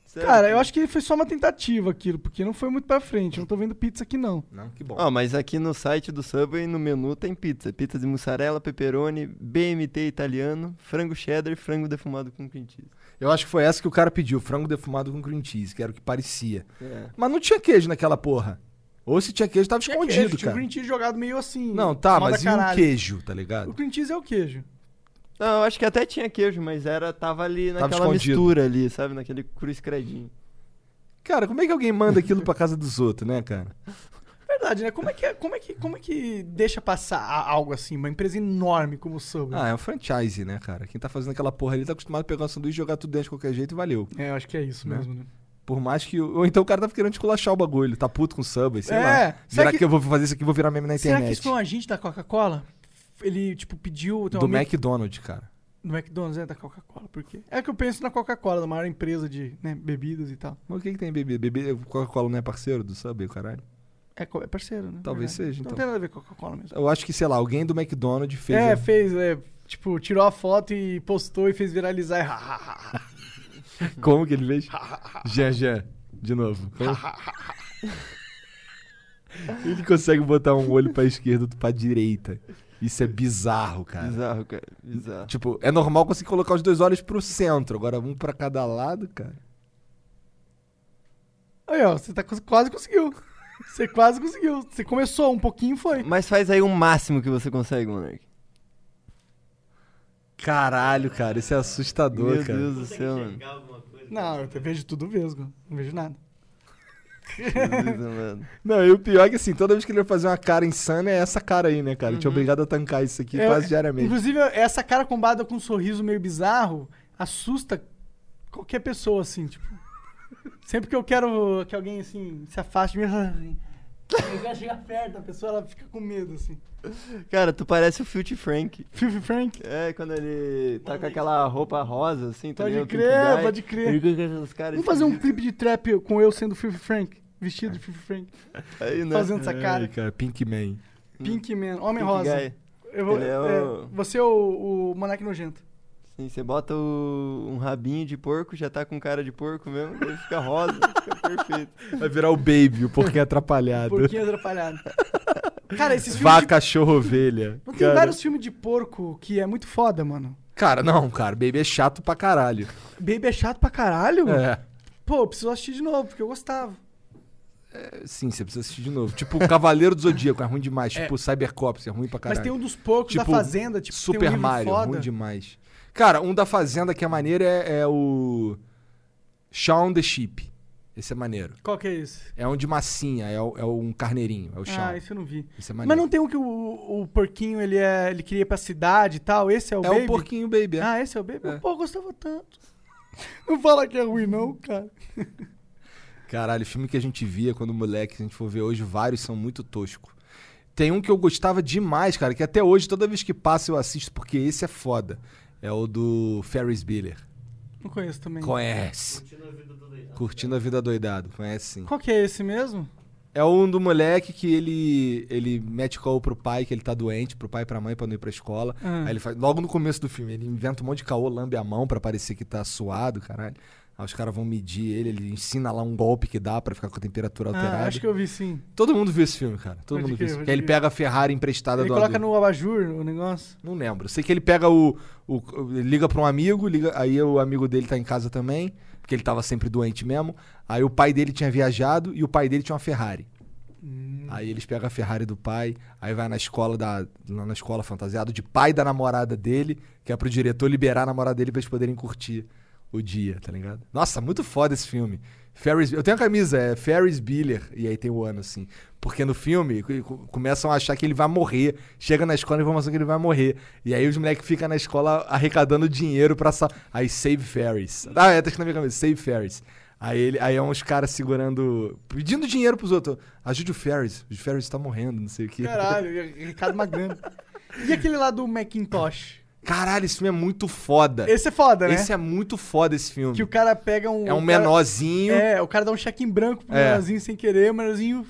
Speaker 1: Sério,
Speaker 3: Cara, eu acho que foi só uma tentativa aquilo, porque não foi muito pra frente, não tô vendo pizza aqui não.
Speaker 2: Não, que bom.
Speaker 1: Ó, mas aqui no site do Subway, no menu, tem pizza. Pizza de mussarela, pepperoni, BMT italiano, frango cheddar e frango defumado com cream cheese.
Speaker 2: Eu acho que foi essa que o cara pediu, frango defumado com cream cheese, que era o que parecia.
Speaker 1: É.
Speaker 2: Mas não tinha queijo naquela porra. Ou se tinha queijo, tava
Speaker 3: Tinha
Speaker 2: escondido,
Speaker 3: é queijo, Tinha o
Speaker 2: cara.
Speaker 3: green cheese jogado meio assim.
Speaker 2: Não, tá,
Speaker 3: moda
Speaker 2: mas e um
Speaker 3: caralho.
Speaker 2: queijo, tá ligado?
Speaker 3: O green cheese é o queijo.
Speaker 1: Não, eu acho que até tinha queijo, mas era tava ali
Speaker 2: Tava
Speaker 1: naquela
Speaker 2: escondido.
Speaker 1: mistura ali, sabe? Naquele cruz credinho.
Speaker 2: Cara, como é que alguém manda aquilo pra casa dos outros, né, cara?
Speaker 3: Verdade, né? Como é que, como é que, como é que deixa passar a- algo assim? Uma empresa enorme como o Subway.
Speaker 2: Ah, é um franchise, né, cara? Quem tá fazendo aquela porra ali tá acostumado a pegar um sanduíche, jogar tudo dentro de qualquer jeito e valeu.
Speaker 3: É, eu acho que é isso
Speaker 2: Né?
Speaker 3: mesmo, né?
Speaker 2: Por mais que. o- Ou então o cara tá querendo esculachar o bagulho, tá puto com o Subway, sei
Speaker 3: É,
Speaker 2: lá.
Speaker 3: será
Speaker 2: Será que...
Speaker 3: que-
Speaker 2: eu vou fazer isso aqui e vou virar meme na
Speaker 3: Será que
Speaker 2: internet?
Speaker 3: isso foi um agente da Coca-Cola? Ele, tipo, pediu... tem um
Speaker 2: Do
Speaker 3: amigo-
Speaker 2: McDonald's, cara.
Speaker 3: Do McDonald's, é da Coca-Cola, por quê? É que eu penso na Coca-Cola, da maior empresa de né, bebidas e tal.
Speaker 2: Mas o que, que tem bebê? Bebê, Coca-Cola não é parceiro do Subway, caralho?
Speaker 3: É, co- é parceiro, né?
Speaker 2: Talvez seja,
Speaker 3: Não
Speaker 2: então.
Speaker 3: tem nada a ver com a Coca-Cola mesmo.
Speaker 2: Eu acho que, sei lá, alguém do McDonald's fez. um.
Speaker 3: é,
Speaker 2: a-
Speaker 3: fez, é, tipo, tirou a foto e postou e fez viralizar. e hahaha.
Speaker 2: Como que ele fez? Jean, Jean, de novo. Como? ele consegue botar um olho pra esquerda, outro pra direita. Isso é bizarro, cara.
Speaker 1: Bizarro, cara. Bizarro.
Speaker 2: Tipo, é normal conseguir colocar os dois olhos pro centro. Agora, um pra cada lado, cara.
Speaker 3: Aí, ó, você tá, cons- quase conseguiu. Você quase conseguiu. Você começou um pouquinho e foi.
Speaker 1: Mas faz aí o máximo que você consegue, Monark.
Speaker 2: Caralho, cara, isso é assustador,
Speaker 1: Meu
Speaker 2: cara.
Speaker 1: Deus do
Speaker 4: Consegue
Speaker 1: céu, mano.
Speaker 4: enxergar alguma coisa?
Speaker 3: Não, eu te- vejo tudo vesgo. Não vejo nada.
Speaker 1: Jesus amado.
Speaker 2: Não, e o pior é que assim, toda vez que ele vai fazer uma cara insana, é essa cara aí, né, cara? A gente é obrigado a tancar isso aqui
Speaker 3: É,
Speaker 2: quase diariamente.
Speaker 3: Inclusive, essa cara combada com um sorriso meio bizarro assusta qualquer pessoa, assim, tipo. Sempre que eu quero que alguém, assim, se afaste de mim, eu quero chegar perto, a pessoa ela fica com medo, assim.
Speaker 1: Cara, tu parece o Filthy Frank.
Speaker 3: Fifi Frank?
Speaker 1: É, quando ele tá com aquela roupa rosa, assim, tá
Speaker 3: Pode
Speaker 1: ligado?
Speaker 3: crer,
Speaker 1: Pink Dye.
Speaker 3: pode crer.
Speaker 1: Ele fica com esses caras
Speaker 3: Vamos fazer um clipe de trap com eu sendo Fifi Frank, vestido de Fifi Frank,
Speaker 1: Aí, né?
Speaker 3: fazendo essa cara.
Speaker 2: Ai, cara, Pink Man.
Speaker 3: Pink Man,
Speaker 1: Pink
Speaker 3: Homem um Rosa.
Speaker 1: Guy.
Speaker 3: Eu vou,
Speaker 1: Ele é
Speaker 3: é,
Speaker 1: o-
Speaker 3: você é o, o Monark Nojento.
Speaker 1: Sim, você bota o- um rabinho de porco, já tá com cara de porco mesmo, ele fica rosa, fica perfeito.
Speaker 2: Vai virar o Baby, o porquinho atrapalhado.
Speaker 3: Porquinho atrapalhado. Cara, esses filmes.
Speaker 2: Vá,
Speaker 3: de-
Speaker 2: cachorro, ovelha.
Speaker 3: Não tem
Speaker 2: cara.
Speaker 3: vários filmes de porco que é muito foda, mano.
Speaker 2: Cara, não, cara, Baby é chato pra caralho.
Speaker 3: Baby é chato pra caralho.
Speaker 2: É.
Speaker 3: Pô, eu preciso assistir de novo, porque eu gostava.
Speaker 2: Sim, você precisa assistir de novo. Tipo, Cavaleiro do Zodíaco é ruim demais. Tipo, Cybercops é ruim pra caralho.
Speaker 3: Mas tem um dos porcos da
Speaker 2: Tipo,
Speaker 3: Fazenda, tipo,
Speaker 2: Super
Speaker 3: tem um livro
Speaker 2: Mario, é
Speaker 3: foda.
Speaker 2: ruim demais. Cara, um da Fazenda que é maneiro é, é o. Shaun the Sheep. Esse é maneiro.
Speaker 3: Qual que é esse?
Speaker 2: É um de massinha, é, o- é um carneirinho, é o Shaun.
Speaker 3: Ah, esse eu não vi.
Speaker 2: Esse é
Speaker 3: Mas
Speaker 2: maneiro.
Speaker 3: não tem um que o, o porquinho, ele, é, ele queria ir pra cidade e tal? Esse é o
Speaker 2: é
Speaker 3: Baby?
Speaker 2: o porquinho baby. é.
Speaker 3: Ah, esse é o Baby?
Speaker 2: É.
Speaker 3: Pô, eu gostava tanto. Não fala que é ruim não, cara.
Speaker 2: Caralho, filme que a gente via quando moleque, se a gente for ver hoje, vários são muito toscos. Tem um que eu gostava demais, cara, que até hoje, toda vez que passa, eu assisto, porque esse é foda. É o do Ferris Bueller.
Speaker 3: Não conheço também.
Speaker 2: Conhece.
Speaker 4: Curtindo a vida do doidado.
Speaker 2: Curtindo a vida doidado, conhece sim.
Speaker 3: Qual que é esse mesmo?
Speaker 2: É um do moleque que ele ele mete call pro pai que ele tá doente, pro pai e pra mãe pra não ir pra escola.
Speaker 3: Ah.
Speaker 2: Aí ele faz, logo no começo do filme, ele inventa um monte de caô, lambe a mão pra parecer que tá suado, caralho. Aí os caras vão medir ele, ele ensina lá um golpe que dá pra ficar com a temperatura
Speaker 3: Ah,
Speaker 2: alterada.
Speaker 3: acho que eu vi sim.
Speaker 2: Todo mundo viu esse filme, cara. Todo
Speaker 3: Pode
Speaker 2: mundo
Speaker 3: crer,
Speaker 2: viu. esse-
Speaker 3: pode
Speaker 2: Que aí ele
Speaker 3: crer.
Speaker 2: pega a Ferrari emprestada
Speaker 3: Ele
Speaker 2: do
Speaker 3: coloca
Speaker 2: amigo.
Speaker 3: no abajur o negócio.
Speaker 2: Não lembro. Sei que ele pega o, o- ele liga pra um amigo, liga, aí o amigo dele tá em casa também, porque ele tava sempre doente mesmo. Aí o pai dele tinha viajado e o pai dele tinha uma Ferrari.
Speaker 3: Hum,
Speaker 2: Aí eles pegam a Ferrari do pai, aí vai na escola da lá na escola fantasiado de pai da namorada dele, que é pro diretor liberar a namorada dele pra eles poderem curtir o dia, tá ligado? Nossa, muito foda esse filme. Ferris, eu tenho a camisa, é Ferris Bueller, e aí tem o ano, assim. Porque no filme, co- co- começam a achar que ele vai morrer. Chega na escola a informação é que ele vai morrer. E aí os moleques ficam na escola arrecadando dinheiro pra... Sa... Aí Save Ferris. Ah, é, tá aqui na minha camisa, Save Ferris. Aí, ele, aí é uns caras segurando... Pedindo dinheiro pros outros. Ajude o Ferris, o Ferris tá morrendo, não sei o quê.
Speaker 3: Caralho, Ricardo Magrano. E aquele lá do Macintosh?
Speaker 2: Caralho, esse filme é muito foda.
Speaker 3: Esse é foda, né?
Speaker 2: Esse é muito foda esse filme.
Speaker 3: Que o cara pega um.
Speaker 2: É um
Speaker 3: o cara-
Speaker 2: menorzinho.
Speaker 3: É, o cara dá um cheque em branco pro
Speaker 2: É.
Speaker 3: menorzinho sem querer, o menorzinho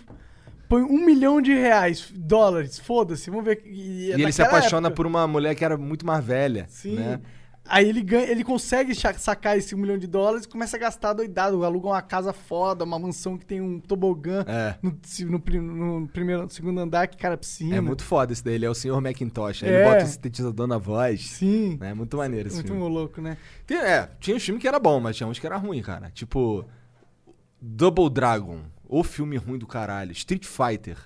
Speaker 3: põe um milhão de reais, dólares, foda-se, vamos ver.
Speaker 2: E
Speaker 3: é
Speaker 2: ele se
Speaker 3: daquela
Speaker 2: apaixona
Speaker 3: época.
Speaker 2: por uma mulher que era muito mais velha.
Speaker 3: Sim.
Speaker 2: né?
Speaker 3: Aí ele ganha, ele consegue cha- sacar esse um milhão de dólares e começa a gastar doidado. Aluga uma casa foda, uma mansão que tem um tobogã
Speaker 2: É.
Speaker 3: no, se- no pri- no primeiro, no segundo andar que cara piscina.
Speaker 2: É muito foda esse daí. Ele é o senhor Macintosh. Aí
Speaker 3: É.
Speaker 2: Ele bota o sintetizador na voz.
Speaker 3: Sim.
Speaker 2: É muito maneiro esse
Speaker 3: muito
Speaker 2: filme.
Speaker 3: louco, né?
Speaker 2: Tem- é, tinha uns filmes que era bom, mas tinha uns que era ruim, cara. Tipo, Double Dragon. O filme ruim do caralho. Street Fighter.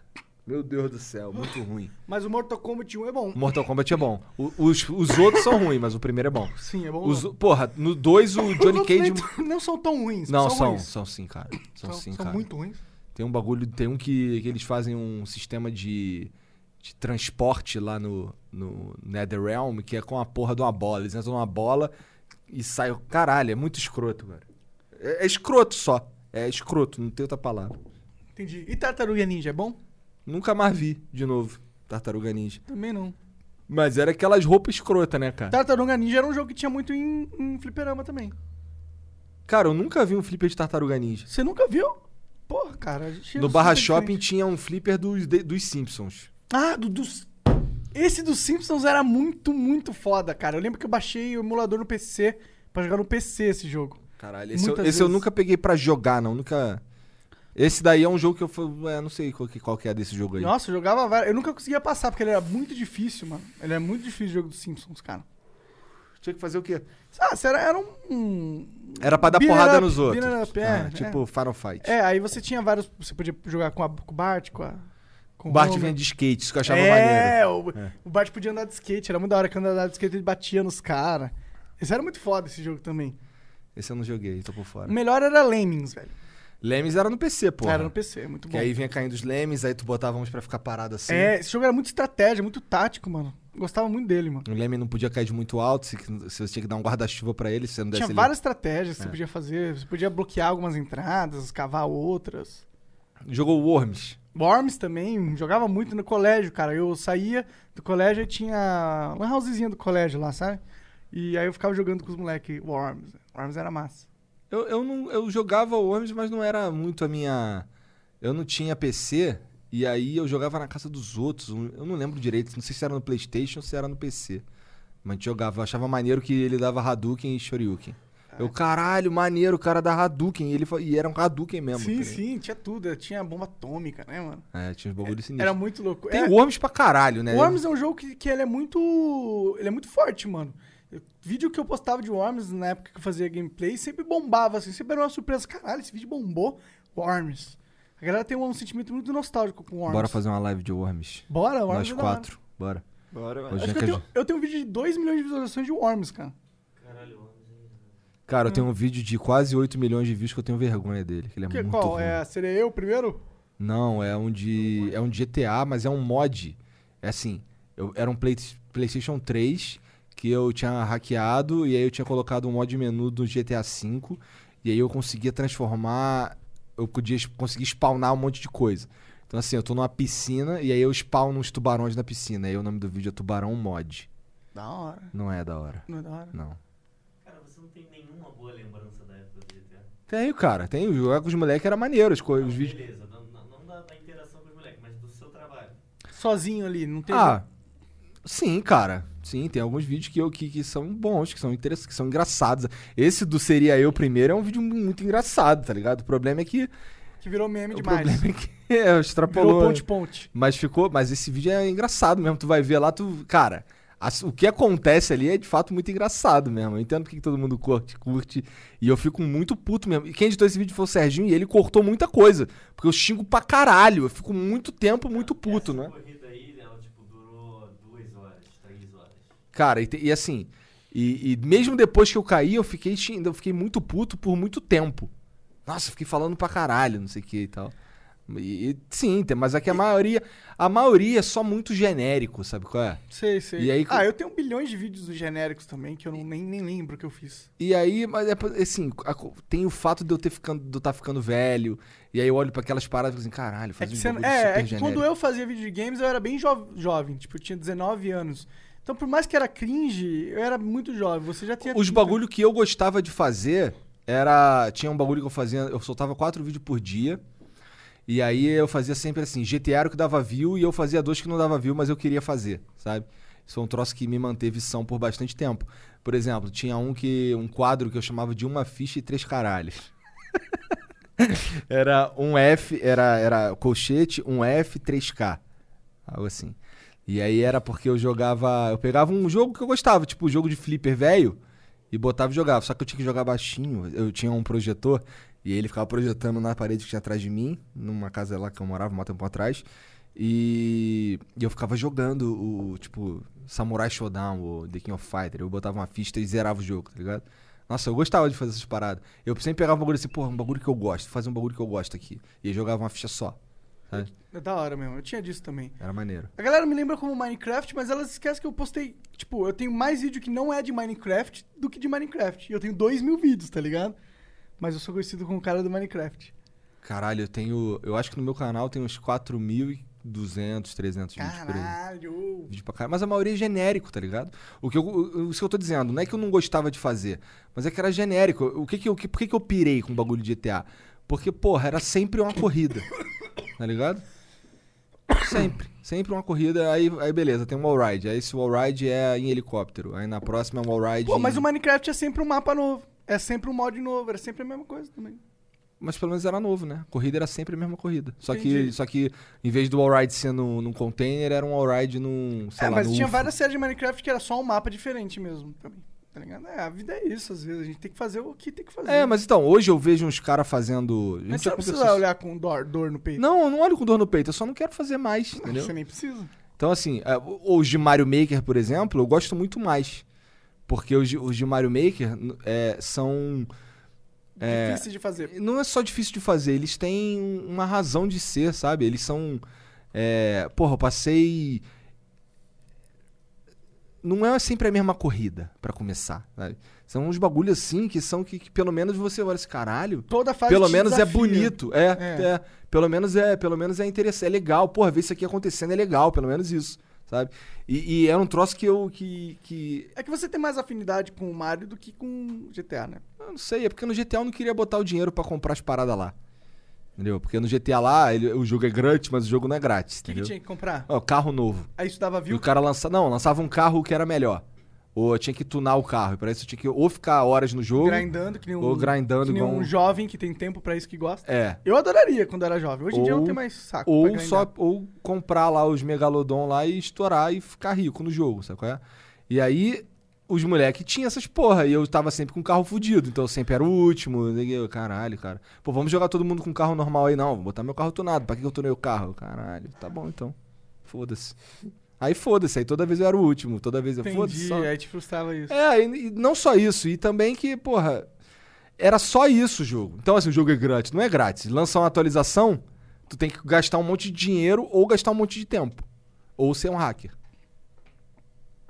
Speaker 2: Meu Deus do céu, muito ruim.
Speaker 3: Mas o Mortal Kombat 1 é bom.
Speaker 2: Mortal Kombat é bom. O- os, os outros são ruins, mas o primeiro é bom.
Speaker 3: Sim, é bom.
Speaker 2: Os,
Speaker 3: não.
Speaker 2: porra, no 2 o
Speaker 3: Os
Speaker 2: Johnny
Speaker 3: outros
Speaker 2: Cage.
Speaker 3: nem- não são tão ruins.
Speaker 2: Não,
Speaker 3: são,
Speaker 2: são,
Speaker 3: ruins.
Speaker 2: são sim, cara. São, sim, cara.
Speaker 3: muito ruins.
Speaker 2: Tem um bagulho, tem um que, que eles fazem um sistema de, de transporte lá no, no Netherrealm, que é com a porra de uma bola. Eles entram numa bola e saem. Caralho, é muito escroto, cara. É, é escroto só. É escroto, não tem outra palavra.
Speaker 3: Entendi. E Tartaruga Ninja é bom?
Speaker 2: Nunca mais vi, de novo, Tartaruga Ninja.
Speaker 3: Também não.
Speaker 2: Mas era aquelas roupas escrotas, né, cara?
Speaker 3: Tartaruga Ninja era um jogo que tinha muito em, em fliperama também.
Speaker 2: Cara, eu nunca vi um flipper de Tartaruga Ninja.
Speaker 3: Você nunca viu? Porra, cara. a gente é
Speaker 2: No
Speaker 3: super
Speaker 2: Barra
Speaker 3: diferente.
Speaker 2: Shopping tinha um flipper dos, de- dos Simpsons.
Speaker 3: Ah, do, dos- Esse dos Simpsons era muito, muito foda, cara. Eu lembro que eu baixei o emulador no PC pra jogar no PC esse jogo.
Speaker 2: Caralho, esse, eu,
Speaker 3: Muitas
Speaker 2: esse eu
Speaker 3: vezes.
Speaker 2: nunca peguei pra jogar, não. Nunca. Esse daí é um jogo que eu fui- é, não sei qual que, qual que é desse jogo aí.
Speaker 3: Nossa, eu jogava várias. Eu nunca conseguia passar, porque ele era muito difícil, mano. Ele era muito difícil o jogo dos Simpsons, cara.
Speaker 2: Tinha que fazer o quê?
Speaker 3: Ah, você era, era um- um.
Speaker 2: Era pra dar
Speaker 3: Beat
Speaker 2: porrada
Speaker 3: it up,
Speaker 2: nos outros.
Speaker 3: beat it up, é,
Speaker 2: Ah,
Speaker 3: é.
Speaker 2: tipo Final Fight.
Speaker 3: É, aí você tinha vários. Você podia jogar com, a- com o Bart, com a. Com
Speaker 2: o Bart
Speaker 3: Homer.
Speaker 2: vinha de skate, isso que eu achava maneiro.
Speaker 3: é, o, o Bart podia andar de skate, era muito da hora que andava de skate ele batia nos caras. Esse era muito foda esse jogo também.
Speaker 2: Esse eu não joguei, tô por fora.
Speaker 3: O melhor era Lemmings, velho.
Speaker 2: Lemes era no PC, pô.
Speaker 3: Era no PC, muito
Speaker 2: Que é
Speaker 3: bom.
Speaker 2: aí vinha caindo os lemes, aí tu botava uns pra ficar parado assim.
Speaker 3: É, esse jogo era muito estratégia, muito tático, mano. Gostava muito dele, mano.
Speaker 2: O leme não podia cair de muito alto, se, se você tinha que dar um guarda-chuva pra ele, se você não desse
Speaker 3: Tinha
Speaker 2: é ele- É.
Speaker 3: várias estratégias que você podia fazer. Você podia bloquear algumas entradas, cavar outras.
Speaker 2: Jogou Worms.
Speaker 3: Worms também, jogava muito no colégio, cara. Eu saía do colégio e tinha uma housezinha do colégio lá, sabe? E aí eu ficava jogando com os moleques Worms. Worms era massa.
Speaker 2: Eu, eu, não, eu jogava Worms, mas não era muito a minha. Eu não tinha PC, e aí eu jogava na casa dos outros. um, Eu não lembro direito, não sei se era no PlayStation ou se era no PC. Mas a gente jogava, eu achava maneiro que ele dava Hadouken e Shoryuken.
Speaker 3: Ah,
Speaker 2: Eu, caralho, maneiro, o cara dá Hadouken. E, ele, fa- e era um Hadouken mesmo.
Speaker 3: sim,
Speaker 2: tá ligado?
Speaker 3: sim, tinha tudo. Tinha bomba atômica, né, mano?
Speaker 2: É, tinha uns bagulho sinistro.
Speaker 3: Era muito louco.
Speaker 2: Tem
Speaker 3: é,
Speaker 2: Worms pra caralho, né?
Speaker 3: Worms é um jogo que, que ele é muito. Ele é muito forte, mano. Eu- vídeo que eu postava de Worms na época que eu fazia gameplay sempre bombava, assim, sempre era uma surpresa. Caralho, esse vídeo bombou. Worms. A galera tem um sentimento muito nostálgico com Worms.
Speaker 2: Bora fazer uma live de Worms.
Speaker 3: Bora,
Speaker 2: Nós
Speaker 3: Worms. é da hora.
Speaker 2: quatro. Bora.
Speaker 1: Bora, mano.
Speaker 2: Hoje
Speaker 3: Acho
Speaker 2: é
Speaker 3: que
Speaker 2: que
Speaker 3: eu,
Speaker 2: a
Speaker 3: tenho,
Speaker 2: gente-
Speaker 3: eu tenho um vídeo de 2 milhões de visualizações de Worms, cara.
Speaker 4: Caralho, mano.
Speaker 2: Cara,
Speaker 3: Hum.
Speaker 2: eu tenho um vídeo de quase 8 milhões de views que eu tenho vergonha dele. Que ele é
Speaker 3: Que,
Speaker 2: muito
Speaker 3: qual?
Speaker 2: ruim.
Speaker 3: É, seria eu primeiro?
Speaker 2: Não, é um de. É um de GTA, mas é um mod. É assim, eu, era um Play- PlayStation 3 que eu tinha hackeado e aí eu tinha colocado um mod menu do GTA V e aí eu conseguia transformar. Eu podia es- conseguir spawnar um monte de coisa. Então assim, eu tô numa piscina e aí eu spawno uns tubarões na piscina. E aí o nome do vídeo é Tubarão Mod.
Speaker 3: Da hora.
Speaker 2: Não é da hora.
Speaker 3: Não é da hora.
Speaker 2: Não.
Speaker 4: Cara, você não tem nenhuma boa lembrança da época do GTA.
Speaker 2: Tem, cara. Tem. O jogo com os moleques era maneiro. Os, co-
Speaker 4: Não,
Speaker 2: os vídeos.
Speaker 4: Beleza, não, não- não da, da interação com os moleques, mas do seu trabalho.
Speaker 3: Sozinho ali, não tem.
Speaker 2: Ah, sim, cara. Sim, tem alguns vídeos que, eu, que, que são bons, que são interessantes, que são engraçados. Esse do Seria Eu Primeiro é um vídeo muito engraçado, tá ligado? O problema é que.
Speaker 3: Que virou meme
Speaker 2: o
Speaker 3: demais.
Speaker 2: problema é que é,
Speaker 3: Virou
Speaker 2: extrapolou. né?
Speaker 3: ponte-ponte.
Speaker 2: Mas ficou. Mas esse vídeo é engraçado mesmo. Tu vai ver lá, tu. Cara. as- O que acontece ali é de fato muito engraçado mesmo. Eu entendo porque que todo mundo curte, curte. E eu fico muito puto mesmo. E quem editou esse vídeo foi o Serginho e ele cortou muita coisa. Porque eu xingo pra caralho. Eu fico muito tempo muito puto,
Speaker 4: Essa
Speaker 2: né?
Speaker 4: corrida aí, ela, tipo, durou duas horas, três horas.
Speaker 2: Cara, e, te- e assim, E, e mesmo depois que eu caí, eu fiquei, xin- eu fiquei muito puto por muito tempo. Nossa, eu fiquei falando pra caralho, não sei o que e tal. E, e sim, tem- mas é que a maioria. A maioria é só muito genérico, sabe qual é?
Speaker 3: Sei, sei.
Speaker 2: E aí-
Speaker 3: ah, eu tenho bilhões de vídeos genéricos também que eu não, nem, nem lembro o que eu fiz.
Speaker 2: E aí, mas é po- assim, a co- tem o fato de eu ter ficando, de eu estar ficando velho. E aí eu olho pra aquelas paradas e falo assim, caralho,
Speaker 3: É
Speaker 2: faz
Speaker 3: que,
Speaker 2: um
Speaker 3: você-
Speaker 2: bagulho
Speaker 3: é,
Speaker 2: super
Speaker 3: é que quando
Speaker 2: genérico.
Speaker 3: eu fazia videogames eu era bem jo- jovem, tipo, eu tinha 19 anos. Então, por mais que era cringe, eu era muito jovem. Você já tinha.
Speaker 2: Os bagulho que eu gostava de fazer era. Tinha um bagulho que eu fazia. Eu soltava quatro vídeos por dia. E aí eu fazia sempre assim, GTA era o que dava view e eu fazia dois que não dava view, mas eu queria fazer, sabe? Isso foi um troço que me manteve são por bastante tempo. Por exemplo, tinha um que. um quadro que eu chamava de uma ficha e três caralhos. era um F, era, era colchete, um F, 3K. Algo assim. E aí era porque eu jogava. Eu pegava um jogo que eu gostava, tipo o jogo de flipper velho, e botava e jogava. Só que eu tinha que jogar baixinho. Eu tinha um projetor, e ele ficava projetando na parede que tinha atrás de mim, numa casa lá que eu morava, um tempo atrás. E, e eu ficava jogando o, tipo, Samurai Showdown, o The King of Fighter. Eu botava uma ficha e zerava o jogo, tá ligado? Nossa, eu gostava de fazer essas paradas. Eu sempre pegava um bagulho assim, porra, um bagulho que eu gosto, vou fazer um bagulho que eu gosto aqui. E eu jogava uma ficha só.
Speaker 3: É da hora mesmo, eu tinha disso também.
Speaker 2: Era maneiro.
Speaker 3: A galera me lembra como Minecraft, mas elas esquecem que eu postei. Tipo, eu tenho mais vídeo que não é de Minecraft do que de Minecraft. E eu tenho dois mil vídeos, tá ligado? Mas eu sou conhecido como o cara do Minecraft.
Speaker 2: Caralho, eu tenho. Eu acho que no meu canal tem uns 4.200, 300 vídeos por aí.
Speaker 3: Caralho!
Speaker 2: Vídeo pra caralho. Mas a maioria é genérico, tá ligado? O que eu, o- isso que eu tô dizendo, não é que eu não gostava de fazer, mas é que era genérico. O que que eu, que- por que, que eu pirei com o bagulho de GTA? Porque, porra, era sempre uma corrida. tá ligado? Sempre. Sempre uma corrida. Aí, aí beleza, tem um wallride. Aí esse wallride é em helicóptero. Aí na próxima é um wallride.
Speaker 3: Pô, mas
Speaker 2: em-
Speaker 3: o Minecraft é sempre um mapa novo. É sempre um mod novo, é sempre a mesma coisa também.
Speaker 2: Mas pelo menos era novo, né? A corrida era sempre a mesma corrida. Só que,
Speaker 3: Entendi.
Speaker 2: só que em vez do all-ride ser num, num container, era um all-ride num, sei
Speaker 3: é,
Speaker 2: lá,
Speaker 3: mas
Speaker 2: no
Speaker 3: tinha
Speaker 2: UFO.
Speaker 3: várias séries de Minecraft que era só um mapa diferente mesmo também. Tá ligado? É, a vida é isso, às vezes. A gente tem que fazer o que tem que fazer.
Speaker 2: É, mas então, hoje eu vejo uns caras fazendo...
Speaker 3: Mas
Speaker 2: Isso
Speaker 3: você não
Speaker 2: aconteceu-
Speaker 3: precisa olhar com dor, dor no peito.
Speaker 2: Não, eu não olho com dor no peito, eu só não quero fazer
Speaker 3: Ah,
Speaker 2: mais, entendeu?
Speaker 3: Você nem precisa.
Speaker 2: Então, assim, é, o- os de Mario Maker, por exemplo, eu gosto muito mais. Porque os, de- os de Mario Maker n- é, são...
Speaker 3: Difícil de fazer.
Speaker 2: Não é só difícil de fazer, eles têm um, uma razão de ser, sabe? Eles são. é, porra, eu passei. Não é sempre a mesma corrida, pra começar. sabe? São uns bagulhos assim que são que, que pelo menos você olha esse caralho.
Speaker 3: Toda fase
Speaker 2: Pelo
Speaker 3: te
Speaker 2: menos é
Speaker 3: desafia.
Speaker 2: bonito. É,
Speaker 3: É.
Speaker 2: é. Pelo menos é, pelo menos é interessante, é legal. Porra, ver isso aqui acontecendo é legal, pelo menos isso, sabe? E, e era um troço que eu que, que
Speaker 3: É que você tem mais afinidade com o Mario do que com o GTA, né?
Speaker 2: Eu não sei, é porque no GTA eu não queria botar o dinheiro pra comprar as paradas lá. Entendeu? Porque no GTA lá, ele- o jogo é grátis, mas o jogo não é grátis,
Speaker 3: O que, que
Speaker 2: entendeu?
Speaker 3: tinha que comprar?
Speaker 2: Ó, carro novo.
Speaker 3: Aí isso dava
Speaker 2: E o
Speaker 3: view?
Speaker 2: cara lançava... Não, lançava um carro que era melhor. Ou eu tinha que tunar o carro. E pra isso eu tinha que ou ficar horas no jogo...
Speaker 3: Grindando, que nem um,
Speaker 2: ou grindando
Speaker 3: que nem
Speaker 2: igual
Speaker 3: um
Speaker 2: um-
Speaker 3: jovem que tem tempo pra isso que gosta.
Speaker 2: É.
Speaker 3: Eu adoraria quando era jovem. Hoje em dia eu não
Speaker 2: Ou-
Speaker 3: tenho mais saco pra
Speaker 2: Ou
Speaker 3: grindar.
Speaker 2: só ou comprar lá os megalodon lá e estourar e ficar rico no jogo, sabe qual é? E aí os moleques tinham essas porra e eu tava sempre com o carro fudido, então eu sempre era o último. não sei o quê. Eu, Caralho, cara. Pô, vamos jogar todo mundo com um carro normal aí não, vou botar meu carro tunado. Pra que que eu tunei o carro? Caralho, tá bom então. Foda-se. Aí foda-se, aí toda vez eu era o último, toda vez eu foda-se.
Speaker 3: Entendi,
Speaker 2: só-
Speaker 3: aí te frustrava isso.
Speaker 2: é, e, e não só isso, e também que, porra, era só isso o jogo. Então, assim, o jogo é grátis. Não é grátis. Lançar uma atualização, tu tem que gastar um monte de dinheiro ou gastar um monte de tempo. Ou ser um hacker.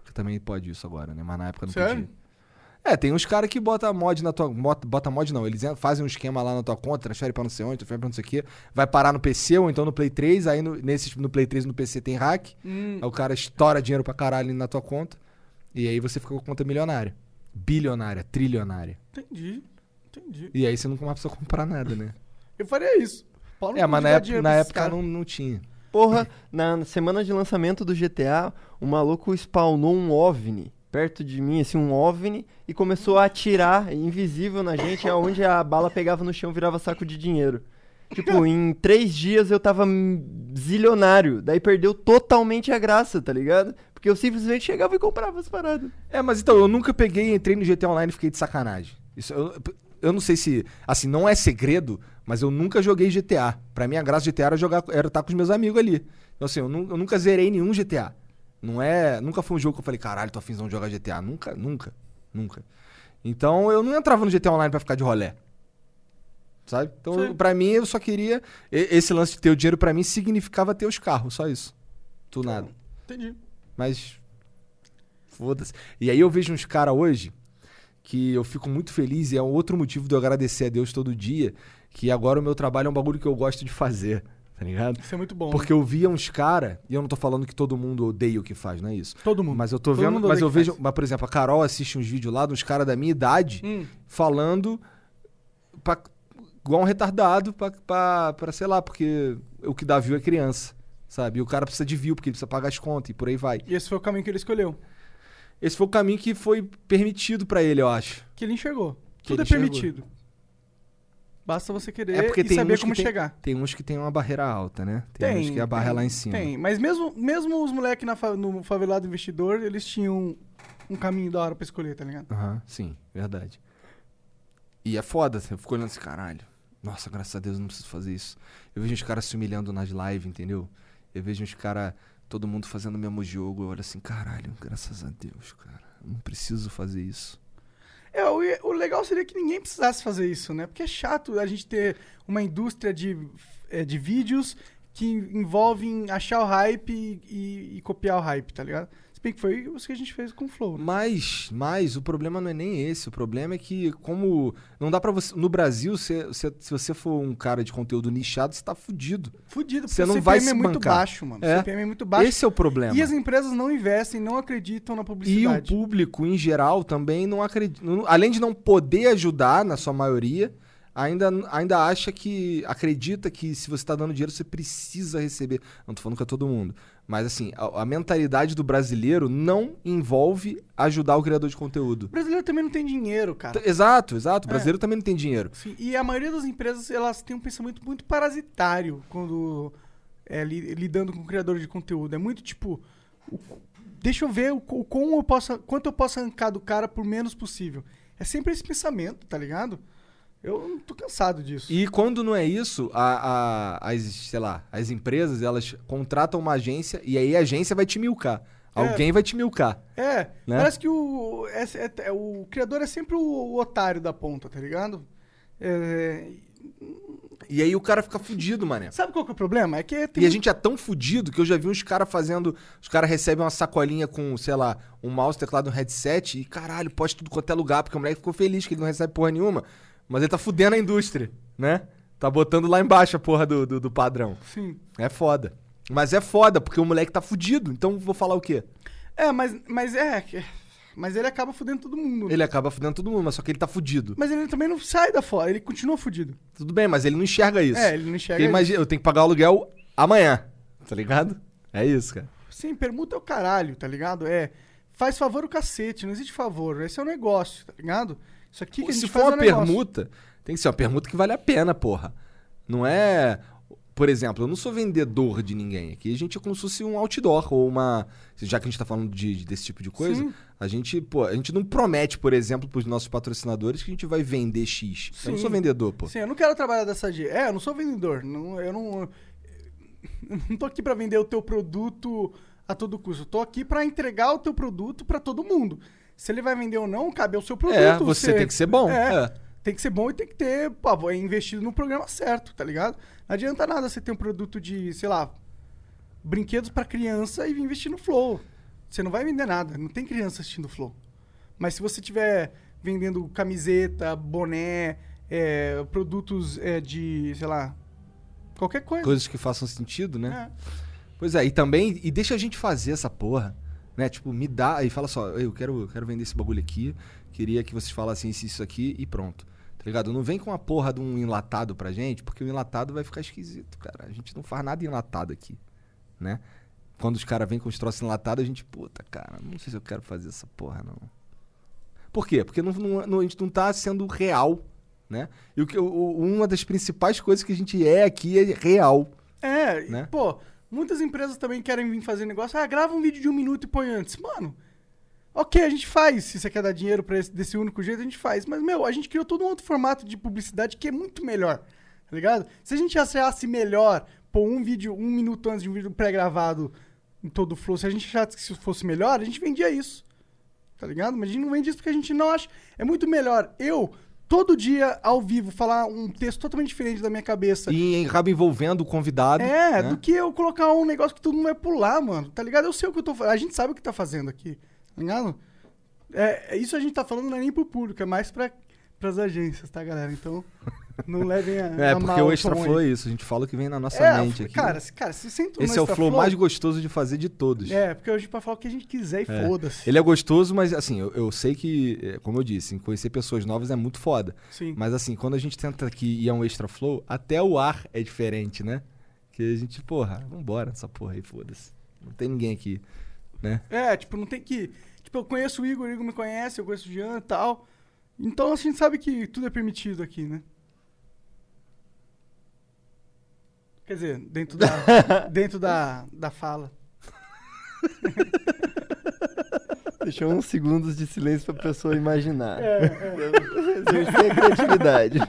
Speaker 2: Que também pode isso agora, né? Mas na época não
Speaker 3: Sério?
Speaker 2: podia. É, tem uns caras que bota mod na tua. Bota, bota mod não, eles en- fazem um esquema lá na tua conta, transfere pra não sei onde, transfere pra não sei o quê, vai parar no PC ou então no Play 3, aí no, nesses, no Play 3 e no PC tem hack,
Speaker 3: Hum,
Speaker 2: Aí o cara estoura dinheiro pra caralho na tua conta. E aí você fica com a conta milionária. Bilionária, trilionária.
Speaker 3: entendi, entendi.
Speaker 2: E aí você nunca mais precisa comprar nada, né?
Speaker 3: Eu faria isso. Paulo
Speaker 2: é,
Speaker 3: não
Speaker 2: mas
Speaker 3: podia
Speaker 2: na,
Speaker 3: dar
Speaker 2: ép-
Speaker 3: dinheiro
Speaker 2: na
Speaker 3: pra esses
Speaker 2: época
Speaker 3: caras.
Speaker 2: não, não tinha.
Speaker 1: Porra, na semana de lançamento do GTA, o maluco spawnou um OVNI perto de mim, assim, um OVNI, e começou a atirar é invisível na gente, aonde a bala pegava no chão virava saco de dinheiro. Tipo, em três dias eu tava hum, zilionário, daí perdeu totalmente a graça, tá ligado? Porque eu simplesmente chegava e comprava as paradas.
Speaker 2: É, mas então, eu nunca peguei, entrei no GTA Online e fiquei de sacanagem. Isso, eu, eu não sei se. Assim, não é segredo, mas eu nunca joguei GTA. Pra mim, a graça do GTA era jogar, era estar com os meus amigos ali. Então, assim, eu, nu- eu nunca zerei nenhum GTA. Não é. Nunca foi um jogo que eu falei, caralho, tô afim de jogar GTA. Nunca, nunca. Nunca. Então eu não entrava no GTA Online pra ficar de rolé. Sabe? Então, eu- pra mim, eu só queria. e- Esse lance de ter o dinheiro pra mim significava ter os carros, só isso. Tu nada.
Speaker 3: Entendi.
Speaker 2: Mas. Foda-se. E aí eu vejo uns caras hoje que eu fico muito feliz e é um outro motivo de eu agradecer a Deus todo dia. Que agora o meu trabalho é um bagulho que eu gosto de fazer, tá ligado?
Speaker 3: Isso é muito bom.
Speaker 2: Porque eu via uns caras, e eu não tô falando que todo mundo odeia o que faz, não é isso?
Speaker 3: Todo mundo.
Speaker 2: Mas eu tô
Speaker 3: Todo
Speaker 2: vendo,
Speaker 3: mundo
Speaker 2: mas
Speaker 3: odeia
Speaker 2: eu
Speaker 3: o que
Speaker 2: vejo,
Speaker 3: faz.
Speaker 2: mas por exemplo, a Carol assiste uns vídeos lá de uns caras da minha idade
Speaker 3: Hum.
Speaker 2: falando pra, igual um retardado pra, pra, pra, sei lá, porque o que dá view é criança, sabe? E o cara precisa de view porque ele precisa pagar as contas e por aí vai.
Speaker 3: E esse foi o caminho que ele escolheu.
Speaker 2: Esse foi o caminho que foi permitido pra ele, eu acho.
Speaker 3: Que ele enxergou.
Speaker 2: Que ele
Speaker 3: Tudo é
Speaker 2: enxergou.
Speaker 3: permitido. Basta você querer
Speaker 2: É porque
Speaker 3: e
Speaker 2: tem
Speaker 3: saber
Speaker 2: uns
Speaker 3: como
Speaker 2: que tem-
Speaker 3: chegar.
Speaker 2: Tem uns que tem uma barreira alta, né? Tem, uns que a barra é lá em cima.
Speaker 3: Tem, mas mesmo, mesmo os moleques no favelado investidor, eles tinham um caminho da hora pra escolher, tá ligado?
Speaker 2: Aham, sim, verdade. E é foda, eu fico olhando esse caralho. Nossa, graças a Deus eu não preciso fazer isso. Eu vejo uns caras se humilhando nas lives, entendeu? Eu vejo uns caras, todo mundo fazendo o mesmo jogo. Eu olho assim, caralho, graças a Deus, cara. eu Não preciso fazer isso.
Speaker 3: É, o, o legal seria que ninguém precisasse fazer isso, né? Porque é chato a gente ter uma indústria de, é, de vídeos que envolvem achar o hype e, e copiar o hype, tá ligado? Se bem que foi isso que a gente fez com o Flow. né?
Speaker 2: Mas, mas o problema não é nem esse. O problema é que, como. Não dá pra você. No Brasil, você- você- se você for um cara de conteúdo nichado, você tá fudido.
Speaker 3: Fudido, porque
Speaker 2: Você não
Speaker 3: o CPM
Speaker 2: vai
Speaker 3: é
Speaker 2: se
Speaker 3: muito
Speaker 2: bancar.
Speaker 3: baixo, mano.
Speaker 2: É.
Speaker 3: O CPM é muito baixo.
Speaker 2: Esse é o problema.
Speaker 3: E as empresas não investem, não acreditam na
Speaker 2: E o
Speaker 3: publicidade.
Speaker 2: público em geral também não acredita. Além de não poder ajudar, na sua maioria, ainda, ainda acha que. Acredita que se você está dando dinheiro, você precisa receber. Não tô falando que é todo mundo. Mas assim, a, a mentalidade do brasileiro não envolve ajudar o criador de conteúdo.
Speaker 3: O brasileiro também não tem dinheiro, cara. É.
Speaker 2: T- Exato, exato. O brasileiro também não tem dinheiro.
Speaker 3: Sim, e a maioria das empresas elas têm um pensamento muito parasitário quando é, li- lidando com criadores de conteúdo. É muito tipo, o- deixa eu ver o, co- como eu posso, quanto eu posso arrancar do cara por menos possível. É sempre esse pensamento, tá ligado? Eu tô cansado disso.
Speaker 2: E quando não é isso, a, a- as, sei lá, as empresas elas contratam uma agência e aí a agência vai te milcar.
Speaker 3: É.
Speaker 2: Alguém vai te milcar.
Speaker 3: É,
Speaker 2: Né?
Speaker 3: parece que o, é, é- é- o criador é sempre o, o otário da ponta, tá ligado? É,
Speaker 2: E aí o cara fica fudido, mané.
Speaker 3: sabe qual que é o problema? É que tem
Speaker 2: E a gente é tão fudido que eu já vi uns caras fazendo. Os caras recebem uma sacolinha com, sei lá, um mouse, teclado, um headset e caralho, pode tudo quanto é lugar, porque o moleque ficou feliz que ele não recebe porra nenhuma. Mas ele tá fudendo a indústria, né? Tá botando lá embaixo a porra do, do, do padrão.
Speaker 3: Sim.
Speaker 2: É foda. Mas é foda, porque o moleque tá fudido. Então vou falar o quê?
Speaker 3: É, mas, mas é. que- Mas ele acaba fudendo todo mundo. né?
Speaker 2: Ele acaba fudendo todo mundo, mas só que ele tá fudido.
Speaker 3: Mas ele também não sai da fora, ele continua fudido.
Speaker 2: Tudo bem, mas ele não enxerga isso.
Speaker 3: É, ele não enxerga.
Speaker 2: Porque imagina, eu tenho que pagar o aluguel amanhã. Tá ligado? É isso, cara.
Speaker 3: Sim, permuta é o caralho, tá ligado? É. Faz favor o cacete, não existe favor. Esse é o negócio, tá ligado? Isso aqui que a
Speaker 2: se
Speaker 3: gente
Speaker 2: for
Speaker 3: faz
Speaker 2: uma
Speaker 3: é um negócio.
Speaker 2: permuta, tem que ser uma permuta que vale a pena, porra. Não é. Por exemplo, eu não sou vendedor de ninguém. Aqui a gente é como se fosse um outdoor ou uma. Já que a gente tá falando de- de- desse tipo de coisa,
Speaker 3: Sim.
Speaker 2: a gente, pô, a gente não promete, por exemplo, pros nossos patrocinadores que a gente vai vender X. Eu não
Speaker 3: Sim.
Speaker 2: sou vendedor, pô.
Speaker 3: Sim, eu não quero trabalhar dessa jeito. É, eu não sou vendedor. Não, eu não. eu Não tô aqui pra vender o teu produto a todo custo. Eu tô aqui pra entregar o teu produto pra todo mundo. Se ele vai vender ou não, cabe ao seu produto.
Speaker 2: É, você tem que ser bom.
Speaker 3: É,
Speaker 2: É.
Speaker 3: Tem que ser bom e tem que ter, pô, é investido no programa certo, tá ligado? Não adianta nada você ter um produto de, sei lá, brinquedos pra criança e investir no Flow. Você não vai vender nada, não tem criança assistindo Flow. Mas se você tiver vendendo camiseta, boné, é, produtos é, de, sei lá, qualquer coisa.
Speaker 2: É. Coisas que façam sentido, né?
Speaker 3: né?
Speaker 2: Pois é, e também, e deixa a gente fazer essa porra, né? Tipo, me dá, e fala só, eu quero, eu quero vender esse bagulho aqui, queria que vocês falassem isso, isso aqui e pronto. Tá ligado? Não vem com a porra de um enlatado pra gente, porque o enlatado vai ficar esquisito, cara. A gente não faz nada enlatado aqui, né? Quando os caras vêm com os troços enlatados, a gente, puta, cara, não sei se eu quero fazer essa porra, não. Por quê? Porque não- não- não- a gente não tá sendo real, né? E o que, o- o- uma das principais coisas que a gente é aqui é real.
Speaker 3: É, e,
Speaker 2: Né?
Speaker 3: pô, muitas empresas também querem vir fazer negócio. Ah, grava um vídeo de um minuto e põe antes. Mano, ok, a gente faz. Se você quer dar dinheiro pra esse, desse único jeito, a gente faz. Mas, meu, a gente criou todo um outro formato de publicidade que é muito melhor, tá ligado? Se a gente achasse melhor pôr um vídeo, um minuto antes de um vídeo pré-gravado em todo o flow, se a gente achasse que isso fosse melhor, a gente vendia isso. Tá ligado? Mas a gente não vende isso porque a gente não acha. É muito melhor eu, todo dia, ao vivo, falar um texto totalmente diferente da minha cabeça.
Speaker 2: E acaba envolvendo o convidado.
Speaker 3: É,
Speaker 2: né?
Speaker 3: do que eu colocar um negócio que todo mundo vai pular, mano. Tá ligado? Eu sei o que eu tô fazendo. A gente sabe o que tá fazendo aqui. Tá ligado? É, é isso a gente tá falando não é nem pro público, é mais pra, pras agências, tá, galera? Então, não levem a.
Speaker 2: É,
Speaker 3: a
Speaker 2: porque
Speaker 3: mal
Speaker 2: o Extra
Speaker 3: tom aí.
Speaker 2: Flow é isso. A gente fala o que vem na nossa
Speaker 3: É,
Speaker 2: mente aqui.
Speaker 3: Cara, se- cara, se sentou
Speaker 2: Esse
Speaker 3: no
Speaker 2: é o
Speaker 3: Extra
Speaker 2: flow mais gostoso de fazer de todos.
Speaker 3: É, porque hoje pode falar o que a gente quiser e foda-se.
Speaker 2: Ele é gostoso, mas assim, eu, eu sei que, é, como eu disse, conhecer pessoas novas é muito foda.
Speaker 3: Sim.
Speaker 2: Mas assim, quando a gente tenta aqui ir a um extra flow, até o ar é diferente, né? Que a gente, porra, vambora essa porra aí, foda-se. Não tem ninguém aqui, né?
Speaker 3: É, tipo, não tem que. Tipo, eu conheço o Igor, o Igor me conhece, eu conheço o Jean e tal. Então a gente sabe que tudo é permitido aqui, né? Quer dizer, dentro da, dentro da, da fala.
Speaker 1: Deixou uns segundos de silêncio pra pessoa imaginar.
Speaker 3: É, é.
Speaker 1: Exercer a criatividade.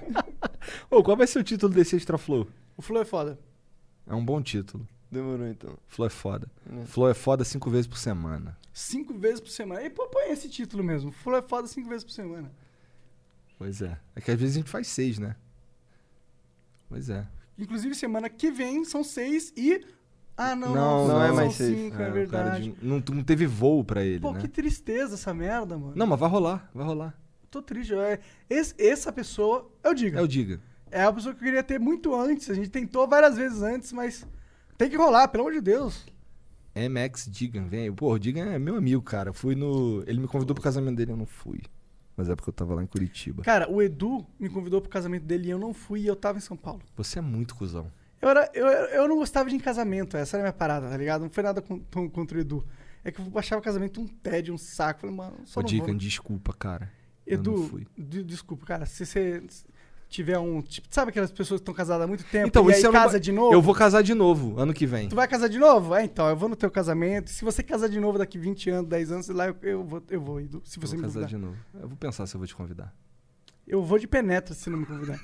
Speaker 2: Ô, qual vai ser o título desse extra flow?
Speaker 3: O flow é foda.
Speaker 2: É um bom título.
Speaker 1: Demorou então.
Speaker 2: Flow é foda.
Speaker 1: É.
Speaker 2: Flow é foda cinco vezes por semana.
Speaker 3: Cinco vezes por semana. E pô, põe esse título mesmo. Flow é foda cinco vezes por semana.
Speaker 2: Pois é. É que às vezes a gente faz seis, né? Pois é.
Speaker 3: Inclusive, semana que vem são seis e. Ah, não,
Speaker 2: Não,
Speaker 1: não é
Speaker 3: são
Speaker 1: mais seis.
Speaker 3: cinco,
Speaker 2: É,
Speaker 3: é
Speaker 2: o cara
Speaker 3: verdade.
Speaker 2: de- não, não teve voo pra ele,
Speaker 3: Pô,
Speaker 2: né?
Speaker 3: que tristeza essa merda, mano.
Speaker 2: Não, mas vai rolar, vai rolar.
Speaker 3: Tô triste. eu- é- esse- essa pessoa, eu digo,
Speaker 2: É o Diga.
Speaker 3: é a pessoa que eu queria ter muito antes. A gente tentou várias vezes antes, mas tem que rolar, pelo amor de Deus.
Speaker 2: MX Digan, vem aí. Pô, o Digan é meu amigo, cara. Eu fui no. Ele me convidou pro casamento dele, eu não fui. Mas é porque eu tava lá em Curitiba.
Speaker 3: Cara, o Edu me convidou pro casamento dele e eu não fui e eu tava em São Paulo.
Speaker 2: Você é muito cuzão.
Speaker 3: Eu, era, eu, eu não gostava de ir em casamento, essa era a minha parada, tá ligado? Não foi nada con- tão contra o Edu. É que eu achava casamento um tédio, um saco. Falei, mano, só
Speaker 2: Ô,
Speaker 3: não
Speaker 2: Digan,
Speaker 3: vou. né?
Speaker 2: desculpa, cara. eu não
Speaker 3: Edu,
Speaker 2: fui.
Speaker 3: de- desculpa, cara, se você tiver um. Tipo, sabe aquelas pessoas que estão casadas há muito tempo
Speaker 2: Então,
Speaker 3: e
Speaker 2: esse
Speaker 3: aí
Speaker 2: ano
Speaker 3: casa
Speaker 2: vai-
Speaker 3: de novo?
Speaker 2: Eu vou casar de novo, ano que vem.
Speaker 3: Tu vai casar de novo? É, então, eu vou no teu casamento. Se você casar de novo daqui 20 anos, 10 anos, sei lá, eu, eu vou, eu vou, Edu, se
Speaker 2: Eu
Speaker 3: você
Speaker 2: vou
Speaker 3: me
Speaker 2: casar
Speaker 3: convidar.
Speaker 2: de novo. Eu vou pensar se eu vou te convidar.
Speaker 3: Eu vou de penetra se não me convidar.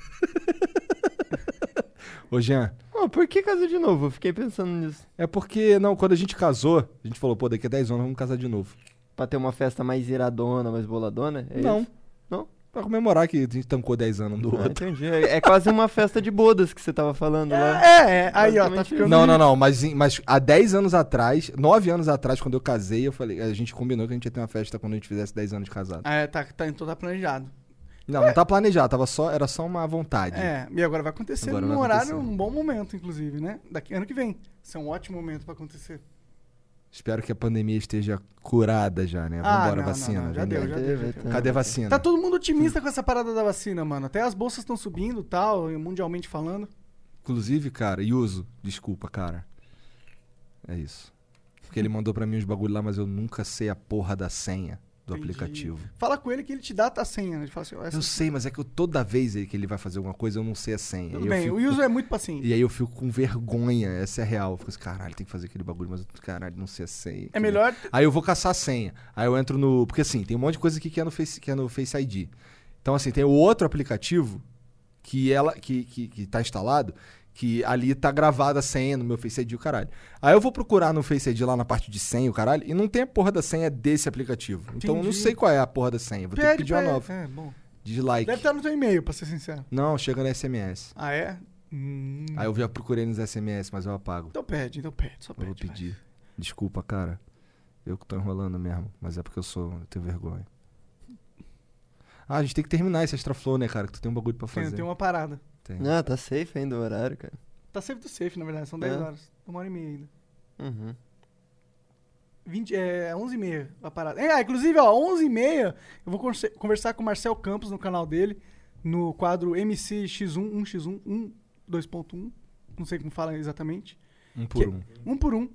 Speaker 2: Ô, Jean,
Speaker 1: Pô, por que casa de novo? Eu fiquei pensando nisso.
Speaker 2: é porque, não, quando a gente casou, a gente falou, pô, daqui a 10 anos vamos casar de novo.
Speaker 1: Pra ter uma festa mais iradona, mais boladona? É
Speaker 2: não.
Speaker 1: isso? Não?
Speaker 2: Pra comemorar que a gente tancou 10 anos um do
Speaker 1: Ah,
Speaker 2: outro.
Speaker 1: entendi. É, é quase uma festa de bodas que você tava falando lá.
Speaker 3: É, é, aí ó, tá
Speaker 1: Basicamente
Speaker 3: ficando.
Speaker 2: Não, não, não, mas, em- mas há 10 anos atrás, 9 anos atrás, quando eu casei, eu falei, a gente combinou que a gente ia ter uma festa quando a gente fizesse 10 anos de casado.
Speaker 3: Ah, é, tá, tá, então tá planejado.
Speaker 2: Não, não tá planejado, tava só, era só uma vontade.
Speaker 3: É, e agora vai acontecer
Speaker 2: Agora
Speaker 3: num
Speaker 2: vai
Speaker 3: horário,
Speaker 2: acontecer.
Speaker 3: num bom momento, inclusive, né? Daqui ano que vem. Isso é um ótimo momento pra acontecer.
Speaker 2: Espero que a pandemia esteja curada já, né?
Speaker 3: Ah,
Speaker 2: Vambora,
Speaker 3: não,
Speaker 2: vacina.
Speaker 3: não, não, já
Speaker 2: vem
Speaker 3: deu,
Speaker 2: daí.
Speaker 3: já
Speaker 1: Vai ter,
Speaker 3: deu,
Speaker 1: vai
Speaker 3: já
Speaker 1: ter.
Speaker 2: Cadê a vacina?
Speaker 3: Tá todo mundo otimista com essa parada da vacina, mano. Até as bolsas estão subindo e tal, mundialmente falando.
Speaker 2: Inclusive, cara, Yuso, desculpa, cara. É isso. Porque ele mandou pra mim uns bagulho lá, mas eu nunca sei a porra da senha do
Speaker 3: Entendi.
Speaker 2: aplicativo.
Speaker 3: Fala com ele que ele te dá a senha. né? Ele fala assim, ó, essa-
Speaker 2: Eu sei, mas é que eu, toda vez aí que ele vai fazer alguma coisa, eu não sei a senha.
Speaker 3: Tudo
Speaker 2: E eu
Speaker 3: bem,
Speaker 2: fico-
Speaker 3: o Yuzo é muito paciente.
Speaker 2: E aí eu fico com vergonha, essa é real. Eu fico assim, caralho, tem que fazer aquele bagulho, mas eu- caralho, não sei a senha.
Speaker 3: É melhor.
Speaker 2: Aí eu vou caçar a senha. Aí eu entro no. Porque assim, tem um monte de coisa aqui que é no Face, que é no Face ID. Então, assim, tem o outro aplicativo que ela que, que, que tá instalado, que ali tá gravada a senha no meu Face ID, o caralho. Aí eu vou procurar no Face ID lá na parte de senha, o caralho, e não tem a porra da senha desse aplicativo. Então eu não
Speaker 3: Entendi.
Speaker 2: sei qual é a porra da senha. Vou ter que pedir
Speaker 3: pra
Speaker 2: uma
Speaker 3: ele.
Speaker 2: nova.
Speaker 3: É, bom.
Speaker 2: Dislike.
Speaker 3: Deve tá estar no teu e-mail, pra ser sincero.
Speaker 2: Não, chega no SMS.
Speaker 3: Ah, é? Hum.
Speaker 2: Aí Ah, eu já procurei nos SMS, mas eu apago.
Speaker 3: Então pede, então pede, só
Speaker 2: Eu
Speaker 3: pede.
Speaker 2: vou
Speaker 3: vai.
Speaker 2: pedir. Desculpa, cara. Eu que tô enrolando mesmo, mas é porque eu sou. Eu tenho vergonha. Ah, a gente tem que terminar esse extra flow, né, cara? Que tu tem um bagulho pra fazer.
Speaker 3: Tem, tem uma parada.
Speaker 2: Tem.
Speaker 1: Não, tá safe ainda o horário, cara.
Speaker 3: Tá safe do safe, na verdade, são 10
Speaker 1: É.
Speaker 3: horas. Uma hora e meia ainda.
Speaker 1: Uhum.
Speaker 3: 20, é 11 e meia a parada. É, ah, inclusive, ó, 11 e meia eu vou converse- conversar com o Marcel Campos no canal dele, no quadro MCX1, 1x1, 1, 2.1, não sei como fala exatamente.
Speaker 2: Um por
Speaker 3: Que-
Speaker 2: um.
Speaker 3: Um por um.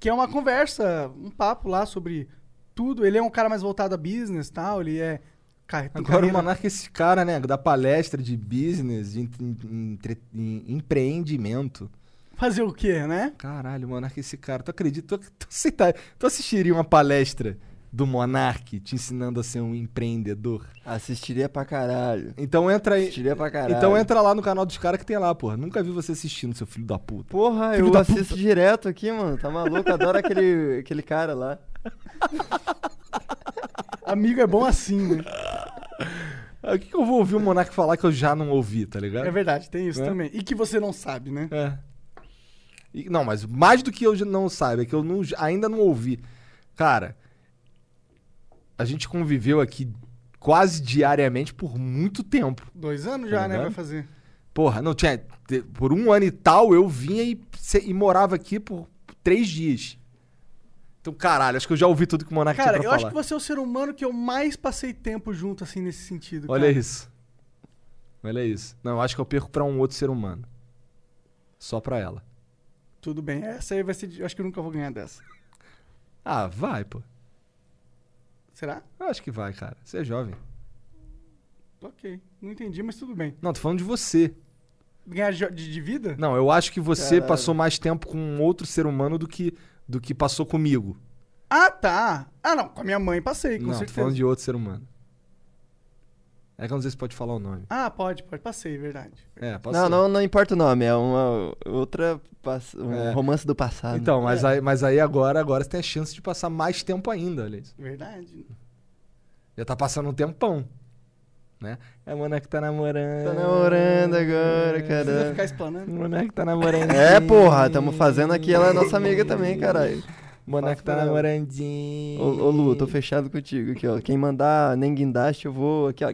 Speaker 3: Que é uma conversa, um papo lá sobre tudo. Ele é um cara mais voltado a business e tal, ele é... Cara, tem
Speaker 2: Agora o
Speaker 3: carreira-
Speaker 2: Monarca, é esse cara, né? Da palestra de business, de en- entre- em- empreendimento.
Speaker 3: Fazer o quê, né?
Speaker 2: Caralho, o Monarca, é esse cara. Tu acredita? Tu, tu, aceita- tu assistiria uma palestra do Monark te ensinando a ser um empreendedor?
Speaker 1: Assistiria pra caralho.
Speaker 2: Então entra aí.
Speaker 1: Assistiria pra caralho.
Speaker 2: Então entra lá no canal dos caras que tem lá, porra. Nunca vi você assistindo, seu filho da puta.
Speaker 1: Porra,
Speaker 2: Filho
Speaker 1: eu
Speaker 2: da
Speaker 1: assisto direto aqui, mano. Tá maluco? Adoro aquele, aquele cara lá.
Speaker 3: A Amigo é bom assim, né?
Speaker 2: Ah, O que, que eu vou ouvir o Monark falar que eu já não ouvi, tá ligado?
Speaker 3: É verdade, tem isso
Speaker 2: É.
Speaker 3: também. E que você não sabe, né?
Speaker 2: É. E- não, mas mais do que eu já não saiba, é que eu não- ainda não ouvi. Cara, a gente conviveu aqui quase diariamente por muito tempo.
Speaker 3: Dois anos
Speaker 2: Tá
Speaker 3: já, né?
Speaker 2: ligado?
Speaker 3: Vai fazer.
Speaker 2: Porra, não tinha. te- Por um ano e tal, eu vinha e, se- e morava aqui por três dias. Então, caralho, acho que eu já ouvi tudo que o Monark tinha
Speaker 3: Cara, eu
Speaker 2: pra
Speaker 3: acho
Speaker 2: falar.
Speaker 3: que você é o ser humano que eu mais passei tempo junto, assim, nesse sentido.
Speaker 2: Olha
Speaker 3: cara.
Speaker 2: isso. Olha isso. Não, eu acho que eu perco pra um outro ser humano. Só pra ela.
Speaker 3: Tudo bem, essa aí vai ser. de- Eu acho que eu nunca vou ganhar dessa.
Speaker 2: Ah, vai, pô.
Speaker 3: Será?
Speaker 2: Eu acho que vai, cara. Você é jovem.
Speaker 3: Ok. Não entendi, mas tudo bem.
Speaker 2: Não, tô falando de você.
Speaker 3: Ganhar de, de de vida?
Speaker 2: Não, eu acho que você
Speaker 1: Caralho.
Speaker 2: passou mais tempo com um outro ser humano do que, do que passou comigo.
Speaker 3: Ah, tá. Ah, não. Com a minha mãe passei, com
Speaker 2: não, tô
Speaker 3: certeza.
Speaker 2: falando de outro ser humano. É que eu não sei se pode falar o nome.
Speaker 3: Ah, pode, pode. Passei, verdade.
Speaker 2: É, passou.
Speaker 1: Não, não, não importa o nome, é uma outra. pass- Um
Speaker 2: É.
Speaker 1: romance do passado.
Speaker 2: Então, mas, aí, mas aí agora, agora você tem a chance de passar mais tempo ainda, olha isso.
Speaker 3: Verdade.
Speaker 2: Já tá passando um tempão. Né? É o Monark tá namorando.
Speaker 1: Tá namorando
Speaker 2: É,
Speaker 1: agora,
Speaker 3: Precisa
Speaker 1: caramba.
Speaker 3: ficar explanando.
Speaker 2: O Monark tá namorando.
Speaker 1: É, porra, tamo fazendo aqui, ela é nossa amiga também, caralho.
Speaker 2: O Monark tá
Speaker 1: Fala pra ela.
Speaker 2: namorandinho.
Speaker 1: Ô, ô Lu, tô fechado contigo aqui, ó. Quem mandar nem guindaste, eu vou aqui, ó.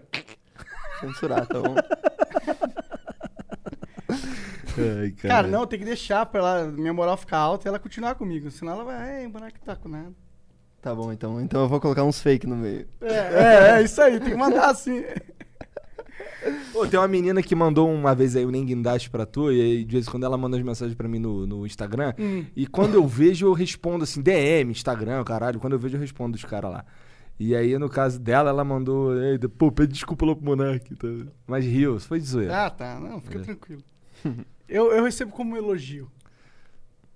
Speaker 1: Censurar, tá bom?
Speaker 5: Ai, cara.
Speaker 3: Cara, não, tem que deixar pra ela, minha moral ficar alta e ela continuar comigo. Senão ela vai, é, boneco tá com nada.
Speaker 1: Tá bom, então. Então eu vou colocar uns fake no meio.
Speaker 3: É, é, é isso aí, tem que mandar assim.
Speaker 2: Ô, tem uma menina que mandou uma vez aí o Nem Guindaste pra tu, e aí de vez em quando ela manda as mensagens pra mim no, no Instagram. E quando eu vejo, eu respondo assim, DM, Instagram, caralho. Quando eu vejo, eu respondo os caras lá. E aí, no caso dela, ela mandou, "Ei, de- pô, pede desculpa lá pro Monark. Tá? Mas riu, foi de zoeira.
Speaker 3: Ah, tá, não, fica
Speaker 2: É.
Speaker 3: tranquilo. Eu, eu recebo como um elogio.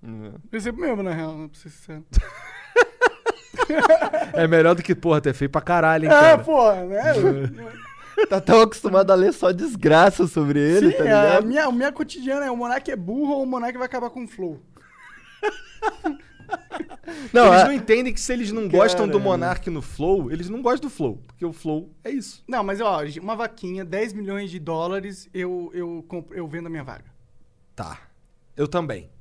Speaker 3: Eu recebo mesmo, na real, não preciso ser sincero.
Speaker 2: É melhor do que, porra, tu é feio pra caralho, hein, cara.
Speaker 3: É, pô, né?
Speaker 1: Tá tão acostumado a ler só desgraça sobre ele,
Speaker 3: Sim, é,
Speaker 1: tá
Speaker 3: a,
Speaker 1: ligado?
Speaker 3: minha, a minha cotidiana é o Monark é burro ou o Monark vai acabar com o Flow.
Speaker 1: Não,
Speaker 2: eles
Speaker 1: a-
Speaker 2: não é. entendem que se eles não gostam do
Speaker 1: Caralho.
Speaker 2: Monark no Flow, eles não gostam do Flow. Porque o Flow é isso.
Speaker 3: Não, mas ó, uma vaquinha, 10 milhões de dólares, eu, eu, compro, eu vendo a minha vaga.
Speaker 2: Tá. Eu também.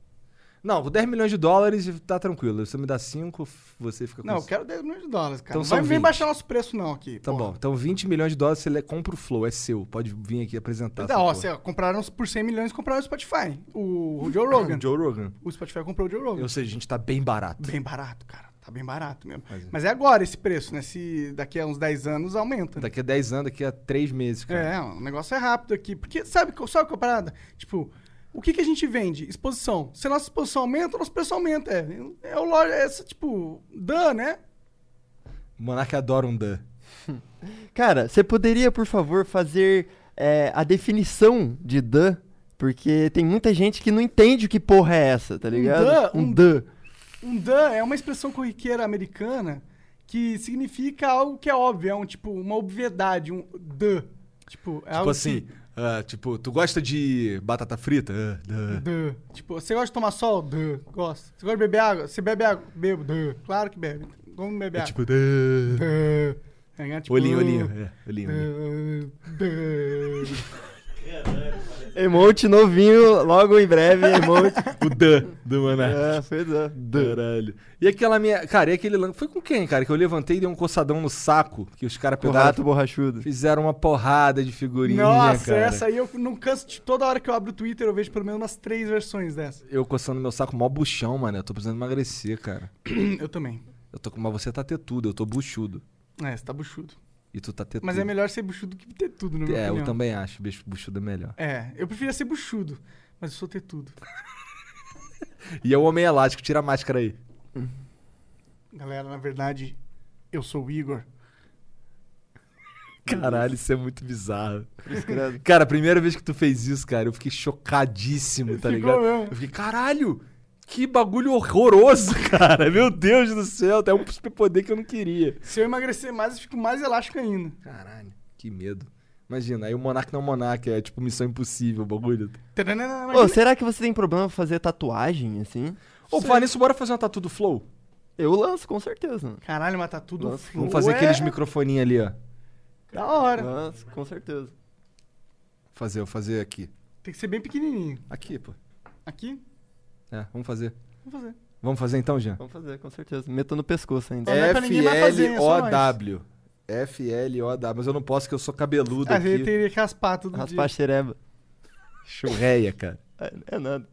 Speaker 2: Não, com 10 milhões de dólares tá tranquilo. Você me dá 5, você fica com
Speaker 3: Não, eu
Speaker 2: c-
Speaker 3: quero 10 milhões de dólares, cara.
Speaker 2: Então
Speaker 3: não
Speaker 2: são
Speaker 3: vai, vem
Speaker 2: 20.
Speaker 3: baixar nosso preço, não, aqui.
Speaker 2: Tá
Speaker 3: porra.
Speaker 2: bom. Então 20 milhões de dólares você le- compra o Flow, é seu. Pode vir aqui apresentar.
Speaker 3: Não, é, Então, ó, cê, ó, compraram por 100 milhões compraram o Spotify. O, o é Joe Rogan.
Speaker 2: É, Joe Rogan.
Speaker 3: O Spotify comprou o Joe Rogan.
Speaker 2: Ou seja, a gente tá bem barato.
Speaker 3: Bem barato, cara. Tá bem barato mesmo.
Speaker 2: Mas é.
Speaker 3: Mas, é agora esse preço, né? Se daqui a uns 10 anos aumenta. né?
Speaker 2: Daqui a 10 anos, daqui a 3 meses, cara.
Speaker 3: É, o negócio é rápido aqui. Porque sabe, qual- sabe qual é a parada? Tipo, o que, que a gente vende? Exposição. Se a nossa exposição aumenta, o nosso preço aumenta. É, é o loja, é essa, tipo, dan, né?
Speaker 2: O Monark adora um
Speaker 3: É
Speaker 2: Dan.
Speaker 1: Cara, você poderia, por favor, fazer é, a definição de dan? Porque tem muita gente que não entende o que porra é essa, tá ligado?
Speaker 3: dan, um-
Speaker 1: dan.
Speaker 3: Um dan é uma expressão corriqueira americana que significa algo que é óbvio, é um tipo, uma obviedade, um dan. Tipo, é
Speaker 2: tipo
Speaker 3: algo
Speaker 2: assim,
Speaker 3: que-
Speaker 2: ah, tipo, tu gosta de batata frita? Ah, Dan.
Speaker 3: Duh. Tipo, você gosta de tomar sol? Duh. Gosto. Você gosta de beber água? Você bebe água? Bebo. Duh. Claro que bebe. Vamos beber
Speaker 2: É
Speaker 3: água.
Speaker 2: tipo, Dan.
Speaker 3: Duh. É, né? Tipo,
Speaker 2: Olhinho, olhinho. É, olhinho, olhinho.
Speaker 3: duh, duh.
Speaker 1: Emote novinho, logo em breve, emote.
Speaker 3: É.
Speaker 2: O Dan do Monark.
Speaker 1: é, foi dan. Dan.
Speaker 2: Caralho. E aquela minha. Cara, e aquele lance. Foi com quem, cara? Que eu levantei e dei um coçadão no saco. Que os caras
Speaker 1: O
Speaker 2: pegaram.
Speaker 1: rato borrachudo.
Speaker 2: Fizeram uma porrada de figurinha.
Speaker 3: Nossa,
Speaker 2: cara.
Speaker 3: essa aí eu não canso. De, toda hora que eu abro o Twitter eu vejo pelo menos umas três versões dessa.
Speaker 2: Eu coçando meu saco, mó buchão, mano. Eu tô precisando emagrecer, cara.
Speaker 3: Eu também.
Speaker 2: Eu tô com. Mas você tá tetudo, eu tô buchudo.
Speaker 3: É, você tá buchudo.
Speaker 2: E tu tá tetudo.
Speaker 3: Mas é melhor ser buchudo que ter tudo, na minha
Speaker 2: É, eu
Speaker 3: opinião.
Speaker 2: também acho. Bicho, buchudo é melhor.
Speaker 3: É, eu preferia ser buchudo, mas eu sou ter tudo.
Speaker 2: E é o homem elástico, tira a máscara aí.
Speaker 3: Galera, na verdade, eu sou o Igor.
Speaker 2: Caralho, isso é muito bizarro.
Speaker 1: Credo.
Speaker 2: Cara, a primeira vez que tu fez isso, cara, eu fiquei chocadíssimo, tá
Speaker 3: Ficou
Speaker 2: ligado?
Speaker 3: mesmo.
Speaker 2: Eu fiquei, caralho, que bagulho horroroso, cara. Meu Deus do céu, é um superpoder que eu não queria.
Speaker 3: Se eu emagrecer mais, eu fico mais elástico ainda.
Speaker 2: Caralho, que medo. Imagina, aí o Monark não é Monark, é tipo missão impossível o bagulho.
Speaker 3: Taranana,
Speaker 1: Ô, será que você tem problema pra fazer tatuagem, assim?
Speaker 2: Ô, Vanessa, bora fazer uma tatu do Flow?
Speaker 1: Eu lanço, com certeza. Né?
Speaker 3: Caralho, mas tá tudo
Speaker 1: Nossa,
Speaker 3: flow,
Speaker 2: Vamos fazer
Speaker 3: é
Speaker 2: aqueles microfoninhos ali, ó.
Speaker 3: Da hora.
Speaker 1: Lanço, com certeza.
Speaker 2: Fazer, eu fazer aqui.
Speaker 3: Tem que ser bem pequenininho.
Speaker 2: Aqui, pô.
Speaker 3: Aqui,
Speaker 2: É, vamos fazer.
Speaker 3: vamos fazer.
Speaker 2: Vamos fazer então, Jean?
Speaker 1: Vamos fazer, com certeza. Meto no pescoço ainda.
Speaker 3: Não é pra ninguém mais fazer, é só nós.
Speaker 2: F-L-O-W. F-L-O-W. Mas eu não posso, que eu sou cabeludo
Speaker 3: Ah, ele
Speaker 2: aqui.
Speaker 3: teria que raspar tudo.
Speaker 1: Raspar a
Speaker 3: de...
Speaker 1: xereba.
Speaker 2: Churreia, cara.
Speaker 1: É, é nada.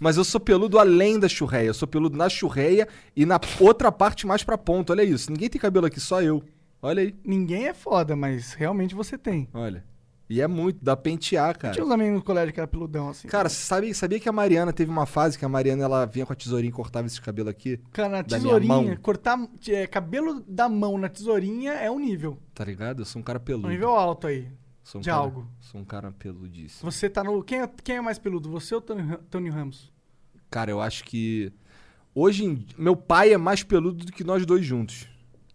Speaker 2: Mas eu sou peludo além da churreia. Eu sou peludo na churreia e na outra parte mais pra ponta. Olha isso. Ninguém tem cabelo aqui, só eu. Olha aí.
Speaker 3: Ninguém é foda, mas realmente você tem.
Speaker 2: Olha. E é muito, dá pra pentear,
Speaker 3: Tinha
Speaker 2: cara.
Speaker 3: uns amigos no colégio que era peludão, assim.
Speaker 2: Cara, você sabe, sabia que a Mariana teve uma fase que a Mariana ela vinha com a tesourinha e cortava esse cabelo aqui?
Speaker 3: Cara, na
Speaker 2: da minha
Speaker 3: tesourinha,
Speaker 2: mão.
Speaker 3: cortar é, cabelo da mão na tesourinha é um nível.
Speaker 2: Tá ligado? Eu sou um cara
Speaker 3: É
Speaker 2: peludo.
Speaker 3: um nível alto aí.
Speaker 2: Sou um
Speaker 3: de
Speaker 2: cara-
Speaker 3: algo.
Speaker 2: Sou um cara peludíssimo.
Speaker 3: Você tá no. Quem é, quem é mais peludo? Você ou Tony, Ra- Tony Ramos?
Speaker 2: Cara, eu acho que. Hoje em di- meu pai é mais peludo do que nós dois juntos.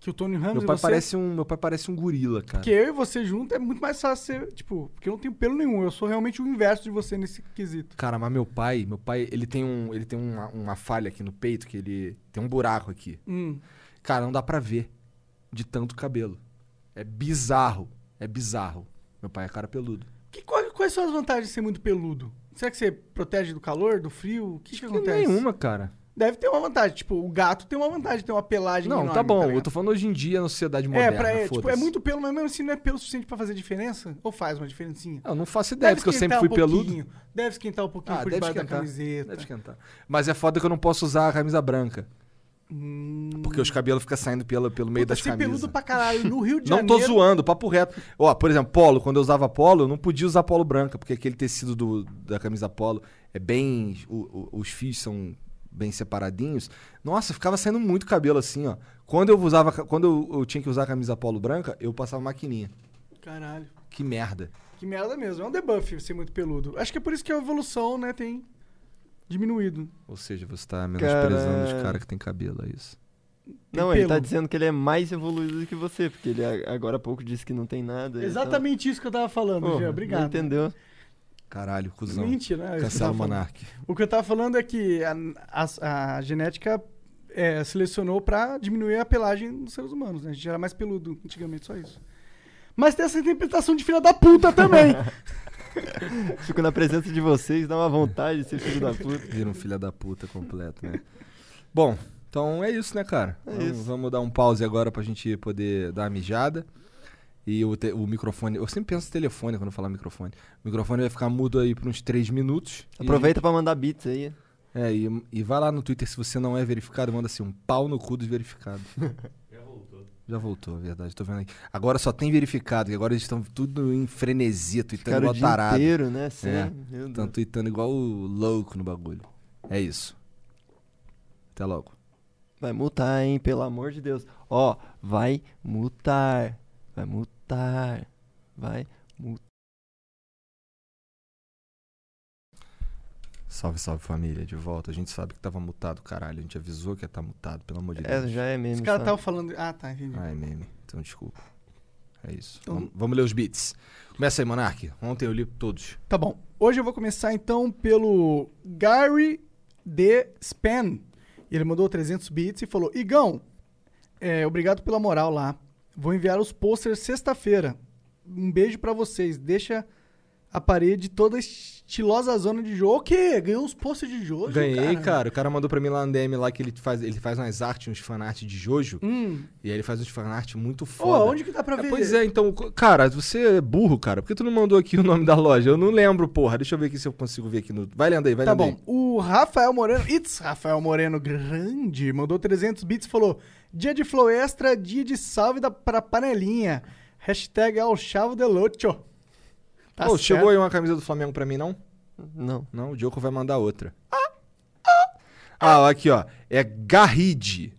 Speaker 3: Que o Tony Ramos
Speaker 2: Meu
Speaker 3: e
Speaker 2: pai,
Speaker 3: você.
Speaker 2: parece um, meu pai parece um gorila, cara.
Speaker 3: Porque eu e você junto é muito mais fácil ser. Tipo, porque eu não tenho pelo nenhum. Eu sou realmente o inverso de você nesse quesito.
Speaker 2: Cara, mas meu pai, meu pai, ele tem um, ele tem uma, uma falha aqui no peito que ele tem um buraco aqui.
Speaker 3: Hum.
Speaker 2: Cara, não dá pra ver de tanto cabelo. É bizarro, é bizarro. Meu pai é cara peludo.
Speaker 3: Que, qual- quais são as vantagens de ser muito peludo? Será que você protege do calor, do frio? O que, que acontece?
Speaker 2: Nenhuma, cara.
Speaker 3: Deve ter uma vantagem. Tipo, o gato tem uma vantagem, tem uma pelagem
Speaker 2: Não,
Speaker 3: É enorme,
Speaker 2: tá bom. eu
Speaker 3: ligado?
Speaker 2: tô falando hoje em dia na sociedade
Speaker 3: É,
Speaker 2: moderna.
Speaker 3: pra, é, tipo,
Speaker 2: foda-se.
Speaker 3: é muito pelo, mas mesmo assim não é pelo suficiente pra fazer diferença? Ou faz uma diferencinha?
Speaker 2: Eu não faço ideia, porque eu sempre fui
Speaker 3: esquentar um
Speaker 2: peludo.
Speaker 3: pouquinho, Deve esquentar um pouquinho
Speaker 2: Ah,
Speaker 3: por
Speaker 2: deve
Speaker 3: debaixo da
Speaker 2: esquentar.
Speaker 3: camiseta.
Speaker 2: Deve esquentar. Mas é foda que eu não posso usar a camisa branca.
Speaker 3: Hum,
Speaker 2: Porque os cabelos ficam saindo pelo, pelo meio
Speaker 3: puta,
Speaker 2: das
Speaker 3: ser
Speaker 2: camisas.
Speaker 3: peludo pra caralho. No Rio de
Speaker 2: Não
Speaker 3: Janeiro...
Speaker 2: tô zoando, papo reto. Ó, por exemplo, polo, quando eu usava polo, eu não podia usar polo branca, porque aquele tecido do- da camisa polo é bem. o- o- os fios são bem separadinhos. Nossa, ficava saindo muito cabelo assim, ó. Quando eu usava. ca- Quando eu, eu tinha que usar a camisa polo branca, eu passava maquininha.
Speaker 3: Caralho.
Speaker 2: Que merda.
Speaker 3: Que merda mesmo. É um debuff ser muito peludo. Acho que é por isso que a evolução, né, tem diminuído.
Speaker 2: Ou seja, você tá menosprezando os
Speaker 1: Cara-
Speaker 2: caras que tem cabelo, é isso.
Speaker 1: Não, ele tá
Speaker 3: pelo.
Speaker 1: dizendo que ele é mais evoluído do que você, porque ele a- agora há pouco disse que não tem nada.
Speaker 3: Exatamente isso que eu tava falando,
Speaker 1: Então,
Speaker 3: Jean.
Speaker 1: Porra,
Speaker 3: Obrigado.
Speaker 1: não Entendeu?
Speaker 2: Caralho, cuzão.
Speaker 3: Mentira. né? É isso que eu
Speaker 2: Cancela
Speaker 3: tava
Speaker 2: o
Speaker 3: falando.
Speaker 2: Monark.
Speaker 3: O que eu tava falando é que a, a- a genética é, selecionou pra diminuir a pelagem dos seres humanos, né? A gente era mais peludo antigamente, só isso. Mas tem essa interpretação de filha da puta também.
Speaker 1: Fico na presença de vocês, dá uma vontade de ser filho da puta.
Speaker 2: Vira um filho da puta completo, né? Bom, então é isso, né, cara? vamos,
Speaker 1: isso.
Speaker 2: vamos dar um pause agora pra gente poder dar uma mijada. E o, te- o microfone. Eu sempre penso no telefone quando eu falar microfone. O microfone vai ficar mudo aí por uns 3 minutos. E-
Speaker 1: Aproveita pra mandar beats aí.
Speaker 2: é, e, e vai lá no Twitter se você não é verificado, manda assim um pau no cu dos verificados.
Speaker 4: Já voltou.
Speaker 2: Já voltou, é verdade, tô vendo aqui. Agora só tem verificado, e agora eles estão tudo em frenesia, tweetando
Speaker 1: Cara, o
Speaker 2: igual
Speaker 1: dia
Speaker 2: tarado.
Speaker 1: inteiro, né? Sim,
Speaker 2: É.
Speaker 1: meu Deus.
Speaker 2: Estão tweetando igual o louco no bagulho. É isso. Até logo.
Speaker 1: Vai multar, hein? Pelo amor de Deus. Ó, vai multar. Vai multar. Vai.
Speaker 2: Salve, salve família, de volta. A gente sabe que tava mutado, caralho. A gente avisou que ia estar mutado, pelo amor de
Speaker 1: É,
Speaker 2: Deus.
Speaker 1: já é mesmo.
Speaker 3: Os caras
Speaker 1: sabe?
Speaker 3: estavam falando. Ah, tá, entendi.
Speaker 2: Ai, meme. Então, desculpa. É isso.
Speaker 3: Então-
Speaker 2: Vamos, vamos ler os beats. Começa aí, Monark. Ontem eu li todos.
Speaker 3: Tá bom. Hoje eu vou começar então pelo Gary D. Span. Ele mandou 300 bits e falou: Igão, é, obrigado pela moral lá. Vou enviar os posters sexta-feira. Um beijo pra vocês. Deixa a parede toda estilosa zona de jogo. O quê? Ganhou uns posters de jogo?
Speaker 2: Ganhei, cara. O cara mandou pra mim lá no DM lá que ele faz, ele faz umas artes, uns fanart de Jojo.
Speaker 3: Hum.
Speaker 2: E aí ele faz uns fanart muito
Speaker 3: Ô,
Speaker 2: foda.
Speaker 3: onde que dá pra
Speaker 2: É,
Speaker 3: ver?
Speaker 2: pois é, então, co- cara, você é burro, cara. Por que tu não mandou aqui o nome da loja? Eu não lembro, porra. Deixa eu ver aqui se eu consigo ver aqui no. Vai lendo aí, vai
Speaker 3: Tá
Speaker 2: lendo
Speaker 3: bom.
Speaker 2: aí.
Speaker 3: O Rafael Moreno, it's Rafael Moreno Grande, mandou 300 bits e falou: Dia de flow extra, dia de salve da, pra panelinha. Hashtag El Chavo de Lucho. Tá
Speaker 2: Ô,
Speaker 3: certo?
Speaker 2: chegou aí uma camisa do Flamengo pra mim, não?
Speaker 1: Não.
Speaker 2: Não, o Diogo vai mandar outra. Ah, ó, aqui, ó. É Garride.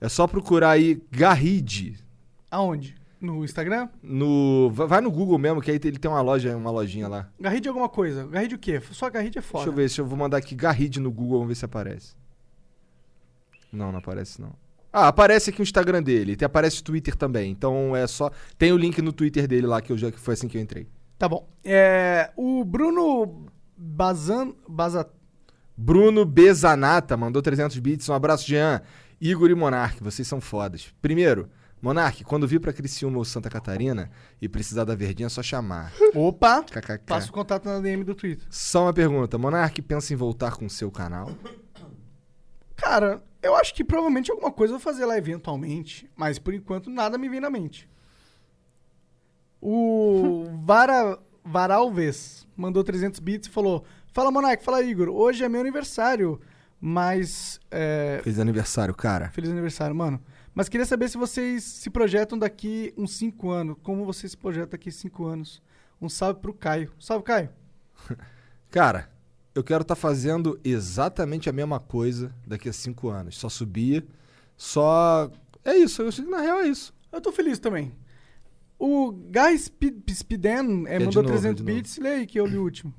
Speaker 2: É só procurar aí Garride.
Speaker 3: Aonde? No Instagram?
Speaker 2: No... va- Vai no Google mesmo, que aí ele tem uma loja, uma lojinha lá.
Speaker 3: Garride alguma coisa. Garride o quê? Só Garride é foda.
Speaker 2: Deixa eu ver, se eu vou mandar aqui Garride no Google, vamos ver se aparece. Não, não aparece não. Ah, aparece aqui o Instagram dele. Tem, aparece o Twitter também. Então é só. Tem o link no Twitter dele lá, que eu já que foi assim que eu entrei.
Speaker 3: Tá bom. É, o Bruno Bazan. Baza,
Speaker 2: Bruno Bezanata mandou 300 bits. Um abraço, Jean. Igor e Monark, vocês são fodas. Primeiro, Monark, quando vir pra Criciúma ou Santa Catarina e precisar da verdinha, é só chamar.
Speaker 3: Opa!
Speaker 2: KKK.
Speaker 3: Passa o contato na DM do Twitter.
Speaker 2: Só uma pergunta. Monark pensa em voltar com seu canal?
Speaker 3: Cara, eu acho que provavelmente alguma coisa eu vou fazer lá eventualmente, mas por enquanto nada me vem na mente. O Vara Varalves mandou 300 bits e falou: Fala Monark, fala Igor, hoje é meu aniversário, mas. é,
Speaker 2: Feliz aniversário, cara.
Speaker 3: Feliz aniversário, mano. Mas queria saber se vocês se projetam daqui uns 5 anos. Como vocês se projetam daqui 5 anos? Um salve pro Caio. Salve, Caio.
Speaker 2: Cara, eu quero estar fazendo exatamente a mesma coisa daqui a cinco anos. Só subir, só. É isso, eu acho que na real é isso.
Speaker 3: Eu tô feliz também. O Guy Spid- Spiden eh,
Speaker 2: de
Speaker 3: mandou
Speaker 2: novo,
Speaker 3: 300
Speaker 2: de novo.
Speaker 3: bits. Lê aí que eu li o último.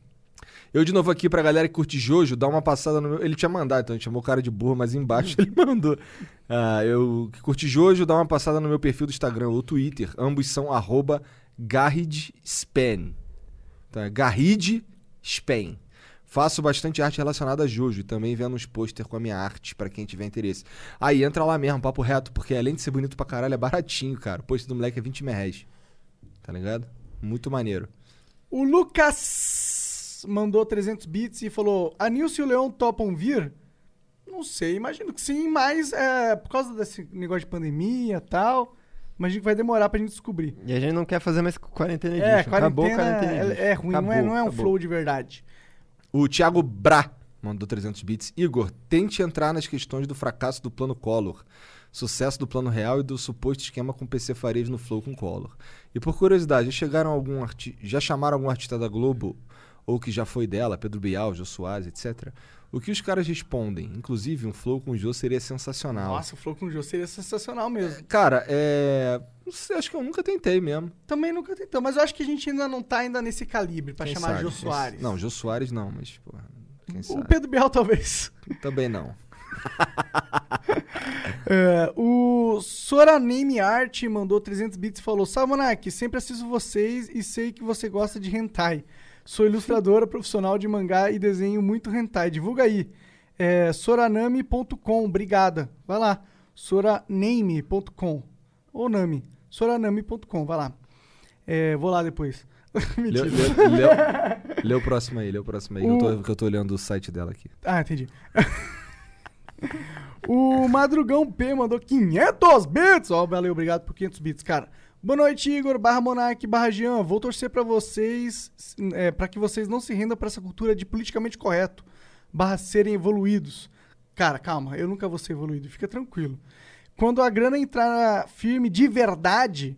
Speaker 2: Eu de novo aqui pra galera que curte Jojo, dá uma passada no meu. Ele tinha mandado, então ele chamou o cara de burro, mas embaixo ele mandou. Ah, eu que curte Jojo, dá uma passada no meu perfil do Instagram ou Twitter. Ambos são arroba GarridSpan. Então é Garrid Span. Faço bastante arte relacionada a Jojo e também vendo uns pôster com a minha arte pra quem tiver interesse. Aí entra lá mesmo, papo reto, porque além de ser bonito pra caralho, é baratinho, cara. O pôster do moleque é 20 mil reais. Tá ligado? Muito maneiro.
Speaker 3: O Lucas mandou 300 bits e falou: A Nilce e o Leão topam vir? Não sei, imagino que sim, mas é, por causa desse negócio de pandemia e tal, imagino que vai demorar pra gente descobrir.
Speaker 1: E a gente não quer fazer mais quarentena edition.
Speaker 3: É,
Speaker 1: Acabou a quarentena
Speaker 3: quarentena
Speaker 1: edition.
Speaker 3: é, é ruim, não é,
Speaker 1: Acabou,
Speaker 3: não é um
Speaker 1: acabou.
Speaker 3: flow de verdade.
Speaker 2: O Thiago Bra mandou 300 bits. Igor, tente entrar nas questões do fracasso do plano Collor, sucesso do plano real e do suposto esquema com PC Farias no Flow com Collor. E por curiosidade, já chegaram algum arti... já chamaram algum artista da Globo ou que já foi dela, Pedro Bial, Jô Soares, etc. O que os caras respondem? Inclusive, um Flow com o Jô seria sensacional.
Speaker 3: Nossa, o flow com o Jô seria sensacional mesmo.
Speaker 2: Cara, é. Não sei, acho que eu nunca tentei mesmo.
Speaker 3: Também nunca tentamos, mas eu acho que a gente ainda não tá ainda nesse calibre pra
Speaker 2: Quem
Speaker 3: chamar
Speaker 2: sabe?
Speaker 3: Jô Soares.
Speaker 2: Não, Jô Soares não, mas, porra. Quem
Speaker 3: o
Speaker 2: sabe?
Speaker 3: Pedro Bial talvez.
Speaker 2: Também não.
Speaker 3: É, o Soraname Art mandou 300 bits e falou: Salve, Monark, sempre assisto vocês e sei que você gosta de hentai. Sou ilustradora profissional de mangá e desenho muito hentai. Divulga aí. É, soraname.com, obrigada. Vai lá. Soraname.com. Ou Nami. Soraname.com, vai lá. É, vou lá depois.
Speaker 2: Lê,
Speaker 3: Mentira.
Speaker 2: lê- lê- lê o próximo aí, lê o próximo aí. que Eu,
Speaker 3: O-
Speaker 2: tô, que eu tô olhando o site dela aqui.
Speaker 3: Ah, entendi. o Madrugão P mandou 500 bits. Ó, valeu, obrigado por 500 bits, cara. Boa noite, Igor, barra Monark, barra Jean. Vou torcer pra vocês, é, para que vocês não se rendam pra essa cultura de politicamente correto, barra serem evoluídos. Cara, calma, eu nunca vou ser evoluído, fica tranquilo. Quando a grana entrar firme de verdade,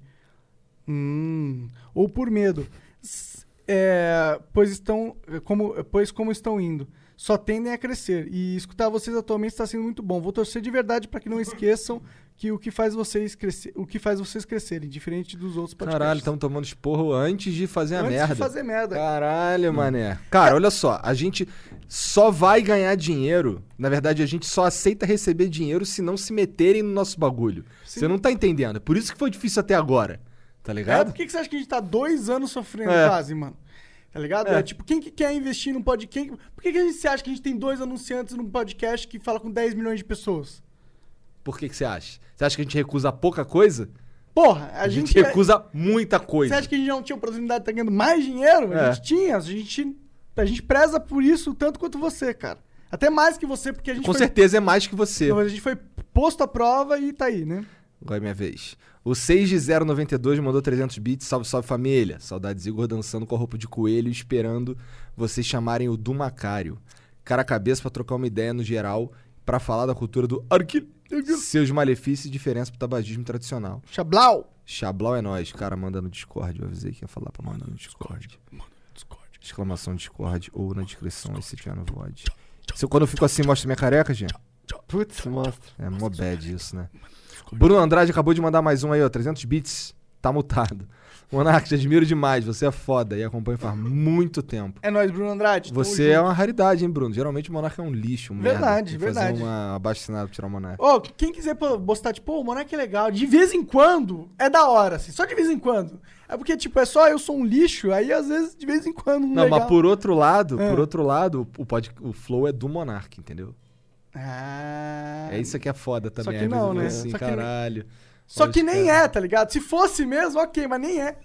Speaker 3: Hum, ou por medo. S- é, pois estão. Como, pois como estão indo. Só tendem a crescer. E escutar vocês atualmente está sendo muito bom. Vou torcer de verdade para que não esqueçam que o que faz vocês crescer, o que faz vocês crescerem, diferente dos outros podcasts.
Speaker 2: Caralho, estamos tomando esporro antes de fazer a
Speaker 3: Antes
Speaker 2: merda.
Speaker 3: de fazer merda. Hum.
Speaker 2: Caralho, mané. Cara, olha só, a gente só vai ganhar dinheiro. Na verdade, a gente só aceita receber dinheiro se não se meterem no nosso bagulho.
Speaker 3: Sim.
Speaker 2: Você não tá entendendo. Por isso que foi difícil até agora. Tá
Speaker 3: É,
Speaker 2: ligado?
Speaker 3: por que, que você acha que a gente tá dois anos sofrendo
Speaker 2: É.
Speaker 3: quase, mano? Tá ligado? É. tipo, quem que quer investir num podcast? Quem... Por que, que você acha que a gente tem dois anunciantes num podcast que fala com 10 milhões de pessoas?
Speaker 2: Por que, que você acha? Você acha que a gente recusa pouca coisa?
Speaker 3: Porra,
Speaker 2: A,
Speaker 3: a
Speaker 2: gente,
Speaker 3: gente. é-
Speaker 2: recusa muita coisa.
Speaker 3: Você acha que a gente não tinha oportunidade de estar ganhando mais dinheiro? A
Speaker 2: É.
Speaker 3: gente tinha, a gente, a gente preza por isso tanto quanto você, cara. Até mais que você, porque a gente,
Speaker 2: Com
Speaker 3: foi,
Speaker 2: certeza é mais que você.
Speaker 3: a gente foi posto à prova e tá aí, né?
Speaker 2: Agora é minha vez. O 6de092 mandou 300 bits. Salve, salve família. Saudades Igor dançando com a roupa de coelho, esperando vocês chamarem o do Macário. Cara a cabeça pra trocar uma ideia no geral, pra falar da cultura do arqui, seus malefícios e diferença pro tabagismo tradicional.
Speaker 3: Xablau!
Speaker 2: Xablau é nós. Cara, manda no Discord. Eu avisei que ia falar pra mandar no Discord.
Speaker 3: Discord.
Speaker 2: Exclamação Discord ou na descrição aí se tiver no VOD. Se eu, quando eu fico assim, mostra minha careca, gente?
Speaker 1: Putz, mostra.
Speaker 2: É mó bad isso, né? Bruno Andrade acabou de mandar mais um aí, ó. 300 bits. Tá mutado. Monark, te admiro demais. Você é foda e acompanho faz muito tempo.
Speaker 3: É nóis, Bruno Andrade. tamo
Speaker 2: Você é
Speaker 3: junto.
Speaker 2: uma raridade, hein, Bruno? Geralmente o Monark é um lixo, um merda.
Speaker 3: Verdade,
Speaker 2: Tem que
Speaker 3: verdade.
Speaker 2: Fazer uma abaixinada pra tirar o Monark.
Speaker 3: Ó, quem quiser pô- postar, tipo, pô, o Monark é legal, de vez em quando, é da hora, assim, só de vez em quando. É porque, tipo, é só eu sou um lixo, aí às vezes, de vez em quando, um
Speaker 2: Não,
Speaker 3: legal.
Speaker 2: mas por outro lado,
Speaker 3: É.
Speaker 2: por outro lado, o, pod, o flow é do Monark, entendeu?
Speaker 3: Ah...
Speaker 2: É isso que é foda também.
Speaker 3: que
Speaker 2: às vezes
Speaker 3: não,
Speaker 2: eu
Speaker 3: né?
Speaker 2: vejo Assim,
Speaker 3: Só que nem-
Speaker 2: caralho.
Speaker 3: Só
Speaker 2: Olha
Speaker 3: que
Speaker 2: os
Speaker 3: nem
Speaker 2: caras.
Speaker 3: é, tá ligado? Se fosse mesmo, ok, mas nem é.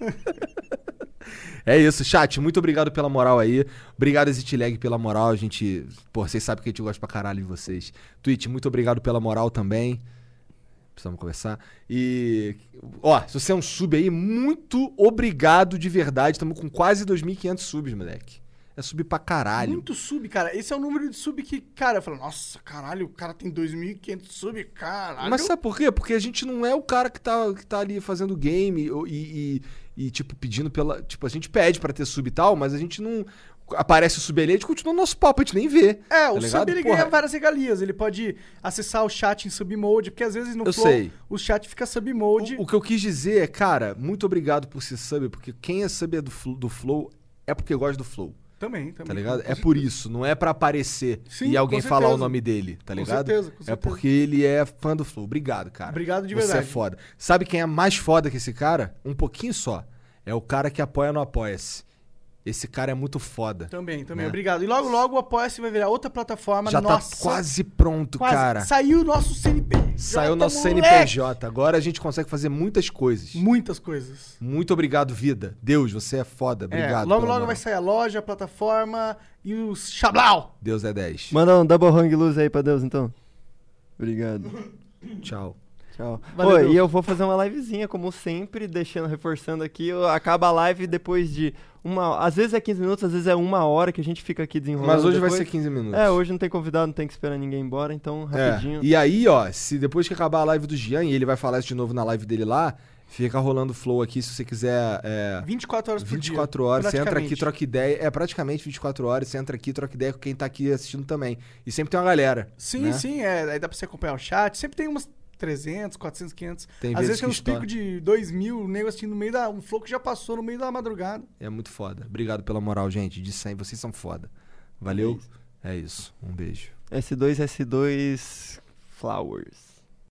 Speaker 2: É isso, chat. Muito obrigado pela moral aí. Obrigado, ExitLag, pela moral. A gente. Pô, vocês sabem que a gente gosta pra caralho de vocês. Twitch, muito obrigado pela moral também. Precisamos conversar. E. Ó, se você é um sub aí, muito obrigado de verdade. Estamos com quase 2.500 subs, moleque. É sub pra caralho.
Speaker 3: Muito sub, cara. Esse é o número de sub que, cara, eu falo, nossa, caralho, o cara tem 2.500 sub, caralho.
Speaker 2: Mas sabe por quê? Porque a gente não é o cara que tá, que tá ali fazendo game ou- e, e- e, tipo, pedindo pela. Tipo, a gente pede pra ter sub e tal, mas a gente não. Aparece o sub ali, a gente continua o nosso papo, a gente nem vê.
Speaker 3: É,
Speaker 2: Tá
Speaker 3: o
Speaker 2: ligado?
Speaker 3: sub ele
Speaker 2: Porra.
Speaker 3: ganha várias regalias. Ele pode acessar o chat em sub mode, porque às vezes no
Speaker 2: Eu
Speaker 3: flow
Speaker 2: sei.
Speaker 3: o chat fica sub mode.
Speaker 2: O, o que eu quis dizer é, cara, muito obrigado por ser sub, porque quem é sub do, Flo- do Flow é porque gosta do Flow,
Speaker 3: Também, também.
Speaker 2: tá ligado? É por isso, não é pra aparecer
Speaker 3: Sim,
Speaker 2: e alguém
Speaker 3: com
Speaker 2: falar o
Speaker 3: certeza.
Speaker 2: nome dele, tá
Speaker 3: Com
Speaker 2: ligado?
Speaker 3: certeza, com
Speaker 2: É
Speaker 3: certeza.
Speaker 2: porque ele é fã do Flow. Obrigado, cara.
Speaker 3: Obrigado de
Speaker 2: Você é
Speaker 3: verdade.
Speaker 2: foda. Sabe quem é mais foda que esse cara? Um pouquinho só. É o cara que apoia no Apoia-se. Esse cara é muito foda.
Speaker 3: Também, também.
Speaker 2: Né?
Speaker 3: Obrigado. E logo, logo o Apoia-se vai virar outra plataforma.
Speaker 2: Já
Speaker 3: nossa,
Speaker 2: tá quase pronto,
Speaker 3: quase.
Speaker 2: cara.
Speaker 3: Saiu o nosso CNPJ.
Speaker 2: Saiu nosso
Speaker 3: tá moleque.
Speaker 2: CNPJ. Agora a gente consegue fazer muitas coisas.
Speaker 3: Muitas coisas.
Speaker 2: Muito obrigado, vida. Deus, você é foda.
Speaker 3: É,
Speaker 2: Obrigado.
Speaker 3: logo,
Speaker 2: pela
Speaker 3: logo vai
Speaker 2: moral.
Speaker 3: sair a loja, a plataforma e o Xablau.
Speaker 2: Deus é 10.
Speaker 1: Manda um double hang loose aí pra Deus, então. Obrigado.
Speaker 2: Tchau.
Speaker 1: Tchau.
Speaker 3: Valeu,
Speaker 1: Oi,
Speaker 3: Deus.
Speaker 1: e eu vou fazer uma livezinha, como sempre, deixando, reforçando aqui. eu- Acaba a live depois de uma. Às vezes é 15 minutos, às vezes é uma hora que a gente fica aqui desenrolando.
Speaker 2: Mas hoje vai
Speaker 1: depois.
Speaker 2: ser 15 minutos.
Speaker 1: É, hoje não tem convidado, não tem que esperar ninguém ir embora, então
Speaker 2: É,
Speaker 1: rapidinho.
Speaker 2: E aí, ó, se depois que acabar a live do Jean, e ele vai falar isso de novo na live dele lá, fica rolando flow aqui se você quiser. É,
Speaker 3: 24 horas por dia.
Speaker 2: 24 horas, você entra aqui,
Speaker 3: praticamente.
Speaker 2: troca ideia. É praticamente 24 horas, você entra aqui, troca ideia com quem tá aqui assistindo também. E sempre tem uma galera.
Speaker 3: Sim,
Speaker 2: né?
Speaker 3: sim, é, aí dá pra você acompanhar o chat. Sempre tem umas 300, 400, 500.
Speaker 2: Tem
Speaker 3: Às
Speaker 2: vezes que
Speaker 3: vezes tem uns
Speaker 2: estoura.
Speaker 3: picos de 2 mil, o nego assistindo no meio da. Um flow que já passou no meio da madrugada.
Speaker 2: É muito foda. Obrigado pela moral, gente. De 100, vocês são foda. É Valeu? É isso. Um beijo.
Speaker 1: S2, S2 Flowers.